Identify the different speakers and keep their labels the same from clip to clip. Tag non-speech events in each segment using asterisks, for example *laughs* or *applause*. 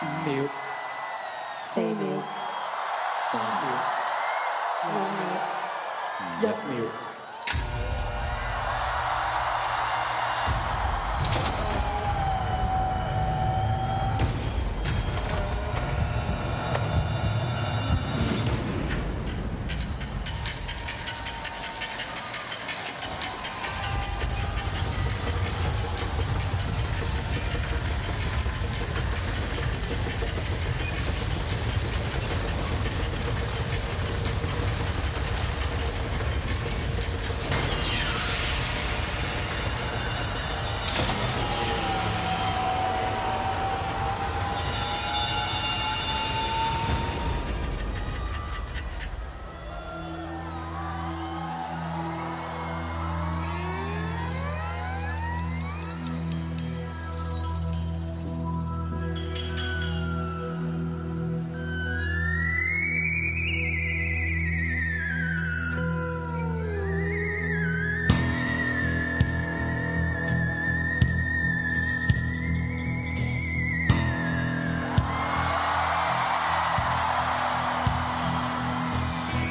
Speaker 1: 五秒、
Speaker 2: 四秒、
Speaker 1: 三秒、
Speaker 2: 六秒、
Speaker 1: 一
Speaker 3: 嗯
Speaker 1: 秒。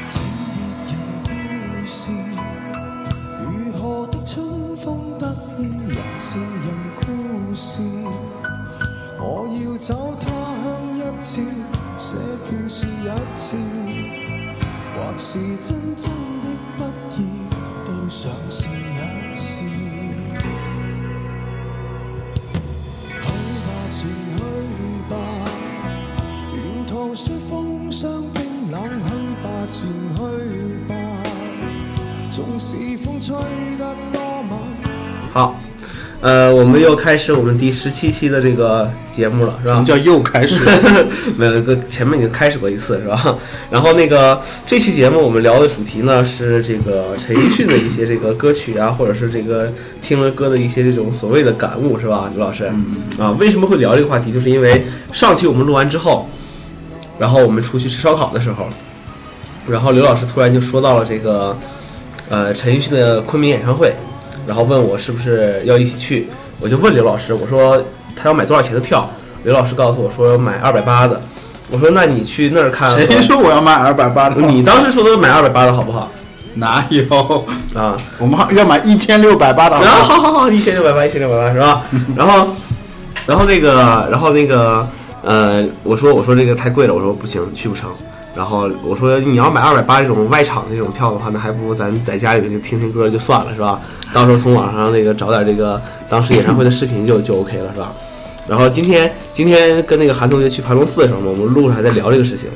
Speaker 4: 请别人故事，如何的春风得意，也是人故事。我要找他乡一次，寫故事一次，或是真真的不易，都想試一試。去吧，前去吧。沿途雪風霜冰冷，去吧前去吧，縱使風吹得多猛。
Speaker 5: 好，呃，我们又开始我们第十七期的这个节目了，是
Speaker 3: 什
Speaker 5: 吧
Speaker 3: 么？叫又开始？
Speaker 5: *laughs* 没有，个前面已经开始过一次，是吧？ *laughs* 然后那个这期节目我们聊的主题呢是这个陈奕迅的一些这个歌曲啊，或者是这个听了歌的一些这种所谓的感悟，是吧，刘老师？
Speaker 3: 嗯
Speaker 5: 啊，为什么会聊这个话题？就是因为上期我们录完之后，然后我们出去吃烧烤的时候，然后刘老师突然就说到了这个呃陈奕迅的昆明演唱会，然后问我是不是要一起去，我就问刘老师，我说他要买多少钱的票？刘老师告诉我说买二百八的，我说那你去那儿看和，
Speaker 3: 谁说我要卖二百八的？
Speaker 5: 你当时说的买二百八的好不好？
Speaker 3: 哪有？
Speaker 5: 啊，
Speaker 3: *laughs* 我们要买一千六百八的。
Speaker 5: 然后啊好好好，一千六百八，一千六百八是吧？然后，然后那个，然后那个，呃，我说我说这个太贵了，我说不行，去不成。然后我说你要买二百八这种外场这种票的话，那还不如咱在家里就听听歌就算了，是吧？到时候从网上那个找点这个当时演唱会的视频就就 OK 了，是吧？然后今天今天跟那个韩同学去盘龙寺的时候嘛，我们路上还在聊这个事情。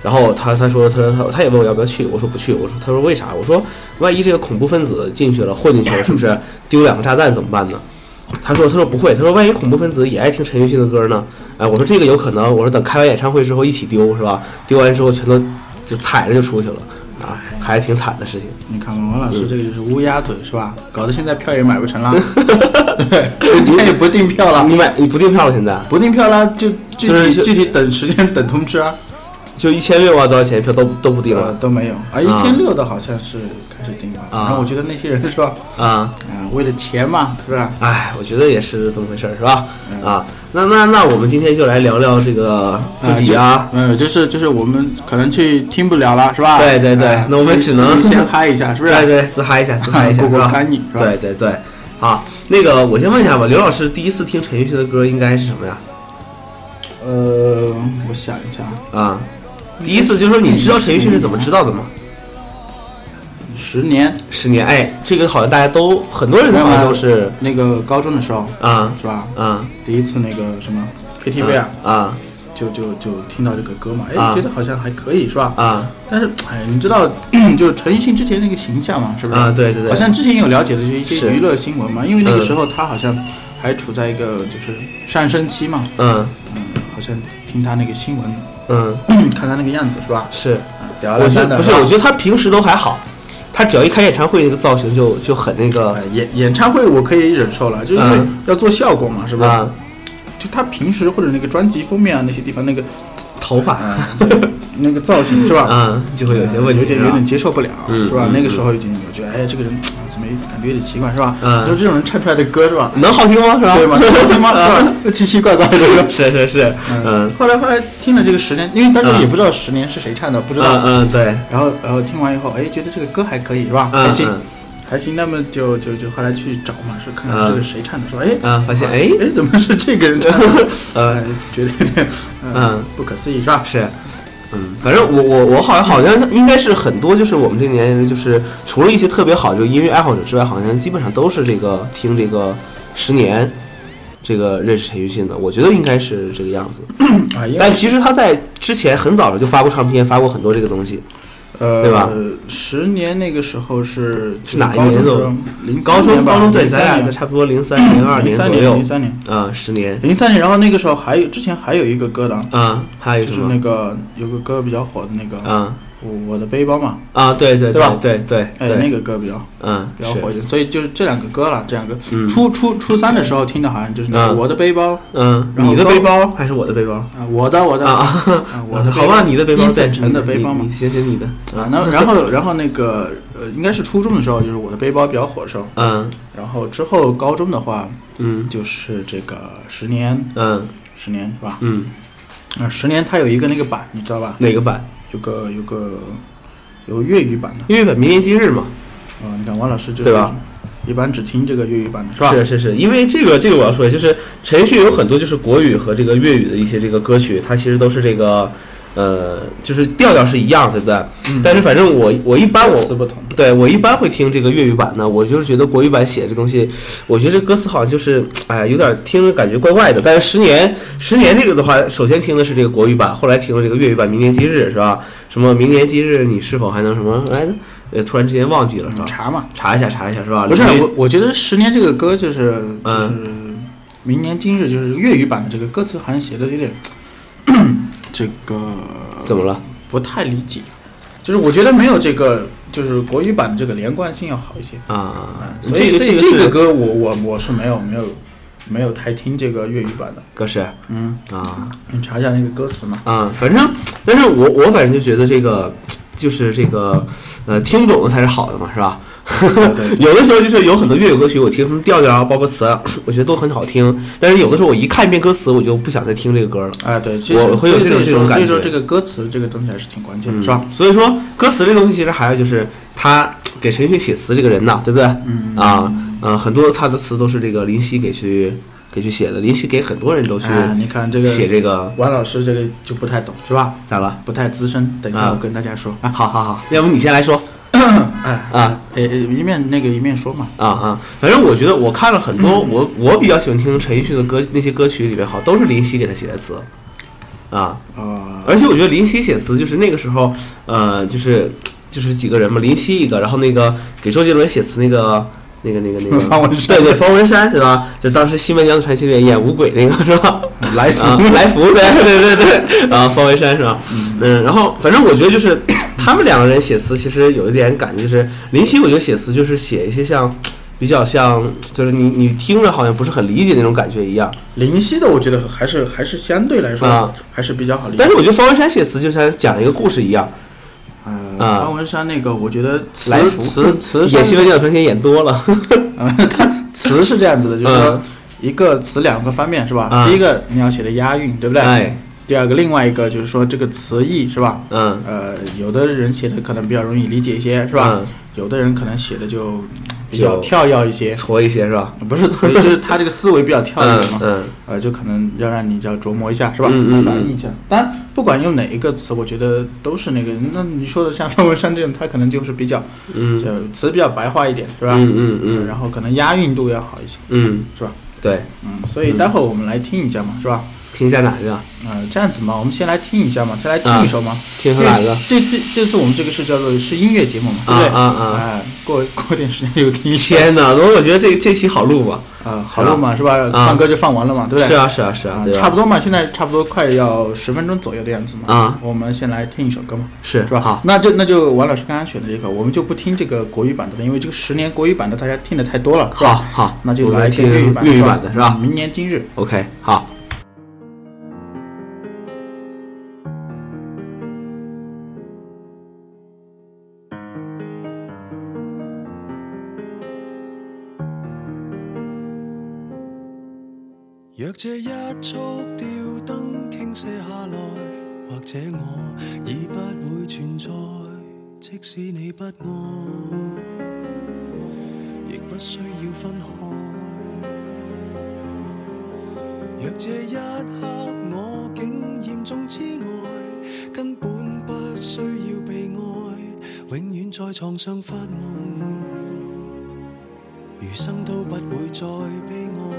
Speaker 5: 然后他他说他他他也问我要不要去，我说不去，我说他说为啥？我说万一这个恐怖分子进去了混进去了，是不是丢两个炸弹怎么办呢？他说他说不会，他说万一恐怖分子也爱听陈奕迅的歌呢？哎，我说这个有可能，我说等开完演唱会之后一起丢是吧？丢完之后全都就踩着就出去了啊，还是挺惨的事情。
Speaker 3: 你看文文老师这个就是乌鸦嘴是 *laughs* 吧？搞得现在票也买不成 *laughs* 了，对，今天也不订票了，
Speaker 5: 你买你不订票了现在？
Speaker 3: 不订票了就具
Speaker 5: 就是
Speaker 3: 体
Speaker 5: 就
Speaker 3: 具体等时间等通知啊，
Speaker 5: 就一千六啊，多少钱票都都不订
Speaker 3: 呃
Speaker 5: 了
Speaker 3: 都没有啊，一千六的好像是开始订了，
Speaker 5: 啊
Speaker 3: 然后我觉得那些人是吧，
Speaker 5: 啊。
Speaker 3: 啊，为了钱嘛，是吧？
Speaker 5: 哎，我觉得也是这么回事儿，是吧？啊，那那那我们今天就来聊聊这个自己啊，
Speaker 3: 嗯，就是就是我们可能去听不了了，是吧？
Speaker 5: 对对对
Speaker 3: 哎
Speaker 5: 那我们
Speaker 3: 自
Speaker 5: 只
Speaker 3: 己
Speaker 5: 能
Speaker 3: 自己先嗨一下，是不是？
Speaker 5: *laughs* 对对，自嗨一下，自嗨一下，
Speaker 3: 过过
Speaker 5: 是吧
Speaker 3: 干瘾是吧
Speaker 5: 对对对，啊，那个我先问一下吧，刘老师第一次听陈奕迅的歌应该是什么呀？
Speaker 3: 呃，我想一下，
Speaker 5: 啊，第一次就是说你知道陈奕迅是怎么知道的吗？
Speaker 3: 十年，
Speaker 5: 十年，哎，这个好像大家都很多人好像都是
Speaker 3: 那个高中的时候，
Speaker 5: 啊
Speaker 3: 是吧？
Speaker 5: 啊
Speaker 3: 第一次那个什么
Speaker 5: 嗯
Speaker 3: KTV 啊，
Speaker 5: 啊
Speaker 3: 就就就听到这个歌嘛，哎，
Speaker 5: 啊
Speaker 3: 觉得好像还可以，是吧？
Speaker 5: 啊
Speaker 3: 但是，哎，你知道， *clears throat* 就是陈奕迅之前那个形象嘛，是不是？
Speaker 5: 啊，对对对，
Speaker 3: 嗯好像之前有了解的就是一些
Speaker 5: 是
Speaker 3: 娱乐新闻嘛，因为那个
Speaker 5: 嗯
Speaker 3: 时候他好像还处在一个就是上升期嘛，
Speaker 5: 嗯
Speaker 3: 嗯，好像听他那个新闻， *clears throat*
Speaker 5: 嗯
Speaker 3: 看他那个样子是吧？
Speaker 5: 是。
Speaker 3: 啊吊儿
Speaker 5: 我
Speaker 3: 郎
Speaker 5: 觉
Speaker 3: 当
Speaker 5: 得
Speaker 3: 的，
Speaker 5: 不是，我觉得他平时都还好，他只要一开演唱会，那个造型就就很那个
Speaker 3: 呃演演唱会我可以忍受了，就是因为
Speaker 5: 嗯
Speaker 3: 要做效果嘛，是吧？
Speaker 5: 啊，
Speaker 3: 就他平时或者那个专辑封面啊那些地方那个
Speaker 5: 头发，
Speaker 3: *laughs* 那个造型是吧？
Speaker 5: 啊，就会有些问题，
Speaker 3: 嗯有点有点接受不了，
Speaker 5: 嗯
Speaker 3: 是吧？
Speaker 5: 嗯
Speaker 3: 那个时候已经我觉得，哎，这个人啊怎么感觉有点奇怪，是吧？
Speaker 5: 嗯
Speaker 3: 就这种人唱出来的歌，是吧？
Speaker 5: 能好听吗？是吧？
Speaker 3: 对吗？ *laughs* 对吗？是吧奇奇怪怪的歌。
Speaker 5: *laughs* 是是是，嗯
Speaker 3: 后来后来听了这个十年，因为当时
Speaker 5: 嗯
Speaker 3: 也不知道十年是谁唱的，不知
Speaker 5: 嗯
Speaker 3: 道。
Speaker 5: 嗯，对，
Speaker 3: 然后然后听完以后，哎，觉得这个歌还可以，是吧？
Speaker 5: 嗯
Speaker 3: 还行
Speaker 5: 嗯，
Speaker 3: 还行。那么就就就后来去找嘛，是看
Speaker 5: 嗯
Speaker 3: 看这个谁唱的，说哎
Speaker 5: 嗯发现哎
Speaker 3: 哎怎么是这个人唱
Speaker 5: *laughs*
Speaker 3: 的？哎
Speaker 5: 呃，
Speaker 3: 觉得有点
Speaker 5: 嗯
Speaker 3: 嗯不可思议，是吧？
Speaker 5: 是。嗯，反正我我我好像好像应该是很多，就是我们这个年龄，就是除了一些特别好这个音乐爱好者之外，好像基本上都是这个听这个十年，这个认识陈奕迅的，我觉得应该是这个样子。
Speaker 3: 啊，因为
Speaker 5: 但其实他在之前很早了就发过唱片，发过很多这个东西。
Speaker 3: 呃，
Speaker 5: 对吧？
Speaker 3: 十年那个时候是
Speaker 5: 是哪一年左右？
Speaker 3: 零
Speaker 5: 高中高中对，咱
Speaker 3: 三
Speaker 5: 俩在
Speaker 3: 年
Speaker 5: 差不多零三零二
Speaker 3: 零
Speaker 5: 年左
Speaker 3: 三
Speaker 5: 右
Speaker 3: 零，三年，
Speaker 5: 啊，十年
Speaker 3: 零三年。然后那个时候还有之前还有一个歌的，
Speaker 5: 啊，还有
Speaker 3: 就
Speaker 5: 什
Speaker 3: 是那
Speaker 5: 么
Speaker 3: 个有个歌比较火的那个，
Speaker 5: 啊
Speaker 3: 我我的背包嘛，
Speaker 5: 啊，对对
Speaker 3: 对吧
Speaker 5: 对对
Speaker 3: 哎，
Speaker 5: 对，
Speaker 3: 那个歌比较
Speaker 5: 嗯
Speaker 3: 比较火一
Speaker 5: 是
Speaker 3: 点，所以就是这两个歌了，这两个
Speaker 5: 嗯
Speaker 3: 初初初三的时候听的好像就是那个
Speaker 5: 嗯
Speaker 3: 我的背包
Speaker 5: 嗯，
Speaker 3: 然后
Speaker 5: 你的
Speaker 3: 高
Speaker 5: 背包还是我的背包？
Speaker 3: 啊，我的我的
Speaker 5: 啊 *laughs*
Speaker 3: 啊我的
Speaker 5: 好吧，你的背包
Speaker 3: 伊
Speaker 5: 在
Speaker 3: 森城的背包嘛
Speaker 5: 你。你行行，你的
Speaker 3: 啊，那然后然后那个呃，应该是初中的时候，就是我的背包比较火的时候，
Speaker 5: 嗯
Speaker 3: 然后之后高中的话，
Speaker 5: 嗯
Speaker 3: 就是这个十年，
Speaker 5: 嗯
Speaker 3: 十年是吧？
Speaker 5: 嗯，
Speaker 3: 啊，十年它有一个那个版，你知道吧？
Speaker 5: 哪个版？
Speaker 3: 有个有个有个粤语版的，
Speaker 5: 因为本明年今日嘛，
Speaker 3: 啊，你看王老师就是
Speaker 5: 对吧？
Speaker 3: 一般只听这个粤语版的是吧？
Speaker 5: 是是是，因为这个这个我要说，就是陈奕迅有很多就是国语和这个粤语的一些这个歌曲，它其实都是这个呃，就是调调是一样，对不对？但是反正我我一般我
Speaker 3: 歌词不同
Speaker 5: 对我一般会听这个粤语版的，我就是觉得国语版写这东西，我觉得这歌词好像就是哎有点听着感觉怪怪的。但是十年十年这个的话，首先听的是这个国语版，后来听了这个粤语版《明年今日》是吧？什么明年今日你是否还能什么来着？呃，突然之间忘记了是吧
Speaker 3: 你？查嘛。
Speaker 5: 查一下，查一下是吧？
Speaker 3: 嗯不是
Speaker 5: 因为
Speaker 3: 我，我觉得十年这个歌就是就
Speaker 5: 啊嗯
Speaker 3: 是明年今日就是粤语版的这个歌词好像写的有点这个
Speaker 5: 怎么了？
Speaker 3: 不太理解，就是我觉得没有这个就是国语版的这个连贯性要好一些。嗯
Speaker 5: 啊，
Speaker 3: 所以
Speaker 5: 这
Speaker 3: 所以
Speaker 5: 个
Speaker 3: 这
Speaker 5: 这
Speaker 3: 个
Speaker 5: 是
Speaker 3: 歌我我我是没有没有没有太听这个粤语版的，
Speaker 5: 歌是
Speaker 3: 嗯，
Speaker 5: 啊
Speaker 3: 你查一下那个歌词
Speaker 5: *laughs*
Speaker 3: 嘛。
Speaker 5: 啊，反正，但是我我反正就觉得这个就是这个呃听不懂的才是好的嘛，是吧？
Speaker 3: 对
Speaker 5: *laughs* 有的时候就是有很多粤语歌曲，我听什么调调啊，包括词啊， *coughs* 我觉得都很好听。但是有的时候我一看一遍歌词，我就不想再听这个歌了。
Speaker 3: 啊，对，其实
Speaker 5: 我会有这
Speaker 3: 所
Speaker 5: 种
Speaker 3: 以
Speaker 5: 这种
Speaker 3: 说
Speaker 5: 感觉
Speaker 3: 所以
Speaker 5: 嗯
Speaker 3: 说这个歌词这个东西还是挺关键的，是吧？
Speaker 5: 所以说，歌词这东西其实还有就是他给陈奕迅写词这个人呐，对不对？嗯啊呃，很多他的词都是这个林夕给去给去写的，林夕给很多人都去
Speaker 3: 啊，你看这个
Speaker 5: 写这个
Speaker 3: 王老师这个就不太懂，是吧？
Speaker 5: 咋了？
Speaker 3: 不太资深，等一下
Speaker 5: 啊
Speaker 3: 我跟大家说啊。 *coughs*
Speaker 5: 好好好，要不你先来说。
Speaker 3: 哎
Speaker 5: 啊，
Speaker 3: 呃，一面那个一面说嘛。
Speaker 5: 啊啊！反正我觉得我看了很多，我我比较喜欢听陈奕迅的歌，那些歌曲里面好都是林夕给他写的词，啊，
Speaker 3: 啊，
Speaker 5: 而且我觉得林夕写词就是那个时候，呃，就是就是几个人嘛，林夕一个，然后那个给周杰伦写词那个。那个、那个、那个，
Speaker 3: 方文山
Speaker 5: 对对，方文山，对吧？就当时《新白娘子传奇》里面演五鬼那个，是吧？
Speaker 3: 来福
Speaker 5: 啊，来福，对对对对，啊，方文山是吧？嗯，然后反正我觉得就是他们两个人写词，其实有一点感觉就是林夕，我觉得写词就是写一些像比较像，就是你你听着好像不是很理解那种感觉一样。
Speaker 3: 林夕的我觉得还是还是相对来
Speaker 5: 啊
Speaker 3: 说还是比较好理解。
Speaker 5: 但是我觉得方文山写词就像讲一个故事一样，
Speaker 3: 呃，
Speaker 5: 啊
Speaker 3: 方文山那个我觉得词
Speaker 5: 来福 *laughs*
Speaker 3: 词词
Speaker 5: 演《
Speaker 3: 是
Speaker 5: 新闻教传奇》演多 *laughs* 了，
Speaker 3: 啊，它词是这样子的，就是
Speaker 5: 嗯
Speaker 3: 说一个词两个方面是吧？
Speaker 5: 啊
Speaker 3: 第一个你要写的押韵，对不对？
Speaker 5: 哎
Speaker 3: 第二个，另外一个就是说这个词义是吧？
Speaker 5: 嗯
Speaker 3: 呃，有的人写的可能比较容易理解一些，是吧？
Speaker 5: 嗯
Speaker 3: 有的人可能写的就比
Speaker 5: 就
Speaker 3: 较跳跃一些，
Speaker 5: 挫一些是吧？
Speaker 3: 不是词义，就是他这个思维比较跳跃
Speaker 5: 嗯
Speaker 3: 嘛。
Speaker 5: 嗯
Speaker 3: 呃，就可能要让你要琢磨一下，是吧？
Speaker 5: 嗯嗯嗯
Speaker 3: 反应一下。当然，不管用哪一个词，我觉得都是那个。那你说的像方文山这种，他可能就是比较，
Speaker 5: 嗯
Speaker 3: 就词比较白话一点，是吧？呃
Speaker 5: 嗯嗯嗯
Speaker 3: 然后可能押韵度要好一些，
Speaker 5: 嗯，
Speaker 3: 是吧？
Speaker 5: 对，
Speaker 3: 嗯，所以待会儿我们来听一下嘛，是吧？
Speaker 5: 听一下哪个？
Speaker 3: 呃，这样子嘛，我们先来听一下嘛，先来听一首嘛。
Speaker 5: 啊听一首哪个
Speaker 3: 因为这次这次我们这个是叫做是音乐节目嘛，对不对？
Speaker 5: 啊啊啊
Speaker 3: 哎过过点时间又听一下。
Speaker 5: 天哪，我我觉得这这期好录吧？
Speaker 3: 啊，好了嘛，是吧？
Speaker 5: 啊
Speaker 3: 放歌就放完了嘛，对不对？
Speaker 5: 是啊是啊是啊
Speaker 3: 啊，
Speaker 5: 对吧？
Speaker 3: 差不多嘛，现在差不多快要十分钟左右的样子嘛。
Speaker 5: 啊
Speaker 3: 我们先来听一首歌嘛，
Speaker 5: 是
Speaker 3: 是吧？
Speaker 5: 好
Speaker 3: 那就那就王老师刚刚选的这个，我们就不听这个国语版的了，因为这个十年国语版的大家听的太多了。是吧
Speaker 5: 好好
Speaker 3: 那就
Speaker 5: 我们
Speaker 3: 来
Speaker 5: 来
Speaker 3: 听
Speaker 5: 听
Speaker 3: 粤语版
Speaker 5: 粤语版嗯的是吧
Speaker 3: 明年今日。
Speaker 5: OK，好。
Speaker 4: 若这一束吊灯倾泻下来，或者我已不会存在，即使你不爱，亦不需要分开。若这一刻我竟严重痴呆，根本不需要被爱，永远在床上发梦，余生都不会再悲哀。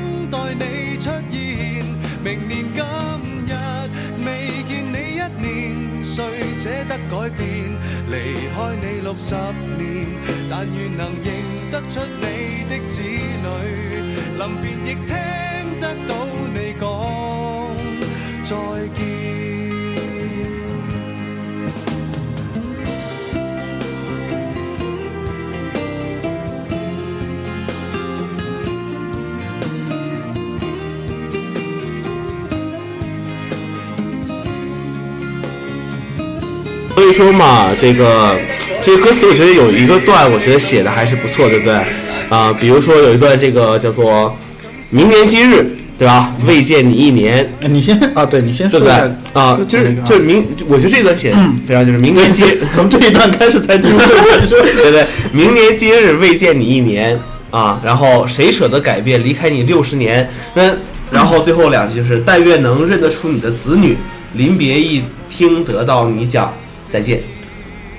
Speaker 4: 待你出現。明年今日，未見你一年，誰捨得改變？離開你六十年，但願能認得出你的子女，臨別亦聽。聽得到你講再見。
Speaker 5: 所以说嘛，这个这个歌词，我觉得有一个段，我觉得写的还是不错，对不对？啊、比如说有一段这个叫做“明年今日”，对吧？
Speaker 3: 嗯
Speaker 5: 未见你一年，
Speaker 3: 哎你先啊，对你先说
Speaker 5: 对不
Speaker 3: 一
Speaker 5: 对？
Speaker 3: 下
Speaker 5: 啊、就是就是明，我觉得这段写的非常就是明年今日，
Speaker 3: 嗯从这一段开始才
Speaker 5: *laughs*
Speaker 3: 进入正题。
Speaker 5: 对不对？明年今日未见你一年啊，然后谁舍得改变离开你六十年？那然后最后两句就是但愿能认得出你的子女，临别一听得到你讲再见，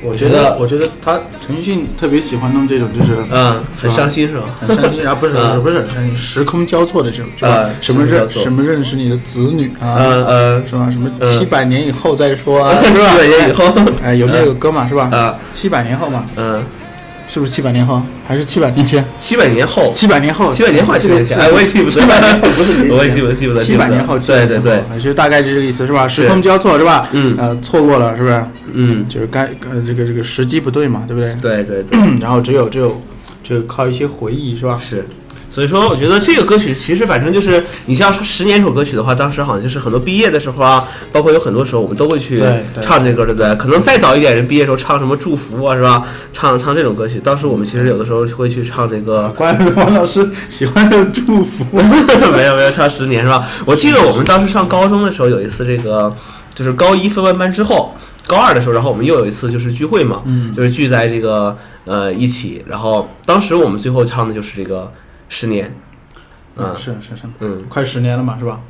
Speaker 3: 我
Speaker 5: 觉得
Speaker 3: 我觉得他陈奕迅特别喜欢弄这种，就是
Speaker 5: 嗯，很
Speaker 3: 是吧
Speaker 5: 伤心是吧？
Speaker 3: 很伤心，然后不是
Speaker 5: 啊
Speaker 3: 不是很伤心，时空交错的这种，是吧
Speaker 5: 啊？
Speaker 3: 什么
Speaker 5: 时空交
Speaker 3: 认
Speaker 5: 错
Speaker 3: 什么认识你的子女啊，
Speaker 5: 嗯嗯，
Speaker 3: 是吧？什么
Speaker 5: 嗯
Speaker 3: 七百年以后再说
Speaker 5: *laughs*
Speaker 3: 啊，是
Speaker 5: 四
Speaker 3: 吧？
Speaker 5: 呃百年以后，
Speaker 3: 哎，有那个歌嘛，是吧
Speaker 5: 啊？
Speaker 3: 七百年后嘛，
Speaker 5: 嗯，
Speaker 3: 是不是七百年后？还是七百年前？
Speaker 5: 七百年后，
Speaker 3: 七百年后，
Speaker 5: 七百年后还是七百年前？哎，我也记不得，
Speaker 3: 七百年后不是
Speaker 5: 我也记不得，记不得，
Speaker 3: 七百年后，
Speaker 5: 记不得对对对，
Speaker 3: 对，就大概这个意思是吧？时空交错是吧？
Speaker 5: 嗯
Speaker 3: 呃，错过了是不是？
Speaker 5: 嗯，
Speaker 3: 就是该呃这个这个时机不对嘛，对不对？
Speaker 5: 对对对。
Speaker 3: 然后只有只有只有靠一些回忆是吧？
Speaker 5: 是。所以说，我觉得这个歌曲其实反正就是，你像十年这首歌曲的话，当时好像就是很多毕业的时候啊，包括有很多时候我们都会去
Speaker 3: 对对
Speaker 5: 唱这歌，对不对？可能再早一点人毕业的时候唱什么祝福啊，是吧？唱唱这种歌曲，当时我们其实有的时候会去唱这个，
Speaker 3: 关于王老师喜欢的祝福，
Speaker 5: 没有没有唱十年是吧？我记得我们当时上高中的时候有一次这个，就是高一分完班之后，高二的时候，然后我们又有一次就是聚会嘛，
Speaker 3: 嗯
Speaker 5: 就是聚在这个呃一起，然后当时我们最后唱的就是这个十年， *laughs* 嗯
Speaker 3: 是是是，
Speaker 5: 嗯。
Speaker 3: 快十年了嘛，是吧？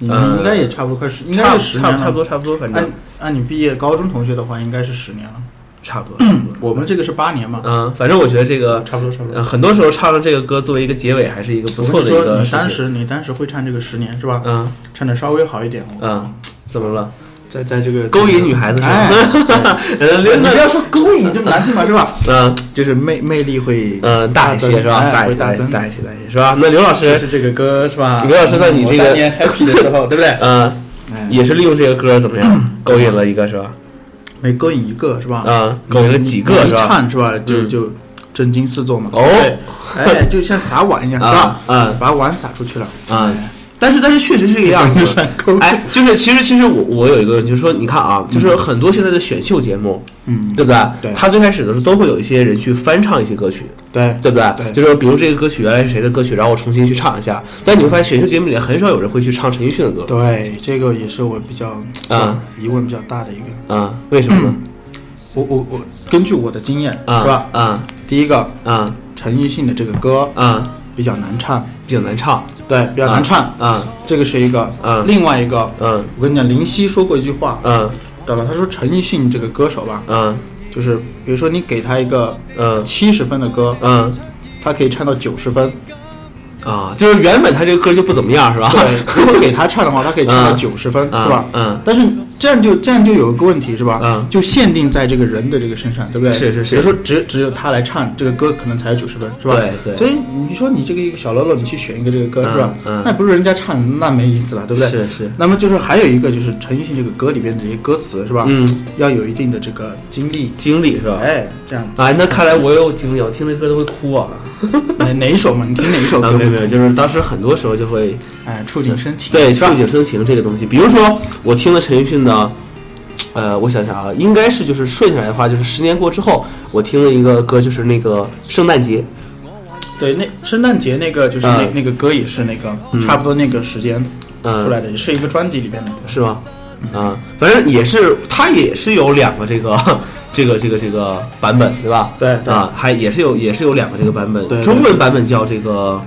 Speaker 3: 你
Speaker 5: 呃
Speaker 3: 们应该也差不多快十，应该是
Speaker 5: 差
Speaker 3: 十年
Speaker 5: 差
Speaker 3: 了，哎
Speaker 5: 差不多。差不多，反
Speaker 3: 按
Speaker 5: 正
Speaker 3: 按你毕业高中同学的话，应该是十年了。
Speaker 5: 差不多。差不多
Speaker 3: 我们这个是八年嘛，
Speaker 5: 嗯，反正我觉得这个，
Speaker 3: 差不多差不
Speaker 5: 呃
Speaker 3: 多。
Speaker 5: 很多时候唱上这个歌作为一个结尾，还是一个不
Speaker 3: 我跟
Speaker 5: 错
Speaker 3: 你
Speaker 5: 的
Speaker 3: 说，
Speaker 5: 一个
Speaker 3: 你
Speaker 5: 事
Speaker 3: 当
Speaker 5: 情。
Speaker 3: 时你当时会唱这个十年是吧？
Speaker 5: 嗯
Speaker 3: 唱的稍微好一点，我
Speaker 5: 嗯，怎么了？
Speaker 3: 在在这个
Speaker 5: 勾引女孩子是 *laughs*
Speaker 3: 哎，
Speaker 5: 吧？嗯，
Speaker 3: 你不
Speaker 5: 那
Speaker 3: 要说勾引这么难听嘛，是吧？
Speaker 5: 嗯
Speaker 3: 就是魅魅力会
Speaker 5: 嗯，大一
Speaker 3: 增
Speaker 5: 些是吧？
Speaker 3: 哎
Speaker 5: 大一
Speaker 3: 会
Speaker 5: 些，
Speaker 3: 大
Speaker 5: 大一些，
Speaker 3: 增。
Speaker 5: 大一些，大一些是吧？那刘老
Speaker 3: 就
Speaker 5: 师
Speaker 3: 是，这个歌是吧？
Speaker 5: 刘老师那你这个
Speaker 3: 我当年 happy 的时候，
Speaker 5: *laughs*
Speaker 3: 对不对？
Speaker 5: 嗯，
Speaker 3: 哎
Speaker 5: 也是利用这个歌怎
Speaker 3: *clears throat*
Speaker 5: 么样勾引了一个是吧？
Speaker 3: 每勾引一个是吧？
Speaker 5: 嗯，勾引了几个
Speaker 3: 你
Speaker 5: 是
Speaker 3: 一
Speaker 5: 吧？
Speaker 3: 唱是吧？就
Speaker 5: 嗯
Speaker 3: 就震惊四座嘛。
Speaker 5: 哦
Speaker 3: 对，哎，就像撒碗一样是吧
Speaker 5: 啊？嗯
Speaker 3: 把碗撒出去了。哎
Speaker 5: 嗯，但是但是确实是这个样
Speaker 3: *laughs* 就
Speaker 5: 子
Speaker 3: 是。勾引
Speaker 5: 哎，就是其实其实我我有一个问题，就是说你看啊，就是很多现在的选秀节目，
Speaker 3: 嗯，
Speaker 5: 对不对？
Speaker 3: 对
Speaker 5: 他最开始的时候都会有一些人去翻唱一些歌曲，
Speaker 3: 对
Speaker 5: 对不对？
Speaker 3: 对
Speaker 5: 就是比如这个歌曲原来是谁的歌曲，然后我重新去唱一下。但你会发现选秀节目里很少有人会去唱陈奕迅的歌，
Speaker 3: 对，这个也是我比较
Speaker 5: 啊
Speaker 3: 疑问比较大的一个。
Speaker 5: 啊、为什么呢？
Speaker 3: 我我我，根据我的经嗯验是
Speaker 5: 啊、
Speaker 3: 吧？
Speaker 5: 啊
Speaker 3: 第一个，
Speaker 5: 啊
Speaker 3: 陈奕迅的这个歌
Speaker 5: 啊，
Speaker 3: 比较难唱，
Speaker 5: 比较难唱，
Speaker 3: 对，比较难唱，
Speaker 5: 啊
Speaker 3: 这个是一个。
Speaker 5: 啊
Speaker 3: 另外一个，
Speaker 5: 嗯
Speaker 3: 我跟你讲，林夕说过一句话，
Speaker 5: 嗯
Speaker 3: 知道吧？他说陈奕迅这个歌手吧，
Speaker 5: 嗯
Speaker 3: 就是比如说你给他一个
Speaker 5: 嗯
Speaker 3: 七十分的歌，
Speaker 5: 嗯
Speaker 3: 他可以唱到九十分。
Speaker 5: 啊，就是 *laughs* 原本他这个歌就不怎么样，是吧？
Speaker 3: 对，如果给他唱的话，他可以唱到九十分，
Speaker 5: 嗯
Speaker 3: 是吧？
Speaker 5: 嗯
Speaker 3: 但是这样就这样就有一个问题是吧？
Speaker 5: 嗯
Speaker 3: 就限定在这个人的这个身上，对不对？
Speaker 5: 是是是
Speaker 3: 比如说只只有他来唱这个歌，可能才有九十分，是吧？
Speaker 5: 对对
Speaker 3: 所以你说你这个一个小喽啰，你去选一个这个歌，
Speaker 5: 嗯
Speaker 3: 是吧？
Speaker 5: 嗯
Speaker 3: 那不是人家唱，那没意思了，对不对？
Speaker 5: 是是
Speaker 3: 那么就是还有一个就是陈奕迅这个歌里边的这些歌词，是吧？
Speaker 5: 嗯，
Speaker 3: 要有一定的这个经历，
Speaker 5: 经历是吧？
Speaker 3: 哎，这样子。
Speaker 5: 哎，那看来我也有经历，我听这歌都会哭啊。
Speaker 3: 哪哪一首嘛？你听哪一首
Speaker 5: 啊，
Speaker 3: 歌？
Speaker 5: *laughs* 没有没有，就是当时很多时候就会
Speaker 3: 哎，触景生情。
Speaker 5: 对触景生情这个东西。比如说，我听了陈奕迅的，呃，我想想啊，应该是就是顺下来的话，就是十年过之后，我听了一个歌，就是那个圣诞节，
Speaker 3: 对，那圣诞节那个就是那、
Speaker 5: 嗯
Speaker 3: 那个歌也是那个、差不多那个时间
Speaker 5: 嗯
Speaker 3: 出来的，也是一个专辑里边的。
Speaker 5: 是吗？啊，反正也是，它也是有两个这个 *laughs* 这个这个这个版本，对吧？
Speaker 3: 对对
Speaker 5: 啊，还也是有也是有两个这个版本，
Speaker 3: 对对
Speaker 5: 中文版本叫这个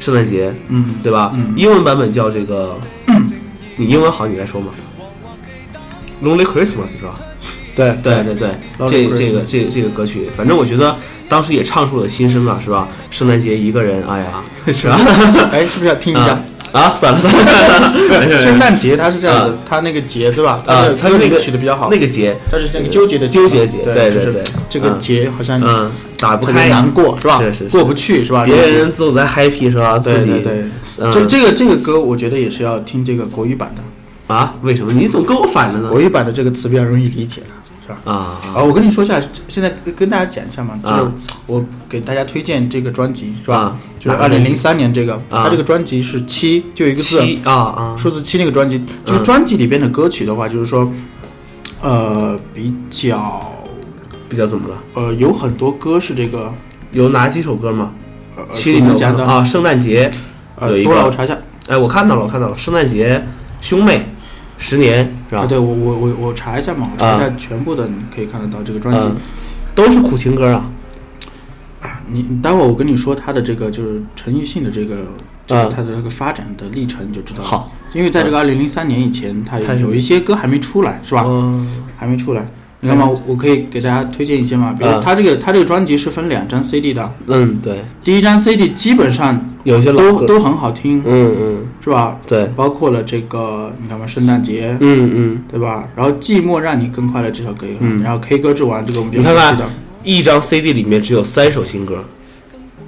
Speaker 5: 圣诞节，
Speaker 3: 嗯，
Speaker 5: 对吧？
Speaker 3: 嗯
Speaker 5: 英文版本叫这个，你英文好，你来说嘛。Lonely Christmas 是吧？
Speaker 3: 对
Speaker 5: 对对对，这
Speaker 3: Lonely
Speaker 5: 这个
Speaker 3: Christmas
Speaker 5: 这这个歌曲，反正我觉得当时也唱出了心声了，是吧？圣诞节一个人，哎
Speaker 3: *laughs*
Speaker 5: 呀，是吧？
Speaker 3: 哎，是不是要听一下
Speaker 5: 啊？啊，算了
Speaker 3: *laughs*
Speaker 5: 算了，嗯没事没事
Speaker 3: 圣诞节它是这样子
Speaker 5: 啊，
Speaker 3: 它那个节对吧？
Speaker 5: 啊
Speaker 3: 它，
Speaker 5: 他
Speaker 3: 它
Speaker 5: 是
Speaker 3: 那
Speaker 5: 那个
Speaker 3: 取的比较好，
Speaker 5: 那个节，
Speaker 3: 它是这个纠结的
Speaker 5: 纠结节对
Speaker 3: 对
Speaker 5: 对
Speaker 3: 就是
Speaker 5: 对
Speaker 3: 这个
Speaker 5: 嗯
Speaker 3: 节好像
Speaker 5: 嗯，打不
Speaker 3: 特别
Speaker 5: 开，
Speaker 3: 难过是吧？
Speaker 5: 是是是
Speaker 3: 过不去是吧？
Speaker 5: 别
Speaker 3: 这个
Speaker 5: 人
Speaker 3: 节
Speaker 5: 自我在 happy 是吧？自
Speaker 3: 对
Speaker 5: 己
Speaker 3: 对对，
Speaker 5: 嗯
Speaker 3: 就这个这个歌，我觉得也是要听这个国语版的，
Speaker 5: 啊？为什么你总跟我反着呢
Speaker 3: 国？语版的这个词比较容易理解了，是吧？
Speaker 5: 啊
Speaker 3: 啊，我跟你说一下，现在跟大家讲一下嘛，就
Speaker 5: 啊
Speaker 3: 是我给大家推荐这个专辑是
Speaker 5: 啊
Speaker 3: 吧？就是
Speaker 5: 哪
Speaker 3: 二
Speaker 5: 个
Speaker 3: 零
Speaker 5: 专辑
Speaker 3: 零三年这个，
Speaker 5: 啊
Speaker 3: 它这个专辑是七，就有一个字，
Speaker 5: 七啊啊，
Speaker 3: 数字七那个专辑，这个专辑里边的歌曲的话，就是说，呃，比较
Speaker 5: 比较怎么了？
Speaker 3: 呃有很多歌是这个
Speaker 5: 有哪几首歌吗？
Speaker 3: 呃
Speaker 5: 七里面
Speaker 3: 讲的，
Speaker 5: 啊，圣诞节有
Speaker 3: 呃
Speaker 5: 一
Speaker 3: 多了我
Speaker 5: 个，
Speaker 3: 查一下
Speaker 5: 哎，我看到了，我看到了，圣诞节兄妹十年是吧啊
Speaker 3: 啊，？对我我我我查一下嘛，我查一下全部的，你可以看得到这个专辑。
Speaker 5: 嗯都是苦情歌啊。
Speaker 3: 你你待会儿我跟你说他的这个就是陈奕迅的这个，这
Speaker 5: 啊
Speaker 3: 个他的这个发展的历程你就知道了。
Speaker 5: 好，
Speaker 3: 因为在这个二零零三年以前，他
Speaker 5: 他有
Speaker 3: 有一些歌还没出来，是吧？
Speaker 5: 嗯
Speaker 3: 还没出来。你看嘛，我我可以给大家推荐一些嘛，比如
Speaker 5: 啊
Speaker 3: 他这个他这个专辑是分两张 CD 的，
Speaker 5: 嗯，对，
Speaker 3: 第一张 CD 基本上
Speaker 5: 有些老
Speaker 3: 都
Speaker 5: 歌
Speaker 3: 都很好听，
Speaker 5: 嗯嗯，
Speaker 3: 是吧？
Speaker 5: 对
Speaker 3: 包括了这个，你看嘛，圣诞节，
Speaker 5: 嗯嗯，
Speaker 3: 对吧？然后寂寞让你更快乐这首歌也很，
Speaker 5: 嗯
Speaker 3: 然后 K 歌之王这个我们就
Speaker 5: 你看
Speaker 3: 熟悉
Speaker 5: 看
Speaker 3: 的，
Speaker 5: 一张 CD 里面只有三首新歌，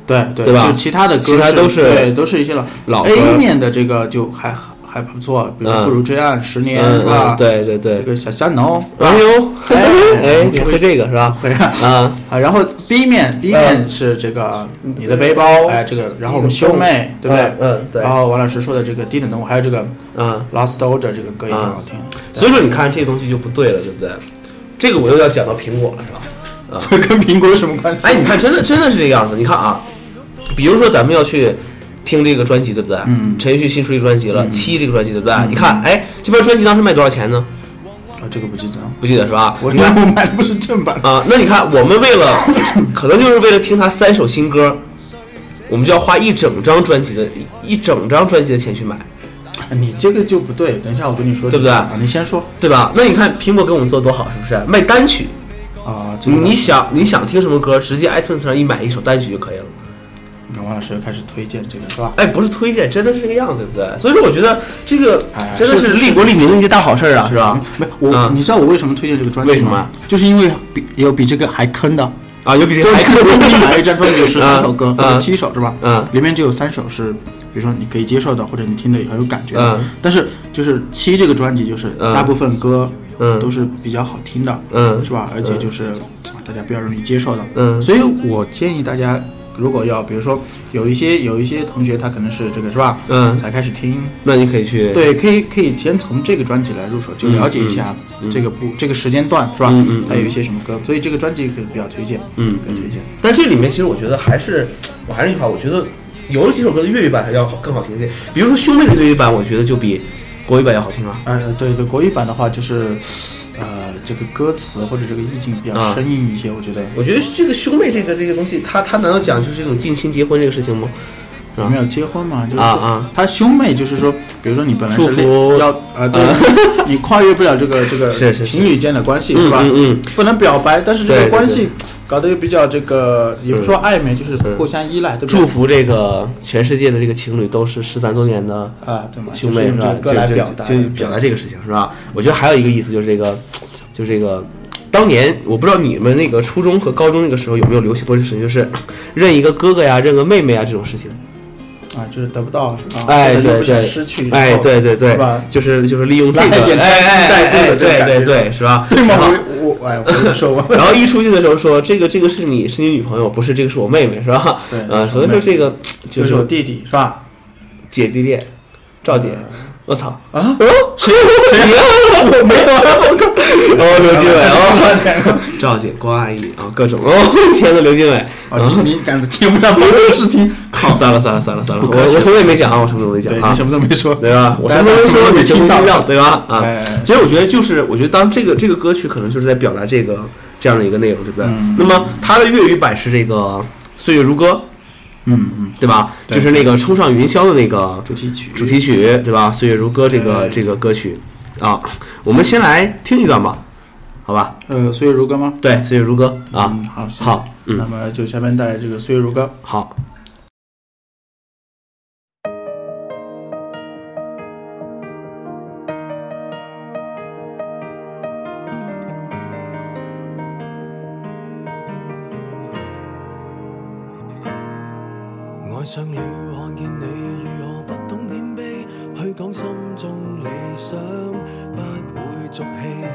Speaker 3: 对对
Speaker 5: 对吧
Speaker 3: 就其他的歌
Speaker 5: 其他都是
Speaker 3: 是对，都是一些老
Speaker 5: 老歌
Speaker 3: A 面的这个就还还不错，比如
Speaker 5: 嗯
Speaker 3: 说不如这样十年
Speaker 5: 嗯
Speaker 3: 是吧？
Speaker 5: 嗯，，对对对
Speaker 3: 这，个小香农，
Speaker 5: 哎呦， *laughs* 哎，你会这个是吧？
Speaker 3: 会啊
Speaker 5: 啊，
Speaker 3: 啊，然后 B 面 B
Speaker 5: 呃
Speaker 3: 面是这个你的背包，哎，这个，然后我们兄妹，对不对
Speaker 5: 嗯？嗯对
Speaker 3: 然后王老师说的这个低等动物，还有这个
Speaker 5: 嗯，
Speaker 3: Last Order 这个歌也挺好听。
Speaker 5: 所以说你看这东西就不对了，对不对？这个我又要讲到苹果了，是吧？
Speaker 3: 这跟苹果有什么关系
Speaker 5: 哎，你看，真的真的是这个样子。你看啊，比如说咱们要去听这个专辑，对不对？
Speaker 3: 嗯
Speaker 5: 陈奕迅新出一个专辑了，七这个专辑，对不对？你看，哎，这边专辑当时卖多少钱呢？
Speaker 3: 啊，这个不记得，
Speaker 5: 不记得是吧？
Speaker 3: 我
Speaker 5: 你看
Speaker 3: 我买的不是正版。
Speaker 5: 啊，那你看，我们为了 *laughs* 可能就是为了听他三首新歌，我们就要花一整张专辑的一一整张专辑的钱去买，
Speaker 3: 你这个就不对，等一下我跟你说，
Speaker 5: 对不对
Speaker 3: 啊，你先说
Speaker 5: 对吧？那你看苹果给我们做得多好，是不是？卖单曲，
Speaker 3: 啊，这个
Speaker 5: 你想你想听什么歌，直接 iTunes 上一买一首单曲就可以了。
Speaker 3: 你看王老师又开始推荐这个是吧？
Speaker 5: 哎，不是推荐，真的是这个样子，对不对？所以说，我觉得这个
Speaker 3: 哎
Speaker 5: 真的是
Speaker 3: 是
Speaker 5: 利国利民的一件大好事儿啊，是吧？
Speaker 3: 没我、
Speaker 5: 嗯
Speaker 3: 你知道我为什么推荐这个专辑吗？
Speaker 5: 为什么？
Speaker 3: 就是因为比有比这个还坑的。
Speaker 5: 啊，有比
Speaker 3: 就
Speaker 5: 这
Speaker 3: 是这
Speaker 5: 个还
Speaker 3: 个专辑买一张专辑有十三首歌
Speaker 5: 嗯
Speaker 3: 或者七首是吧？
Speaker 5: *laughs* 嗯
Speaker 3: 里面只有三首是，比如说你可以接受的，或者你听的也很有感觉的。
Speaker 5: 嗯
Speaker 3: 但是就是七这个专辑，就是
Speaker 5: 嗯
Speaker 3: 大部分歌
Speaker 5: 嗯
Speaker 3: 都是比较好听的，
Speaker 5: 嗯
Speaker 3: 是吧？而且就是啊大家比较容易接受的，
Speaker 5: 嗯
Speaker 3: 所以我建议大家。如果要，比如说有一些有一些同学他可能是这个是吧，
Speaker 5: 嗯
Speaker 3: 才开始听，
Speaker 5: 那你可以去
Speaker 3: 对，可以可以先从这个专辑来入手，就了解一下这个部、这个时间段是吧？
Speaker 5: 嗯嗯嗯
Speaker 3: 还有一些什么歌，所以这个专辑可以比较推荐，
Speaker 5: 嗯
Speaker 3: 比较推荐。
Speaker 5: 但这里面其实我觉得还是，我还是那句话，我觉得有几首歌的粤语版还要好更好听一些，比如说兄妹的粤语版，我觉得就比国语版要好听啊。
Speaker 3: 呃，对对，国语版的话就是，呃，这个歌词或者这个意境比
Speaker 5: 啊
Speaker 3: 较生硬一些，我觉得
Speaker 5: 我觉得这个兄妹这个这个东西，他他难道讲就是这种近亲结婚这个事情吗？
Speaker 3: 有没有结婚嘛，就是
Speaker 5: 啊啊
Speaker 3: 他兄妹就是说，比如说你本来
Speaker 5: 祝
Speaker 3: 是
Speaker 5: 福
Speaker 3: 恋要啊，对， *laughs* 你
Speaker 5: *laughs*
Speaker 3: 跨越不了这个这个
Speaker 5: 是是是
Speaker 3: 情侣间的关系
Speaker 5: 嗯
Speaker 3: 吧？
Speaker 5: 嗯嗯
Speaker 3: 不能表白，但是这
Speaker 5: 对
Speaker 3: 个
Speaker 5: 对
Speaker 3: 关
Speaker 5: 对
Speaker 3: 系搞得就比较这个，也不说暧昧，就是
Speaker 5: 嗯
Speaker 3: 互相依赖，对不对？
Speaker 5: 祝福这个全世界的这个情侣都是失散多年的
Speaker 3: 啊，对嘛，就
Speaker 5: 兄
Speaker 3: 是
Speaker 5: 妹是
Speaker 3: 用这
Speaker 5: 吧
Speaker 3: 个？歌来
Speaker 5: 就
Speaker 3: 表
Speaker 5: 就
Speaker 3: 达，
Speaker 5: 就表达这个事情是吧？我觉得还有一个意思就是这个，就这个，当年我不知道你们那个初中和高中那个时候有没有流行过这个事情，就是 *coughs* 认一个哥哥呀，认个妹妹呀这种事情。
Speaker 3: 啊，就是得不到是吧？
Speaker 5: 哎，
Speaker 3: 或者又
Speaker 5: 对
Speaker 3: 不想
Speaker 5: 对，
Speaker 3: 失去，
Speaker 5: 哎，对对对
Speaker 3: 是吧，
Speaker 5: 就是就是利用这
Speaker 3: 拉
Speaker 5: 个，
Speaker 3: 一点
Speaker 5: 哎哎
Speaker 3: 传宗
Speaker 5: 哎
Speaker 3: 接代
Speaker 5: 哎，
Speaker 3: 对的
Speaker 5: 对对
Speaker 3: 这种感觉
Speaker 5: 对，是吧？
Speaker 3: 对吗？
Speaker 5: 然后
Speaker 3: 我我哎，我就说我
Speaker 5: *laughs* 然后一出去的时候说这个这个是你是你女朋友，不是这个是我妹妹，是吧？
Speaker 3: 对
Speaker 5: 呃，
Speaker 3: 是
Speaker 5: 所
Speaker 3: 我
Speaker 5: 以
Speaker 3: 妹
Speaker 5: 说这个
Speaker 3: 就
Speaker 5: 就是
Speaker 3: 我
Speaker 5: 是
Speaker 3: 弟弟是吧？
Speaker 5: 姐弟恋，赵姐，
Speaker 3: 嗯
Speaker 5: 我操，
Speaker 3: 啊，
Speaker 5: 谁谁呀？我没有啊，我靠！ *laughs* 哦，刘经纬哦，赵姐、关阿姨啊，各种哦， *laughs* 天呐，刘经纬，
Speaker 3: 哦，你你敢在节目上把这个事情，靠，
Speaker 5: 算了算了算了算了，
Speaker 3: 不可
Speaker 5: 我
Speaker 3: 取
Speaker 5: 我什么也没讲啊，我什么都没讲
Speaker 3: *laughs* 对
Speaker 5: 啊
Speaker 3: 你，什么都没说，
Speaker 5: 对吧？我什么都说，你什么都没听到，对吧？啊
Speaker 3: 哎，
Speaker 5: 其实我觉得就是，我觉得当这个这个歌曲可能就是在表达这个这样的一个内容，对不对
Speaker 3: 嗯？
Speaker 5: 那么它的粤语版是这个《岁月如歌》，
Speaker 3: 嗯嗯，
Speaker 5: 对吧？
Speaker 3: 对
Speaker 5: 就是那个冲上云霄的那个
Speaker 3: 主题曲，
Speaker 5: 主题曲，
Speaker 3: 嗯
Speaker 5: 对吧？《岁月如歌》这个
Speaker 3: 对
Speaker 5: 这个歌曲啊，我们先来听一段吧，好吧？
Speaker 3: 呃，岁月如歌吗？
Speaker 5: 对，《岁月如歌》啊
Speaker 3: 嗯，，好，行
Speaker 5: 好，
Speaker 3: 那
Speaker 5: 嗯，
Speaker 3: 么就下面带来这个岁月如歌。
Speaker 5: 好，
Speaker 4: 爱上了，看见你如何不懂谦卑，去讲心中理想，不会俗气，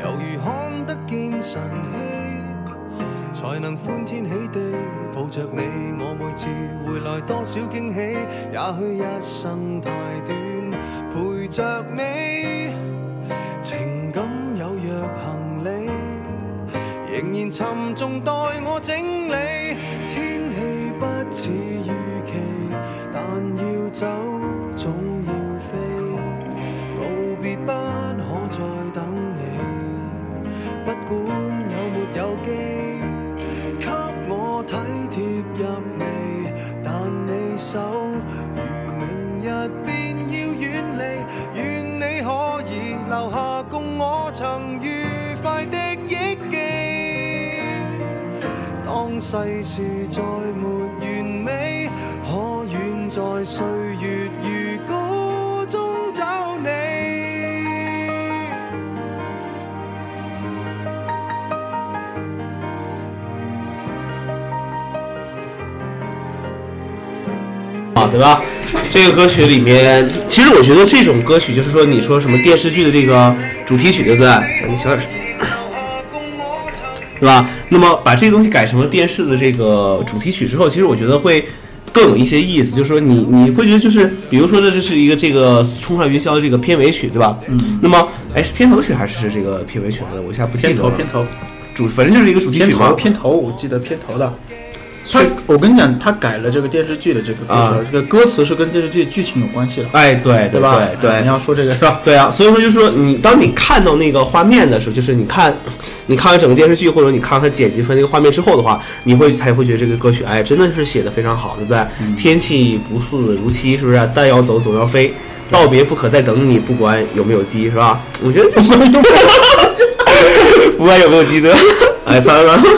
Speaker 4: 猶如看得見晨曦，才能歡天喜地抱着你。我每次回來多少驚喜，也許一生太短，陪着你，情感有若行李。仍然沉重待我整理。天氣不似預期，但要走總要飛，告別不可再等你。不管有沒有機，給我體貼入微，但你手如明日便要遠離，願你可以留下共我曾愉快的憶記。當世事再沒完美，可遠在歲月如歌中找你。
Speaker 5: 啊，对吧？这个歌曲里面，其实我觉得这种歌曲就是说，你说什么电视剧的这个主题曲，对不对？你小点声，对吧？那么把这个东西改成了电视的这个主题曲之后，其实我觉得会更有一些意思，就是说你你会觉得就是，比如说呢，这是一个这个《冲上云霄》的这个片尾曲，对吧？嗯。那么，哎，是片头曲还是这个片尾曲来的？我现在不记得
Speaker 3: 片头，
Speaker 5: 了
Speaker 3: 片头，
Speaker 5: 主，反正就是一个主题
Speaker 3: 片
Speaker 5: 曲嘛
Speaker 3: 头，。片头，我记得片头的。他，我跟你讲，他改了这个电视剧的这个歌词
Speaker 5: 啊
Speaker 3: 了，这个歌词是跟电视剧剧情有关系的，
Speaker 5: 哎，对对
Speaker 3: 吧？哎
Speaker 5: 对对
Speaker 3: 你要说这 *laughs* 个是吧？
Speaker 5: 对啊，所以说就是说你当你看到那个画面的时候，就是你看，你看完整个电视剧或者你看完它剪辑出来那个画面之后的话，你会才会觉得这个歌曲，哎，真的是写的非常好，对不对？
Speaker 3: 嗯
Speaker 5: 天气不似如期，是不是？但要走总要飞，道别不可再等你，不管有没有机，是吧？我觉得
Speaker 3: *laughs*
Speaker 5: 就是不管有没有机的，哎，算了算
Speaker 3: *laughs*
Speaker 5: 了。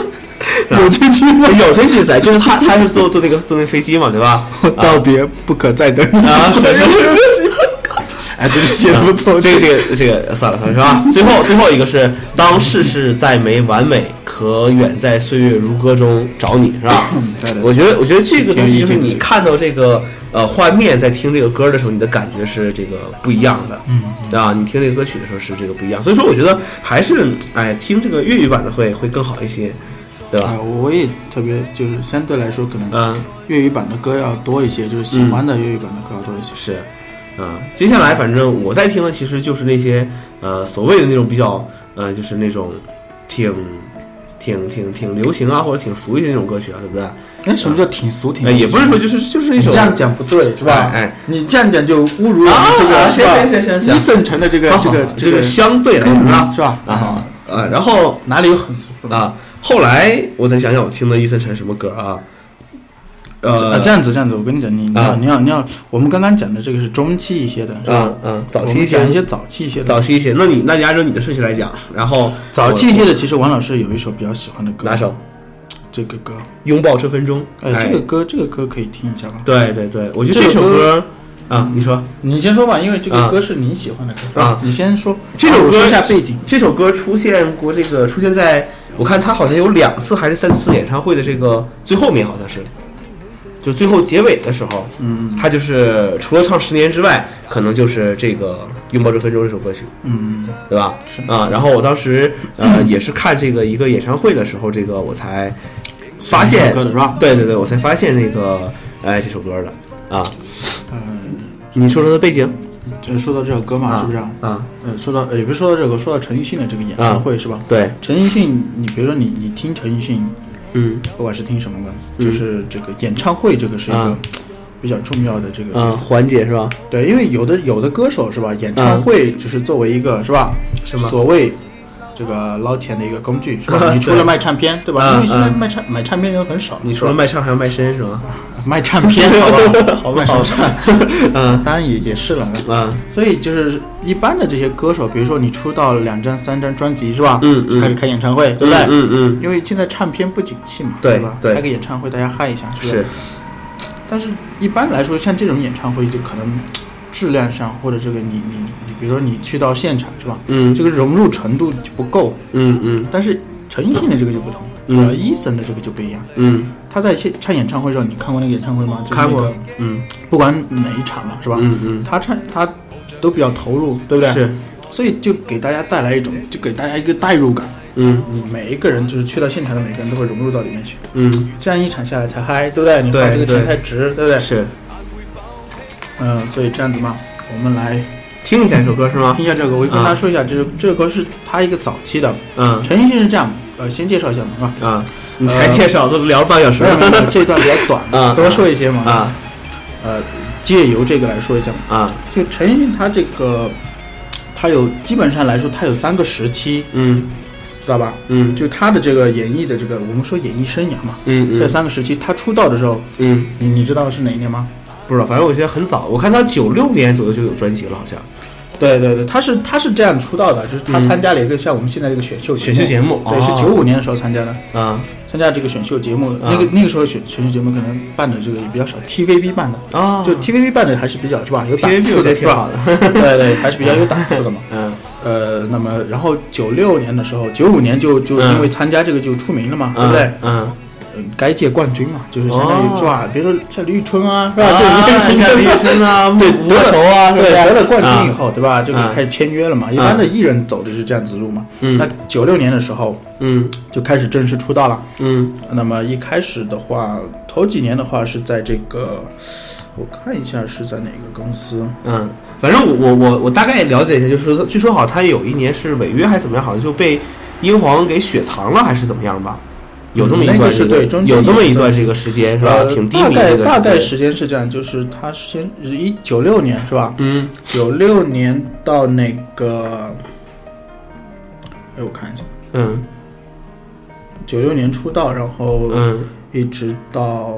Speaker 5: 有真句，有真句在，就是他，他是坐坐那个坐那飞机嘛，对吧？
Speaker 3: 道别不可再等你。
Speaker 5: 啊，神神。
Speaker 3: *laughs* 哎，这个写的不错，
Speaker 5: 这个这个这个算了算了
Speaker 3: *laughs*
Speaker 5: 是吧？最后最后一个是当世事再没完美，可远在岁月如歌中找你是吧？
Speaker 3: 嗯对对
Speaker 5: 我觉得我觉得这个东西就是
Speaker 3: 挺有意
Speaker 5: 你
Speaker 3: 境
Speaker 5: 看到这个呃画面在听这个歌的时候，你的感觉是这个不一样的，嗯，对吧？你听这个歌曲的时候是这个不一样，所以说我觉得还是哎听这个粤语版的会会更好一些，对吧
Speaker 3: 啊，？我也特别就是相对来说，可能
Speaker 5: 嗯，
Speaker 3: 粤语版的歌要多一些，就是喜欢的粤语版的歌要多一些。
Speaker 5: 是。啊、接下来反正我在听的其实就是那些呃所谓的那种比较呃就是那种挺挺挺挺流行啊或者挺俗一些那种歌曲啊，对不对？
Speaker 3: 哎，什么叫挺俗挺
Speaker 5: 呃、
Speaker 3: 俗？
Speaker 5: 也不是说就是就是那
Speaker 3: 你
Speaker 5: 种
Speaker 3: 这样讲不对是吧？
Speaker 5: 哎哎，
Speaker 3: 你这样讲就侮辱我们
Speaker 5: 啊
Speaker 3: 这个
Speaker 5: 啊
Speaker 3: 是吧？
Speaker 5: 行行行行行
Speaker 3: 一圣城的这个
Speaker 5: 好
Speaker 3: 这
Speaker 5: 好
Speaker 3: 个嗯
Speaker 5: 这个相对来说
Speaker 3: 是吧？
Speaker 5: 啊，呃然后
Speaker 3: 哪里有很俗的？
Speaker 5: 啊后来我再想想我听的伊森陈什么歌啊？
Speaker 3: 呃，
Speaker 5: 啊呃，
Speaker 3: 这样子这样子，我跟你讲，你你要、
Speaker 5: 啊
Speaker 3: 你要你要，我们刚刚讲的这个是中期一些的，是吧？
Speaker 5: 嗯嗯，早
Speaker 3: 啊我
Speaker 5: 期
Speaker 3: 们
Speaker 5: 一些
Speaker 3: 讲一些早期一些的。
Speaker 5: 早期一些，那你那你按照你的顺序来讲，然后
Speaker 3: 早期一些的，其实王老师有一首比较喜欢的歌，
Speaker 5: 哪？首？
Speaker 3: 这个歌，
Speaker 5: 拥抱哎这分钟。
Speaker 3: 呃，这个歌这个歌可以听一下吧。
Speaker 5: 对对对，我觉得
Speaker 3: 这
Speaker 5: 这
Speaker 3: 首
Speaker 5: 首
Speaker 3: 歌
Speaker 5: 歌啊，你说
Speaker 3: 你先说吧，因为这个
Speaker 5: 啊
Speaker 3: 歌是你喜欢的歌
Speaker 5: 啊
Speaker 3: 你先说。
Speaker 5: 这首
Speaker 3: 我
Speaker 5: 歌
Speaker 3: 说一下背景，
Speaker 5: 这首歌出现过这个出现在我看他好像有两次还是三次演唱会的这个最后面好像是，就最后结尾的时候，
Speaker 3: 嗯
Speaker 5: 他就是除了唱《十年》之外，可能就是这个《拥抱这分钟》这首歌曲。
Speaker 3: 嗯，
Speaker 5: 对吧？啊，然后我当时呃也是看这个一个演唱会的时候，这个我才发
Speaker 3: 这
Speaker 5: 现
Speaker 3: 首，歌的是吧？
Speaker 5: 对对对，我才发现那个哎这首歌的啊，
Speaker 3: 嗯、
Speaker 5: 你说说它的背景
Speaker 3: 这说到这首歌嘛，是不是、啊？
Speaker 5: 啊，
Speaker 3: 呃，说到呃，也不是说到这个，说到陈奕迅的这个演唱会、是吧？
Speaker 5: 对，
Speaker 3: 陈奕迅，你比如说你你听陈奕迅，
Speaker 5: 嗯
Speaker 3: 不管是听什么歌，
Speaker 5: 嗯
Speaker 3: 就是这个演唱会，这个是一个
Speaker 5: 啊
Speaker 3: 比较重要的这个、
Speaker 5: 啊，缓解是吧？
Speaker 3: 对，因为有的有的歌手是吧，演唱会只是作为一个、是吧，
Speaker 5: 是吗
Speaker 3: 所谓这个捞钱的一个工具是吧？
Speaker 5: 对
Speaker 3: 你除了卖唱片对吧？
Speaker 5: 嗯
Speaker 3: 因为现在
Speaker 5: 嗯
Speaker 3: 卖唱、买唱片人很少，
Speaker 5: 你
Speaker 3: 是
Speaker 5: 除
Speaker 3: 吧
Speaker 5: 了卖唱还要卖身是吗？
Speaker 3: 卖唱 *laughs* 片，好吧，好吧，好吧，
Speaker 5: *laughs* 嗯
Speaker 3: 当然也也是了。
Speaker 5: 嗯
Speaker 3: 所以就是一般的这些歌手，比如说你出到两张、三张专辑是吧？
Speaker 5: 嗯
Speaker 3: 就开始开演唱会，对不对？
Speaker 5: 嗯嗯，
Speaker 3: 因为现在唱片不景气嘛，
Speaker 5: 对
Speaker 3: 吧？
Speaker 5: 对
Speaker 3: 开个演唱会大家嗨一下，是不
Speaker 5: 嗯是
Speaker 3: 但是一般来说，像这种演唱会就可能质量上或者这个你你你，比如说你去到现场是吧？
Speaker 5: 嗯
Speaker 3: 这个融入程度就不够。
Speaker 5: 嗯嗯
Speaker 3: 但是陈奕迅的这个就不同，
Speaker 5: 嗯
Speaker 3: 呃，Eason 的这个就不一样。
Speaker 5: 嗯，
Speaker 3: 他在现唱演唱会的时候，你看过那个演唱会吗？就是
Speaker 5: 看
Speaker 3: 那
Speaker 5: 过
Speaker 3: 个，
Speaker 5: 嗯
Speaker 3: 不管哪一场嘛，是吧？
Speaker 5: 嗯嗯，
Speaker 3: 他唱他都比较投入，对不对？
Speaker 5: 是，
Speaker 3: 所以就给大家带来一种，就给大家一个代入感。
Speaker 5: 嗯
Speaker 3: 你每一个人就是去到现场的每个人都会融入到里面去，
Speaker 5: 嗯
Speaker 3: 这样一场下来才嗨，对不对？你花这个
Speaker 5: 对
Speaker 3: 钱
Speaker 5: 对
Speaker 3: 才值，对不对？
Speaker 5: 是，
Speaker 3: 嗯、所以这样子嘛，我们来
Speaker 5: 听一下这首歌是吗
Speaker 3: 听？一下这个。我跟大家
Speaker 5: 啊
Speaker 3: 说一下，这这首歌是他一个早期的，
Speaker 5: 嗯
Speaker 3: 陈奕迅是这样，呃，先介绍一下嘛，是吧？
Speaker 5: 啊，你才介绍都聊了半小时
Speaker 3: 没有没有没有，
Speaker 5: 了
Speaker 3: 这一段比较 *laughs* 短，
Speaker 5: 啊
Speaker 3: 多说一些嘛。，
Speaker 5: 啊
Speaker 3: 呃，借由这个来说一下嘛，
Speaker 5: 啊
Speaker 3: 就陈奕迅他这个，他有基本上来说，他有三个时期，
Speaker 5: 嗯
Speaker 3: 知道吧？
Speaker 5: 嗯
Speaker 3: 就他的这个演艺的这个，我们说演艺生涯嘛，
Speaker 5: 嗯
Speaker 3: 这
Speaker 5: 嗯
Speaker 3: 三个时期，他出道的时候，
Speaker 5: 嗯。
Speaker 3: 你你知道是哪一年吗？
Speaker 5: 不知道，反正我觉得很早，我看他九六年左右就有专辑了，好像
Speaker 3: 对对对，他是他是这样出道的，就是他
Speaker 5: 嗯
Speaker 3: 参加了一个像我们现在这个选秀
Speaker 5: 选秀节目
Speaker 3: 对，是
Speaker 5: 哦
Speaker 3: 九五年的时候参加的，
Speaker 5: 啊
Speaker 3: 参加这个选秀节目，
Speaker 5: 啊
Speaker 3: 那个那个时候选选秀节目可能办的这个也比较少，TVB 办的，
Speaker 5: 啊
Speaker 3: 就 TVB 办的还是比较是吧，有档
Speaker 5: TVB
Speaker 3: 次
Speaker 5: 我觉
Speaker 3: 的
Speaker 5: 得
Speaker 3: 是
Speaker 5: 挺好
Speaker 3: 吧？
Speaker 5: 的，
Speaker 3: *laughs* 对对，还是比较有档次的嘛。
Speaker 5: 嗯
Speaker 3: 呃，那么然后九六年的时候，九五年就就
Speaker 5: 嗯
Speaker 3: 因为参加这个就出名了嘛，对不对？
Speaker 5: 嗯，
Speaker 3: 呃该届冠军嘛，就是相当于
Speaker 5: 哦
Speaker 3: 是吧？比如说像李宇春啊，是吧？
Speaker 5: 啊
Speaker 3: 这种类型的
Speaker 5: 像李宇春啊
Speaker 3: 对，
Speaker 5: 莫
Speaker 3: 得了
Speaker 5: 愁啊是不
Speaker 3: 对，
Speaker 5: 是
Speaker 3: 得了冠军以
Speaker 5: 啊
Speaker 3: 后，对吧？就可以
Speaker 5: 啊
Speaker 3: 开始签约了嘛。一般的艺人走的是这样子路嘛。
Speaker 5: 嗯
Speaker 3: 那九六年的时候
Speaker 5: 嗯
Speaker 3: 就开始正式出道了。
Speaker 5: 嗯
Speaker 3: 那么一开始的话，头几年的话是在这个，我看一下是在哪个公司？
Speaker 5: 嗯，反正我我我我大概了解一下，就是说据说好像他有一年是违约还是怎么样，好像就被英皇给雪藏了还是怎么样吧，有这么一
Speaker 3: 那
Speaker 5: 段
Speaker 3: 个是
Speaker 5: 这个
Speaker 3: 对中间
Speaker 5: 有这么一段
Speaker 3: 对
Speaker 5: 这个时间是吧？
Speaker 3: 呃
Speaker 5: 挺低
Speaker 3: 大
Speaker 5: 迷的
Speaker 3: 概
Speaker 5: 一个
Speaker 3: 大概
Speaker 5: 时间
Speaker 3: 时间是这样，就是他先一九六年是吧？
Speaker 5: 嗯
Speaker 3: 九六年到那个，哎，我看一下，
Speaker 5: 嗯
Speaker 3: 九六年出道，然后
Speaker 5: 嗯
Speaker 3: 一直到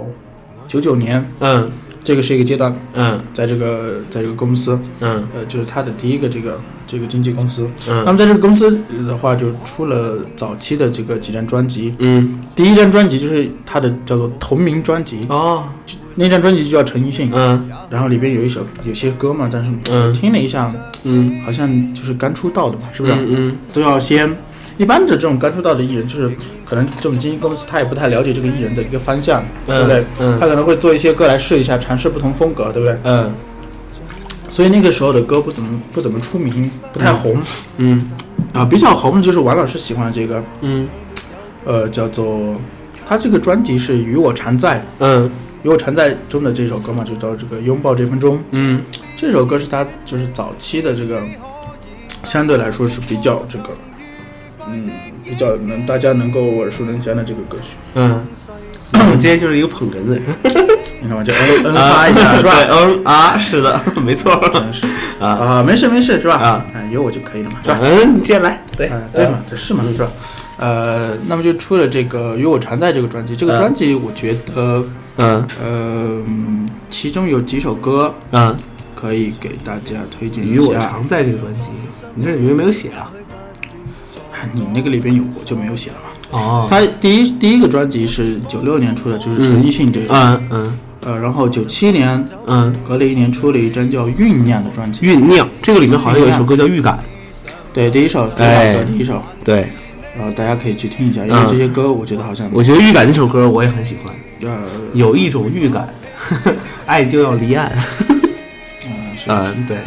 Speaker 3: 九九年，
Speaker 5: 嗯
Speaker 3: 这个是一个阶段，
Speaker 5: 嗯
Speaker 3: 在这个在这个公司，
Speaker 5: 嗯
Speaker 3: 呃，就是他的第一个这个这个经纪公司。那
Speaker 5: 嗯
Speaker 3: 么在这个公司的话，就出了早期的这个几张专辑，
Speaker 5: 嗯
Speaker 3: 第一张专辑就是他的叫做同名专辑，
Speaker 5: 哦
Speaker 3: 那张专辑就叫陈奕迅，
Speaker 5: 嗯
Speaker 3: 然后里边有一首有些歌嘛，但是
Speaker 5: 嗯
Speaker 3: 听了一下，
Speaker 5: 嗯
Speaker 3: 好像就是刚出道的嘛，是
Speaker 5: 是
Speaker 3: 不是？
Speaker 5: 嗯
Speaker 3: 都要先。一般的这种刚出道的艺人，就是可能这种经纪公司他也不太了解这个艺人的一个方向，对不对？
Speaker 5: 嗯
Speaker 3: 他可能会做一些歌来试一下，尝试不同风格，对不对？
Speaker 5: 嗯
Speaker 3: 所以那个时候的歌不怎么不怎么出名，不太红、
Speaker 5: 嗯
Speaker 3: 啊。比较红的就是王老师喜欢的这个，
Speaker 5: 嗯
Speaker 3: 呃，叫做他这个专辑是《与我常在》，《
Speaker 5: 嗯
Speaker 3: 与我常在》中的这首歌嘛，就叫这个《拥抱这分钟》。
Speaker 5: 嗯。
Speaker 3: 这首歌是他就是早期的这个，相对来说是比较这个，嗯，比较能大家能够耳熟能详的这个歌曲，
Speaker 5: 嗯， *coughs* 我今天就是一个捧哏的人，
Speaker 3: 你看吧，就嗯嗯
Speaker 5: *laughs*
Speaker 3: 发一 *laughs* 下是吧？
Speaker 5: 啊对，嗯啊，是的， *laughs* 没错儿。
Speaker 3: 真是
Speaker 5: 啊
Speaker 3: 啊，没事没事是吧？
Speaker 5: 啊，
Speaker 3: 哎，有我就可以了嘛，是吧？
Speaker 5: 嗯，你进来，对
Speaker 3: 哎，对嘛，这是嘛，是吧？呃，那么就出了这个《与我常在》这个专辑。这个
Speaker 5: 嗯
Speaker 3: 专辑我觉得，
Speaker 5: 嗯
Speaker 3: 呃，嗯其中有几首歌
Speaker 5: 嗯，
Speaker 3: 可以给大家推荐一
Speaker 5: 与我
Speaker 3: 下。
Speaker 5: 常在这个专辑，你这里面没有写啊？
Speaker 3: 哎你那个里边有我就没有写了嘛。
Speaker 5: 哦
Speaker 3: 他第一第一个专辑是九六年出的，就是陈奕迅这个。
Speaker 5: 嗯嗯
Speaker 3: 呃，然后九七年
Speaker 5: 嗯，
Speaker 3: 隔了一年出了一张叫《酝酿》的专辑。
Speaker 5: 酝酿，这个里面好像有一首歌叫《预感》，
Speaker 3: 对，第一首，第
Speaker 5: 哎
Speaker 3: 一首，第一首。
Speaker 5: 对，
Speaker 3: 然后大家可以去听一下，因
Speaker 5: 嗯
Speaker 3: 为这些歌我觉得好像
Speaker 5: 我觉得《预感》这首歌我也很喜欢，
Speaker 3: 呃
Speaker 5: 有一种预感， *laughs* 爱就要离岸。
Speaker 3: 嗯是
Speaker 5: 嗯，对，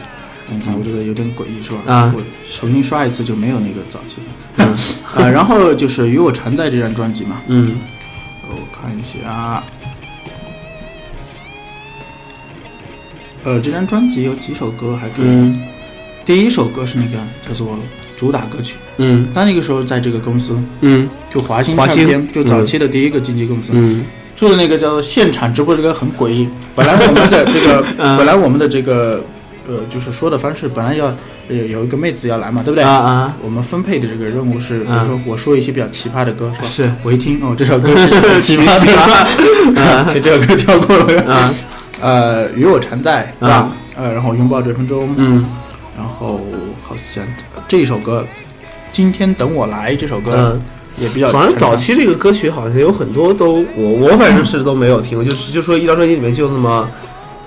Speaker 3: 你看，我这个有点诡异，是吧？
Speaker 5: 啊
Speaker 3: 我重新刷一次就没有那个早期的。啊，然后就是《与我常在》这张专辑嘛，
Speaker 5: 嗯
Speaker 3: 我看一下。啊呃，这张专辑有几首歌还可以。
Speaker 5: 嗯
Speaker 3: 第一首歌是那个叫做主打歌曲，
Speaker 5: 嗯
Speaker 3: 他那个时候在这个公司，
Speaker 5: 嗯
Speaker 3: 就华星
Speaker 5: 华
Speaker 3: 唱
Speaker 5: 星
Speaker 3: 片，就早期的第一个经纪公司，
Speaker 5: 嗯
Speaker 3: 做的那个叫做现场直播，这个很诡异。本来我们的这
Speaker 5: *laughs*
Speaker 3: 个，嗯本来我们的这个，呃，就是说的方式，本来要有有一个妹子要来嘛，对不对？
Speaker 5: 啊啊，
Speaker 3: 我们分配的这个任务是，比
Speaker 5: 嗯
Speaker 3: 如说我说一些比较奇葩的歌，是吧？
Speaker 5: *laughs* 是
Speaker 3: 我一听哦，这首歌
Speaker 5: *laughs*
Speaker 3: 是奇葩
Speaker 5: 奇 *laughs*
Speaker 3: 的，所以这首歌跳过了。
Speaker 5: 啊
Speaker 3: 呃，与我常在，对吧？呃，然后拥抱这分钟，
Speaker 5: 嗯
Speaker 3: 然后好像这首歌，今天等我来这首歌
Speaker 5: 嗯。
Speaker 3: 也比较
Speaker 5: 好像
Speaker 3: 常
Speaker 5: 早
Speaker 3: 见
Speaker 5: 期这个歌曲好像有很多都我我反正是都没有听过，就是就说一张专辑里面就那么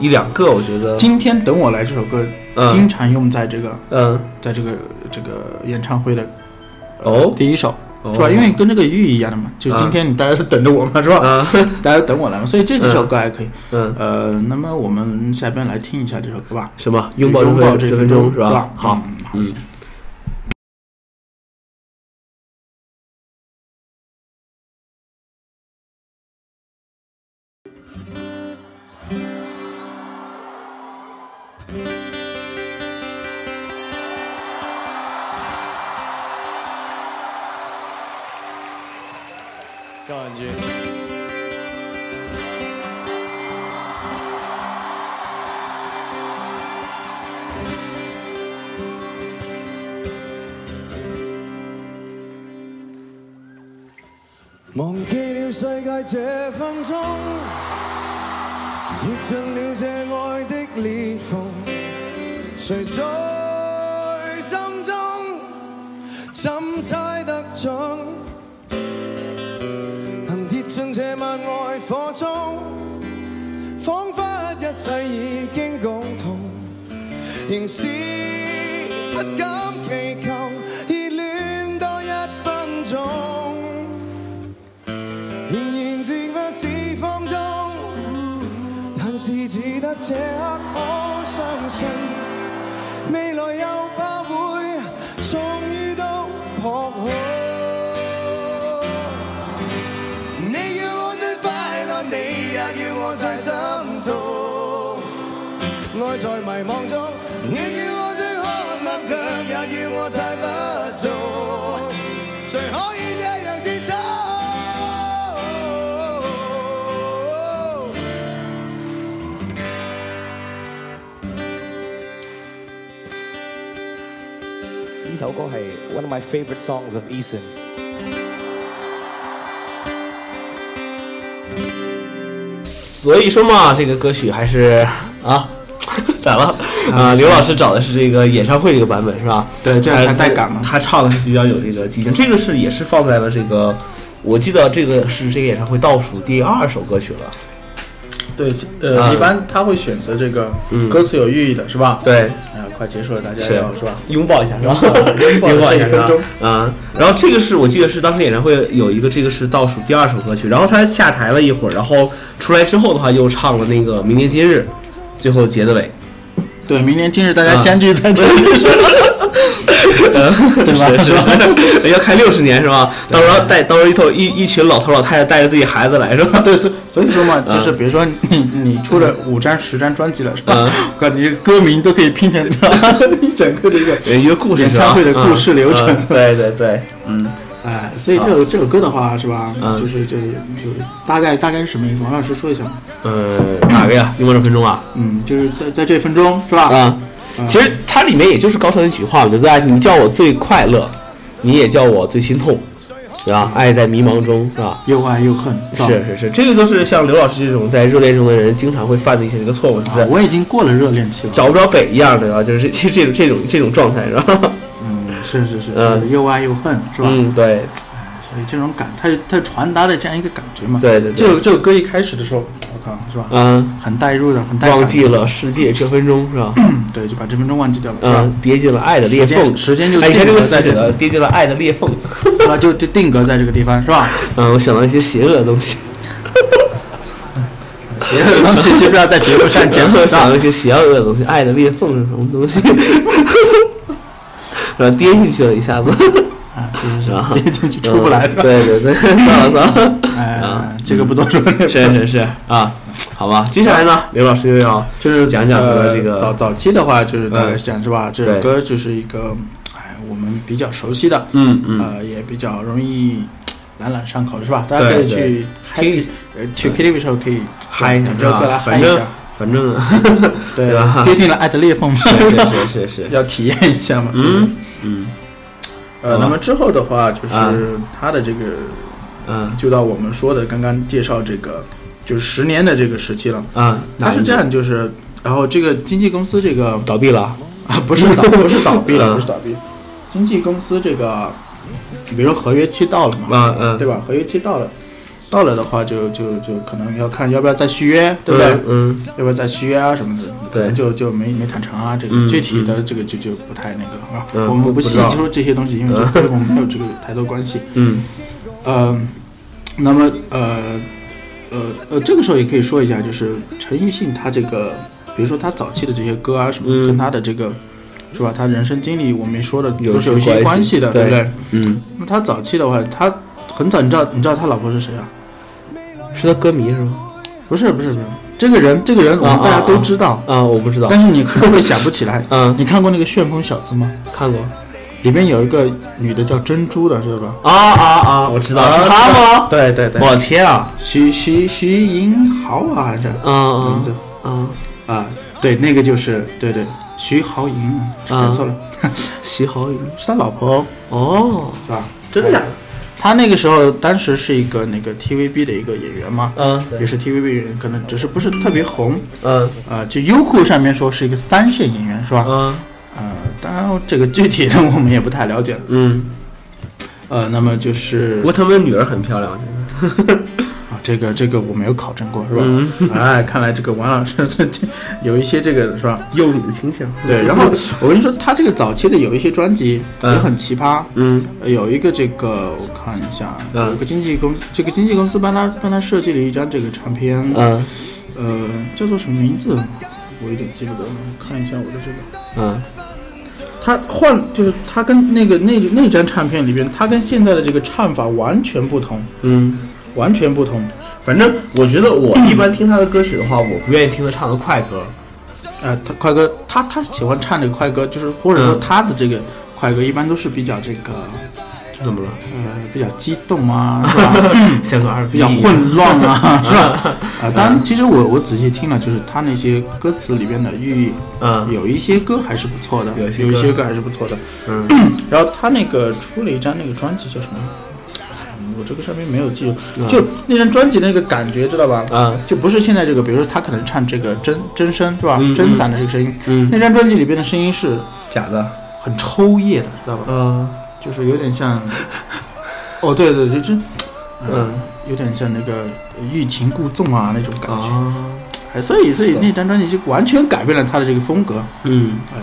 Speaker 5: 一两个，我觉得
Speaker 3: 今天等我来这首歌，
Speaker 5: 嗯
Speaker 3: 经常用在这个
Speaker 5: 嗯
Speaker 3: 在这个这个演唱会的呃
Speaker 5: 哦
Speaker 3: 第一首，
Speaker 5: 哦
Speaker 3: 是吧？因为跟这个玉一样的嘛，就今天你大家都等着我嘛，是吧？
Speaker 5: 啊
Speaker 3: 大家都等我来嘛，所以这几首歌还可以。
Speaker 5: 嗯
Speaker 3: 呃，那么我们下边来听一下这首歌吧，
Speaker 5: 什么
Speaker 3: 《
Speaker 5: 拥抱
Speaker 3: 拥抱
Speaker 5: 这
Speaker 3: 分
Speaker 5: 分
Speaker 3: 钟
Speaker 5: 钟》是吧？好，
Speaker 3: 嗯好
Speaker 5: 嗯。
Speaker 6: 感觉。
Speaker 4: 忘記了世界這分鐘，跌進了這愛的裂縫，誰在心中怎猜得準？能跌進這萬愛火中，彷彿一切已經共同，仍是不敢祈求熱戀多一分鐘。仍然絕不是放縱，但是只得這刻可相信，未來又怕會終於都撲空。你要我最快樂，你也要我最心痛，愛在迷惘中，你要我最渴望，卻也要我太不足。谁可以這樣自走？
Speaker 7: 呢首歌係 one of my favorite songs of Eason。
Speaker 5: 所以说嘛，这个歌曲还是啊。 *laughs* 咋了？啊，刘老师找的是这个演唱会这个版本是吧？
Speaker 3: 嗯对这样才
Speaker 5: 呃
Speaker 3: 带感嘛
Speaker 5: 他唱的是比较有这个激情，这个是也是放在了这个，我记得这个是这个演唱会倒数第二首歌曲了。
Speaker 3: 对，
Speaker 5: 啊嗯
Speaker 3: 呃，一般他会选择这个歌词有寓意的，是吧？。
Speaker 5: 对，
Speaker 3: 啊，快结束了，大家
Speaker 5: 是
Speaker 3: 要是吧？
Speaker 5: 拥抱一下是吧？ *laughs*
Speaker 3: 拥抱
Speaker 5: 一下
Speaker 3: 这一分钟
Speaker 5: 啊。然后这个是我记得是当时演唱会有一个这个是倒数第二首歌曲，然后他下台了一会儿，然后出来之后的话又唱了那个《明年今日》，最后结的尾。
Speaker 3: 对，明年今日大家
Speaker 5: 啊
Speaker 3: 相聚在这里，对吧？
Speaker 5: 是吧？ *laughs* 要开六十年是吧？到时候带到时候一头一一群老头老太太带着自己孩子来是
Speaker 3: *laughs*
Speaker 5: 吧？对，是
Speaker 3: 所以说嘛，
Speaker 5: 嗯
Speaker 3: 就是比如说你你出了五张十张专辑了，是吧？
Speaker 5: 嗯
Speaker 3: 我感觉歌名都可以拼成这样 *laughs* 一整个这个
Speaker 5: *laughs* 一个故事嗯
Speaker 3: 演唱会的故事流程。
Speaker 5: 对对对，
Speaker 3: 哎，所以这首这首歌的话是吧？
Speaker 5: 嗯
Speaker 3: 就是就是就是大概大概是什么意思？王老师说一下。
Speaker 5: 呃，哪个呀？拥抱这分钟啊？
Speaker 3: 嗯，就是在在这分钟是吧？嗯
Speaker 5: 啊，其实它里面也就是高潮那几句话嘛，对不对？你叫我最快乐，你也叫我最心痛，对吧？爱在迷茫中，是吧？啊
Speaker 3: 又爱又恨，吧
Speaker 5: 是是是，这个都是像刘老师这种在热恋中的人经常会犯的一些这个错误，是不
Speaker 3: 啊
Speaker 5: 是？
Speaker 3: 我已经过了热恋期了。
Speaker 5: 找不着北一样，对吧？就是这这这种这种这种状态，是吧？
Speaker 3: 嗯，是是是，
Speaker 5: 嗯
Speaker 3: 就是又爱又恨，是吧？
Speaker 5: 嗯，对，
Speaker 3: 所以这种感，它它传达的这样一个感觉嘛。
Speaker 5: 对对对
Speaker 3: 这首这首歌一开始的时候，我靠，是吧？
Speaker 5: 嗯，
Speaker 3: 很代入的，很带感的
Speaker 5: 忘记了世界这分钟，是吧？
Speaker 3: *clears throat* 对，就把这分钟忘记掉了，是吧
Speaker 5: 嗯，跌进了爱的裂缝。
Speaker 3: 时间时间就
Speaker 5: 哎，你看这个
Speaker 3: 定格在
Speaker 5: 词
Speaker 3: 这里
Speaker 5: 写的，跌进了爱的裂缝。
Speaker 3: 是吧？就就定格在这个地方，是吧？
Speaker 5: *laughs* 嗯，我想到一些邪恶的东西，
Speaker 3: 邪恶的 *laughs* 东西就不要在节目上讲
Speaker 5: 我
Speaker 3: 了，是
Speaker 5: 想
Speaker 3: 吧
Speaker 5: 到一些邪恶的东西，爱的裂缝是什么东西？ *laughs* 然后跌进去了一下子，
Speaker 3: 啊，是
Speaker 5: 是吧
Speaker 3: 是是，跌进去 *laughs* 出不来，是
Speaker 5: 嗯
Speaker 3: 吧？
Speaker 5: 对嗯对对，算了算了。啊
Speaker 3: 哎，这个不多说，
Speaker 5: 是是是啊，好吧，接下来呢，刘老师又要
Speaker 3: 就是
Speaker 5: 讲讲和这个
Speaker 3: 呃早早期的话，就是大概
Speaker 5: 嗯
Speaker 3: 是这样，是吧？这
Speaker 5: 对
Speaker 3: 首歌就是一个，哎，我们比较熟悉的，
Speaker 5: 嗯嗯
Speaker 3: 呃，也比较容易朗朗上口，是吧？大家可
Speaker 5: 对
Speaker 3: 以去嗨
Speaker 5: 听一嗯
Speaker 3: 呃，去 KTV 的时候可以
Speaker 5: 嗨一下
Speaker 3: 整
Speaker 5: 是
Speaker 3: 首歌
Speaker 5: 吧？
Speaker 3: 来嗨
Speaker 5: 反
Speaker 3: 一
Speaker 5: 正
Speaker 3: 下，
Speaker 5: 反正
Speaker 3: *laughs* 对
Speaker 5: 对吧
Speaker 3: 跌进
Speaker 5: *laughs*
Speaker 3: 了爱的裂缝嘛，
Speaker 5: 是是是
Speaker 3: *laughs*
Speaker 5: 是，
Speaker 3: 要体验一下嘛，对不对
Speaker 5: 嗯嗯
Speaker 3: 呃，
Speaker 5: 好吧
Speaker 3: 那么之后的话，就
Speaker 5: 啊
Speaker 3: 是它的这个，
Speaker 5: 嗯
Speaker 3: 就到我们说的刚刚介绍这个，就是十年的这个时期了。
Speaker 5: 啊，
Speaker 3: 它是这
Speaker 5: 哪
Speaker 3: 样，就是，然后这个经纪公司这个
Speaker 5: 倒闭了，
Speaker 3: 啊，不是
Speaker 5: *laughs*
Speaker 3: 倒，不是倒闭
Speaker 5: 嗯
Speaker 3: 了，不是倒闭，经纪公司这个，比如说合约期到了嘛，
Speaker 5: 啊嗯，
Speaker 3: 对吧？合约期到了，到了的话就就就可能要看要不要再续约，对不对？
Speaker 5: 嗯嗯
Speaker 3: 要不要再续约啊什么的？
Speaker 5: 对
Speaker 3: 就就没没谈成啊，这
Speaker 5: 嗯
Speaker 3: 个具体的这个就就不太那个了啊。
Speaker 5: 嗯
Speaker 3: 我
Speaker 5: 不
Speaker 3: 们不
Speaker 5: 知
Speaker 3: 细
Speaker 5: 道
Speaker 3: 说这些东西，因为
Speaker 5: 嗯
Speaker 3: 这跟我们没有这个太多关系。
Speaker 5: 嗯
Speaker 3: 嗯，那么呃呃呃，这个时候也可以说一下，就是陈奕迅他这个，比如说他早期的这些歌啊什么，
Speaker 5: 嗯
Speaker 3: 跟他的这个是吧，他人生经历我们说的
Speaker 5: 有
Speaker 3: 都是有一
Speaker 5: 些
Speaker 3: 些
Speaker 5: 关
Speaker 3: 关
Speaker 5: 系
Speaker 3: 系的，
Speaker 5: 对
Speaker 3: 不对？
Speaker 5: 嗯，
Speaker 3: 那么他早期的话，他很早，你知道你知道他老婆是谁啊？
Speaker 5: 嗯是他歌迷是吗？
Speaker 3: 不是不是不是，这个人这个人我
Speaker 5: 啊
Speaker 3: 们
Speaker 5: 啊
Speaker 3: 大家都知道，
Speaker 5: 啊，我不知道，。
Speaker 3: 但是你可能会想不起来
Speaker 5: *laughs* 嗯
Speaker 3: 你看过那个《旋风小子》吗？
Speaker 5: 看过
Speaker 3: 里边有一个女的叫珍珠的，是吧？
Speaker 5: 啊啊啊，我知道
Speaker 3: 啊
Speaker 5: 是他吗？
Speaker 3: 对对对，
Speaker 5: 我天啊，
Speaker 3: 徐徐徐银豪啊，还是
Speaker 5: 嗯
Speaker 3: 名字
Speaker 5: 嗯嗯，
Speaker 3: 啊，对，那个就是对对，徐豪银啊，看错了， *laughs*
Speaker 5: 徐豪宇，
Speaker 3: 是他老婆哦
Speaker 5: 哦，
Speaker 3: 是吧？
Speaker 5: 真的假的？
Speaker 3: 他那个时候当时是一个那个 TVB 的一个演员嘛，
Speaker 5: 嗯对
Speaker 3: 也是 TVB 演员，可能只是不是特别红，
Speaker 5: 嗯
Speaker 3: 呃，就优酷上面说是一个三线演员是吧？
Speaker 5: 嗯
Speaker 3: 呃，当然这个具体的我们也不太了解，
Speaker 5: 嗯，
Speaker 3: 呃，那么就是
Speaker 5: 不过他们的女儿很漂亮，真的
Speaker 3: 啊，这个这个我没有考证过是吧？
Speaker 5: 嗯
Speaker 3: *laughs* 哎，看来这个王老师 *laughs* 最近有一些这个是吧？
Speaker 5: 幼女的倾向，
Speaker 3: 对，然后我跟你说，他这个早期的有一些专辑
Speaker 5: 嗯
Speaker 3: 也很奇葩，
Speaker 5: 嗯
Speaker 3: 呃，有一个这个我看一下，
Speaker 5: 嗯
Speaker 3: 有一个经纪公司，这个经纪公司帮他帮他设计了一张这个唱片，
Speaker 5: 嗯
Speaker 3: 呃，叫做什么名字？我有点记不得了，我看一下我的这个。
Speaker 5: 嗯
Speaker 3: 他换就是他跟那个那那张唱片里边，他跟现在的这个唱法完全不同，
Speaker 5: 嗯。
Speaker 3: 完全不同。
Speaker 5: 反正我觉得我一般听他的歌曲的话，我不愿意听他唱的快歌。
Speaker 3: 呃，他快歌，他他喜欢唱这个快歌，就是或者说
Speaker 5: 嗯
Speaker 3: 他的这个快歌一般都是比较这个
Speaker 5: 怎么了？
Speaker 3: 呃比较激动啊，是吧？
Speaker 5: 像个二逼
Speaker 3: 比较混乱
Speaker 5: *laughs*
Speaker 3: 啊，是 *laughs* 吧？啊，当然，其实我我仔细听了，就是他那些歌词里边的寓意，
Speaker 5: 嗯
Speaker 3: 有一些歌还是不错的，
Speaker 5: 有
Speaker 3: 有
Speaker 5: 一
Speaker 3: 一
Speaker 5: 些
Speaker 3: 些
Speaker 5: 歌
Speaker 3: 歌还是不错的。
Speaker 5: 嗯
Speaker 3: 然后他那个出了一张那个专辑叫什么？嗯我这个上面没有记住，就那张专辑那个感觉，知道吧？
Speaker 5: 嗯
Speaker 3: 就不是现在这个，比如说他可能唱这个真真声是吧
Speaker 5: 嗯？
Speaker 3: 真嗓的这个声音，
Speaker 5: 嗯
Speaker 3: 那张专辑里边的声音是
Speaker 5: 假的。
Speaker 3: 很抽噎的，知道吧？
Speaker 5: 嗯
Speaker 3: 就是有点
Speaker 5: *laughs*
Speaker 3: 像，哦，对对，就是
Speaker 5: 嗯
Speaker 3: 有点像那个呃欲擒故纵啊那种感觉。
Speaker 5: 啊
Speaker 3: 哎，所以所以
Speaker 5: 是
Speaker 3: 那张专辑就完全改变了他的这个风格，
Speaker 5: 嗯
Speaker 3: 呃，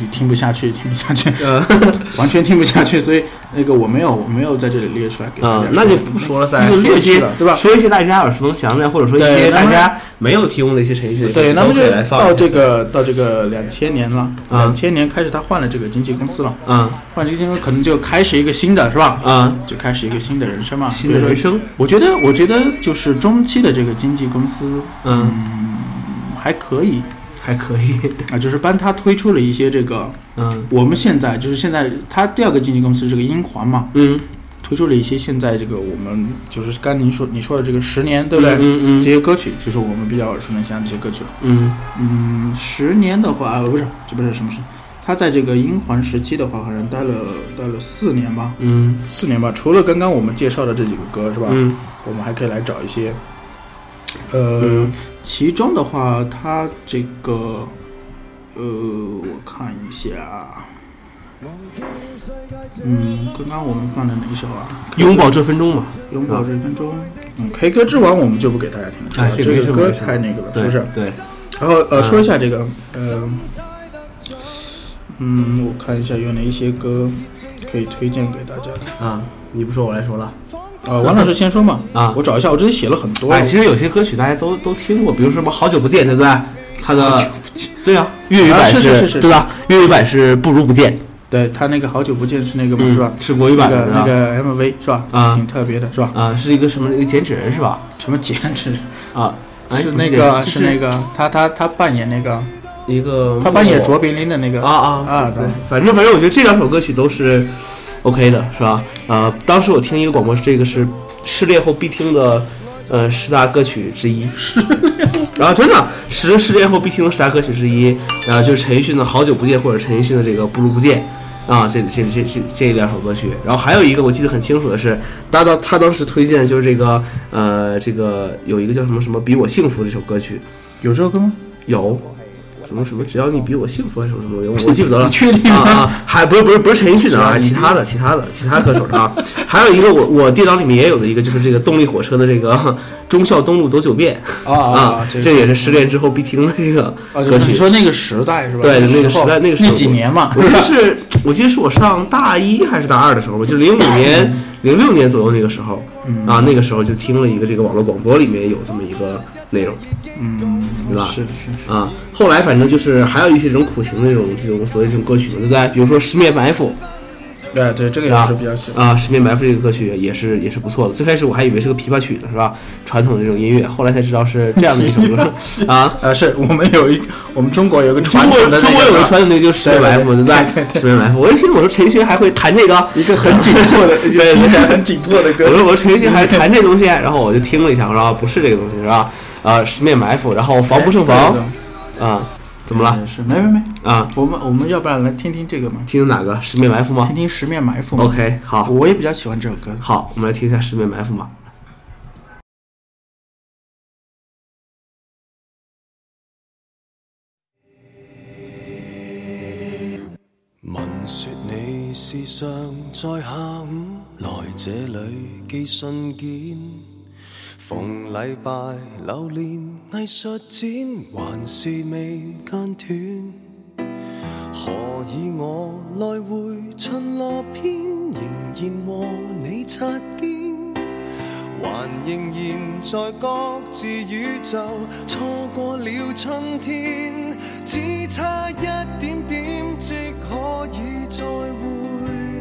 Speaker 3: 你听不下去，听不下去，
Speaker 5: *laughs* 呃
Speaker 3: *laughs* 完全听不下去，所以那个我没有我没有在这里列出来给大家
Speaker 5: 啊
Speaker 3: 说、，
Speaker 5: 那就不说了噻，
Speaker 3: 那就
Speaker 5: 说一
Speaker 3: 略去
Speaker 5: 些
Speaker 3: 了，对吧？
Speaker 5: 说一些大家耳熟能详的，或者说一
Speaker 3: 对
Speaker 5: 些
Speaker 3: 那
Speaker 5: 大
Speaker 3: 么
Speaker 5: 家没有提供的一些程序的歌
Speaker 3: 对，
Speaker 5: 曲
Speaker 3: 那么
Speaker 5: 都
Speaker 3: 就
Speaker 5: 可以来放
Speaker 3: 到
Speaker 5: 一下。
Speaker 3: 这个到这个两千年了，
Speaker 5: 啊
Speaker 3: 两千年开始他换了这个经纪公司了，
Speaker 5: 嗯
Speaker 3: 换经纪公司可能就开始一个新的是吧？
Speaker 5: 嗯，
Speaker 3: 就开始一个新的人生嘛，
Speaker 5: 新的人
Speaker 3: 所以说。
Speaker 5: 生，
Speaker 3: 我觉得，我觉得就是中期的这个经纪公司
Speaker 5: 嗯，
Speaker 3: 还可以
Speaker 5: 还可以，
Speaker 3: 啊，就是帮他推出了一些这个
Speaker 5: 嗯
Speaker 3: 我们现在就是现在，它第二个经纪公司这个英皇嘛，
Speaker 5: 嗯，
Speaker 3: 推出了一些现在这个我们就是刚您说你说的这个十年，对不对？
Speaker 5: 嗯嗯
Speaker 3: 这些歌曲就是我们比较耳熟能详的这些歌曲。
Speaker 5: 嗯
Speaker 3: 啊嗯，十年的话，呃不是，这不是什么事，它他在这个英环时期的话，好像待了待了四年吧，
Speaker 5: 嗯
Speaker 3: 四年吧。除了刚刚我们介绍的这几个歌是吧？
Speaker 5: 嗯
Speaker 3: 我们还可以来找一些，呃，
Speaker 5: 嗯
Speaker 3: 其中的话，他这个，呃，我看一下啊，嗯，刚刚我们放的哪一首啊？
Speaker 5: 拥抱这分钟嘛，
Speaker 3: 拥抱这一分钟。嗯，K 歌之王我们就不给大家听了，
Speaker 5: 哎
Speaker 3: 是吧
Speaker 5: 这个
Speaker 3: 这
Speaker 5: 是
Speaker 3: 个歌
Speaker 5: 没事
Speaker 3: 太那个了，是
Speaker 5: 对
Speaker 3: 不是？
Speaker 5: 对，
Speaker 3: 然后呃，
Speaker 5: 嗯
Speaker 3: 说一下这个，呃，嗯，我看一下有哪一些歌可以推荐给大家的。
Speaker 6: 啊，你不说我来说了。
Speaker 3: 呃，王老师先说嘛，
Speaker 5: 啊
Speaker 3: 我找一下，我这里写了很多。
Speaker 5: 哎，其实有些歌曲大家都都听过，比如说什么《好久不见》，对不对？他的对啊，
Speaker 6: 粤语
Speaker 3: 啊
Speaker 6: 版
Speaker 3: 是是是是
Speaker 6: 对吧？粤语版是不如不见，
Speaker 3: 对他那个好久不见是那个嘛，
Speaker 5: 嗯
Speaker 3: 是吧？
Speaker 5: 是国语
Speaker 3: 那
Speaker 5: 版
Speaker 3: 个
Speaker 5: 的
Speaker 3: 那
Speaker 5: 对吧
Speaker 3: 个 MV 是吧？
Speaker 5: 啊
Speaker 3: 挺特别的是吧？
Speaker 5: 啊，是一个什么一个剪纸人是吧？
Speaker 3: 什么简直
Speaker 5: 啊，哎
Speaker 3: 是
Speaker 5: 不
Speaker 3: 那
Speaker 5: 剪
Speaker 3: 个
Speaker 5: 就是
Speaker 3: 那个他他他扮演那个
Speaker 5: 一个
Speaker 3: 他扮演卓别林的那个
Speaker 5: 啊啊
Speaker 3: 啊对，
Speaker 5: 反正反正我觉得这两首歌曲都是 OK 的，是吧？呃，当时我听一个广播，这个是失恋后必听的呃十大歌曲之一。然后真的十失恋后必听的十大歌曲之一，然后就是陈奕迅的《好久不见》或者陈奕迅的这个《不如不见》。啊，这这这这这两首歌曲，然后还有一个我记得很清楚的是，他当他当时推荐的就是这个呃，这个有一个叫什么什么比我幸福这首歌曲，
Speaker 3: 有这首歌吗？
Speaker 5: 有什么什么，只要你比我幸福还是什么什么，我我记不
Speaker 3: *laughs*
Speaker 5: 得了。确定啊啊？还不是不是不是陈奕迅的啊，其他的其他的其他歌手的啊。 *laughs* 还有一个我我电脑里面也有的一个，就是这个动力火车的这个 *laughs* 忠孝东路走九遍
Speaker 3: 啊啊啊
Speaker 5: 啊，
Speaker 3: 这个
Speaker 5: 这也是失恋之后必听的这个
Speaker 3: 啊，就
Speaker 5: 歌
Speaker 3: 是
Speaker 5: 曲
Speaker 3: 你。说那个时代是吧？
Speaker 5: 对，那个
Speaker 3: 时
Speaker 5: 时
Speaker 3: 候
Speaker 5: 代，那个时
Speaker 3: 那
Speaker 5: 候
Speaker 3: 几年嘛， *laughs*
Speaker 5: 我记得是，我记得是我上大一还是大二的时候吧，就零五年、
Speaker 3: 嗯
Speaker 5: 零六年左右那个时候，啊，那个时候就听了一个这个网络广播里面有这么一个内容，
Speaker 3: 嗯，
Speaker 5: 对吧？
Speaker 3: 是是是，
Speaker 5: 啊，后来反正就是还有一些这种苦情的这种这种所谓这种歌曲嘛，对不对？比如说《十面埋伏
Speaker 3: 对对，这个》也
Speaker 5: 啊
Speaker 3: 是比较喜欢。
Speaker 5: 啊，《十面埋伏》这个歌曲也是也是不错的。最开始我还以为是个琵琶曲呢，是吧？传统的这种音乐，后来才知道是这样的一首
Speaker 3: *laughs*
Speaker 5: 歌啊。
Speaker 3: 啊，是我们有一，我们中国有个
Speaker 5: 中
Speaker 3: 传
Speaker 5: 国
Speaker 3: 统的那
Speaker 5: 中国有个传统的就是十面埋伏，
Speaker 3: 对对
Speaker 5: 对不
Speaker 3: 对
Speaker 5: 对？十面埋伏，我一听我说陈奕迅还会弹这个，
Speaker 3: 一个很紧迫 *laughs* 的，
Speaker 5: *laughs* 对对
Speaker 3: 听起来很紧迫的
Speaker 5: 我
Speaker 3: 歌。
Speaker 5: 说我陈奕迅还弹这东西，然后我就听了一下，我说啊不是这个东西是吧？啊，十面埋伏，然后防不胜防
Speaker 3: 哎对对嗯
Speaker 5: 啊，怎么
Speaker 3: 对
Speaker 5: 了
Speaker 3: 也是没没没，
Speaker 5: 啊？
Speaker 3: 我们我们要不然来听听这个嘛，
Speaker 5: 听哪个十面埋伏吗
Speaker 3: 听听《十面埋伏》嘛。
Speaker 5: ？OK，好。
Speaker 3: 我也比较喜欢这首歌。
Speaker 5: 好，我们来听一下《十面埋伏》吧。
Speaker 4: 闻说你时常在下午来这里寄信件，逢礼拜流连艺术展，还是未间断。何以我来回巡逻篇，仍然和你擦肩，还仍然在各自宇宙，错过了春天，只差一點點即可以再會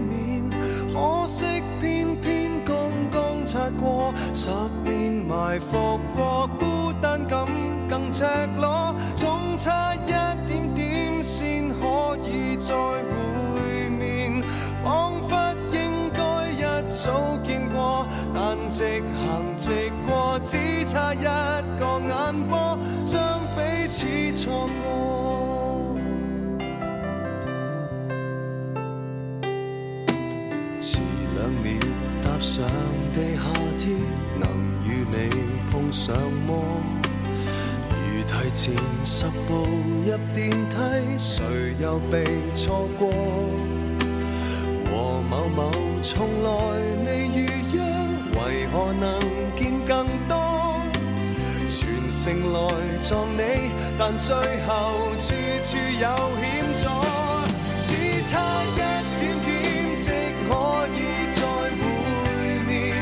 Speaker 4: 面，可惜偏偏剛剛擦過，十面埋伏過，孤單感更赤裸，總差一點點先可以再會面，彷彿應該一早見過，但直行直過，只差一個眼波，將彼此錯過。遲兩秒踏上地下鐵，能與你碰上麼？如提前十步入電梯，誰又被錯過？和某某從來未預約，為何能見更多？全城來撞你，但最後處處有險阻，只差一點點即可以再會面。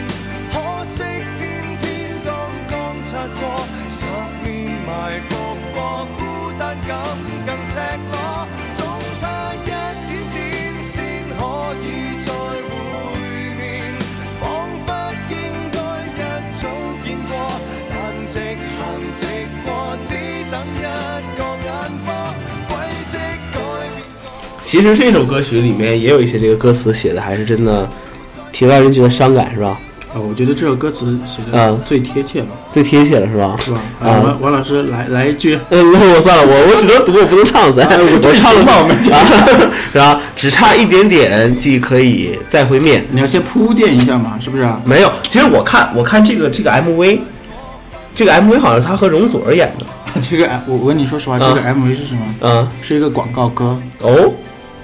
Speaker 4: 可惜偏偏剛剛擦過，十面埋伏過，孤單感更赤裸，總差一點點先可以再會面，彷彿應該一早見過。但直行直過，只等一個眼波，軌跡改變。
Speaker 5: 其实这首歌曲里面也有一些这个歌词写的还是真的，挺让人觉得伤感，是吧？
Speaker 3: 啊，我觉得这首歌词写的
Speaker 6: 嗯
Speaker 3: 最贴切了，
Speaker 6: 最贴切了是吧？
Speaker 3: 是吧？
Speaker 5: 嗯
Speaker 3: 啊，
Speaker 6: 啊，
Speaker 3: 王王老师来来一句，
Speaker 6: 呃，那我算了，我我只能读，我不能唱噻，
Speaker 5: 哎 *laughs*
Speaker 6: 我唱了吧，我没听，是吧？只差一点点，即可以再会面。
Speaker 3: 你要先铺垫一下
Speaker 5: *laughs*
Speaker 3: 嘛，是不是啊？ *laughs*
Speaker 5: 没有，其实我看我看这个这个 MV，这个 MV 好像是他和容祖儿演的，
Speaker 3: 这个我我跟你说实话，这个 MV 是什么？
Speaker 5: 嗯，
Speaker 3: 是一个广告歌，
Speaker 5: 哦，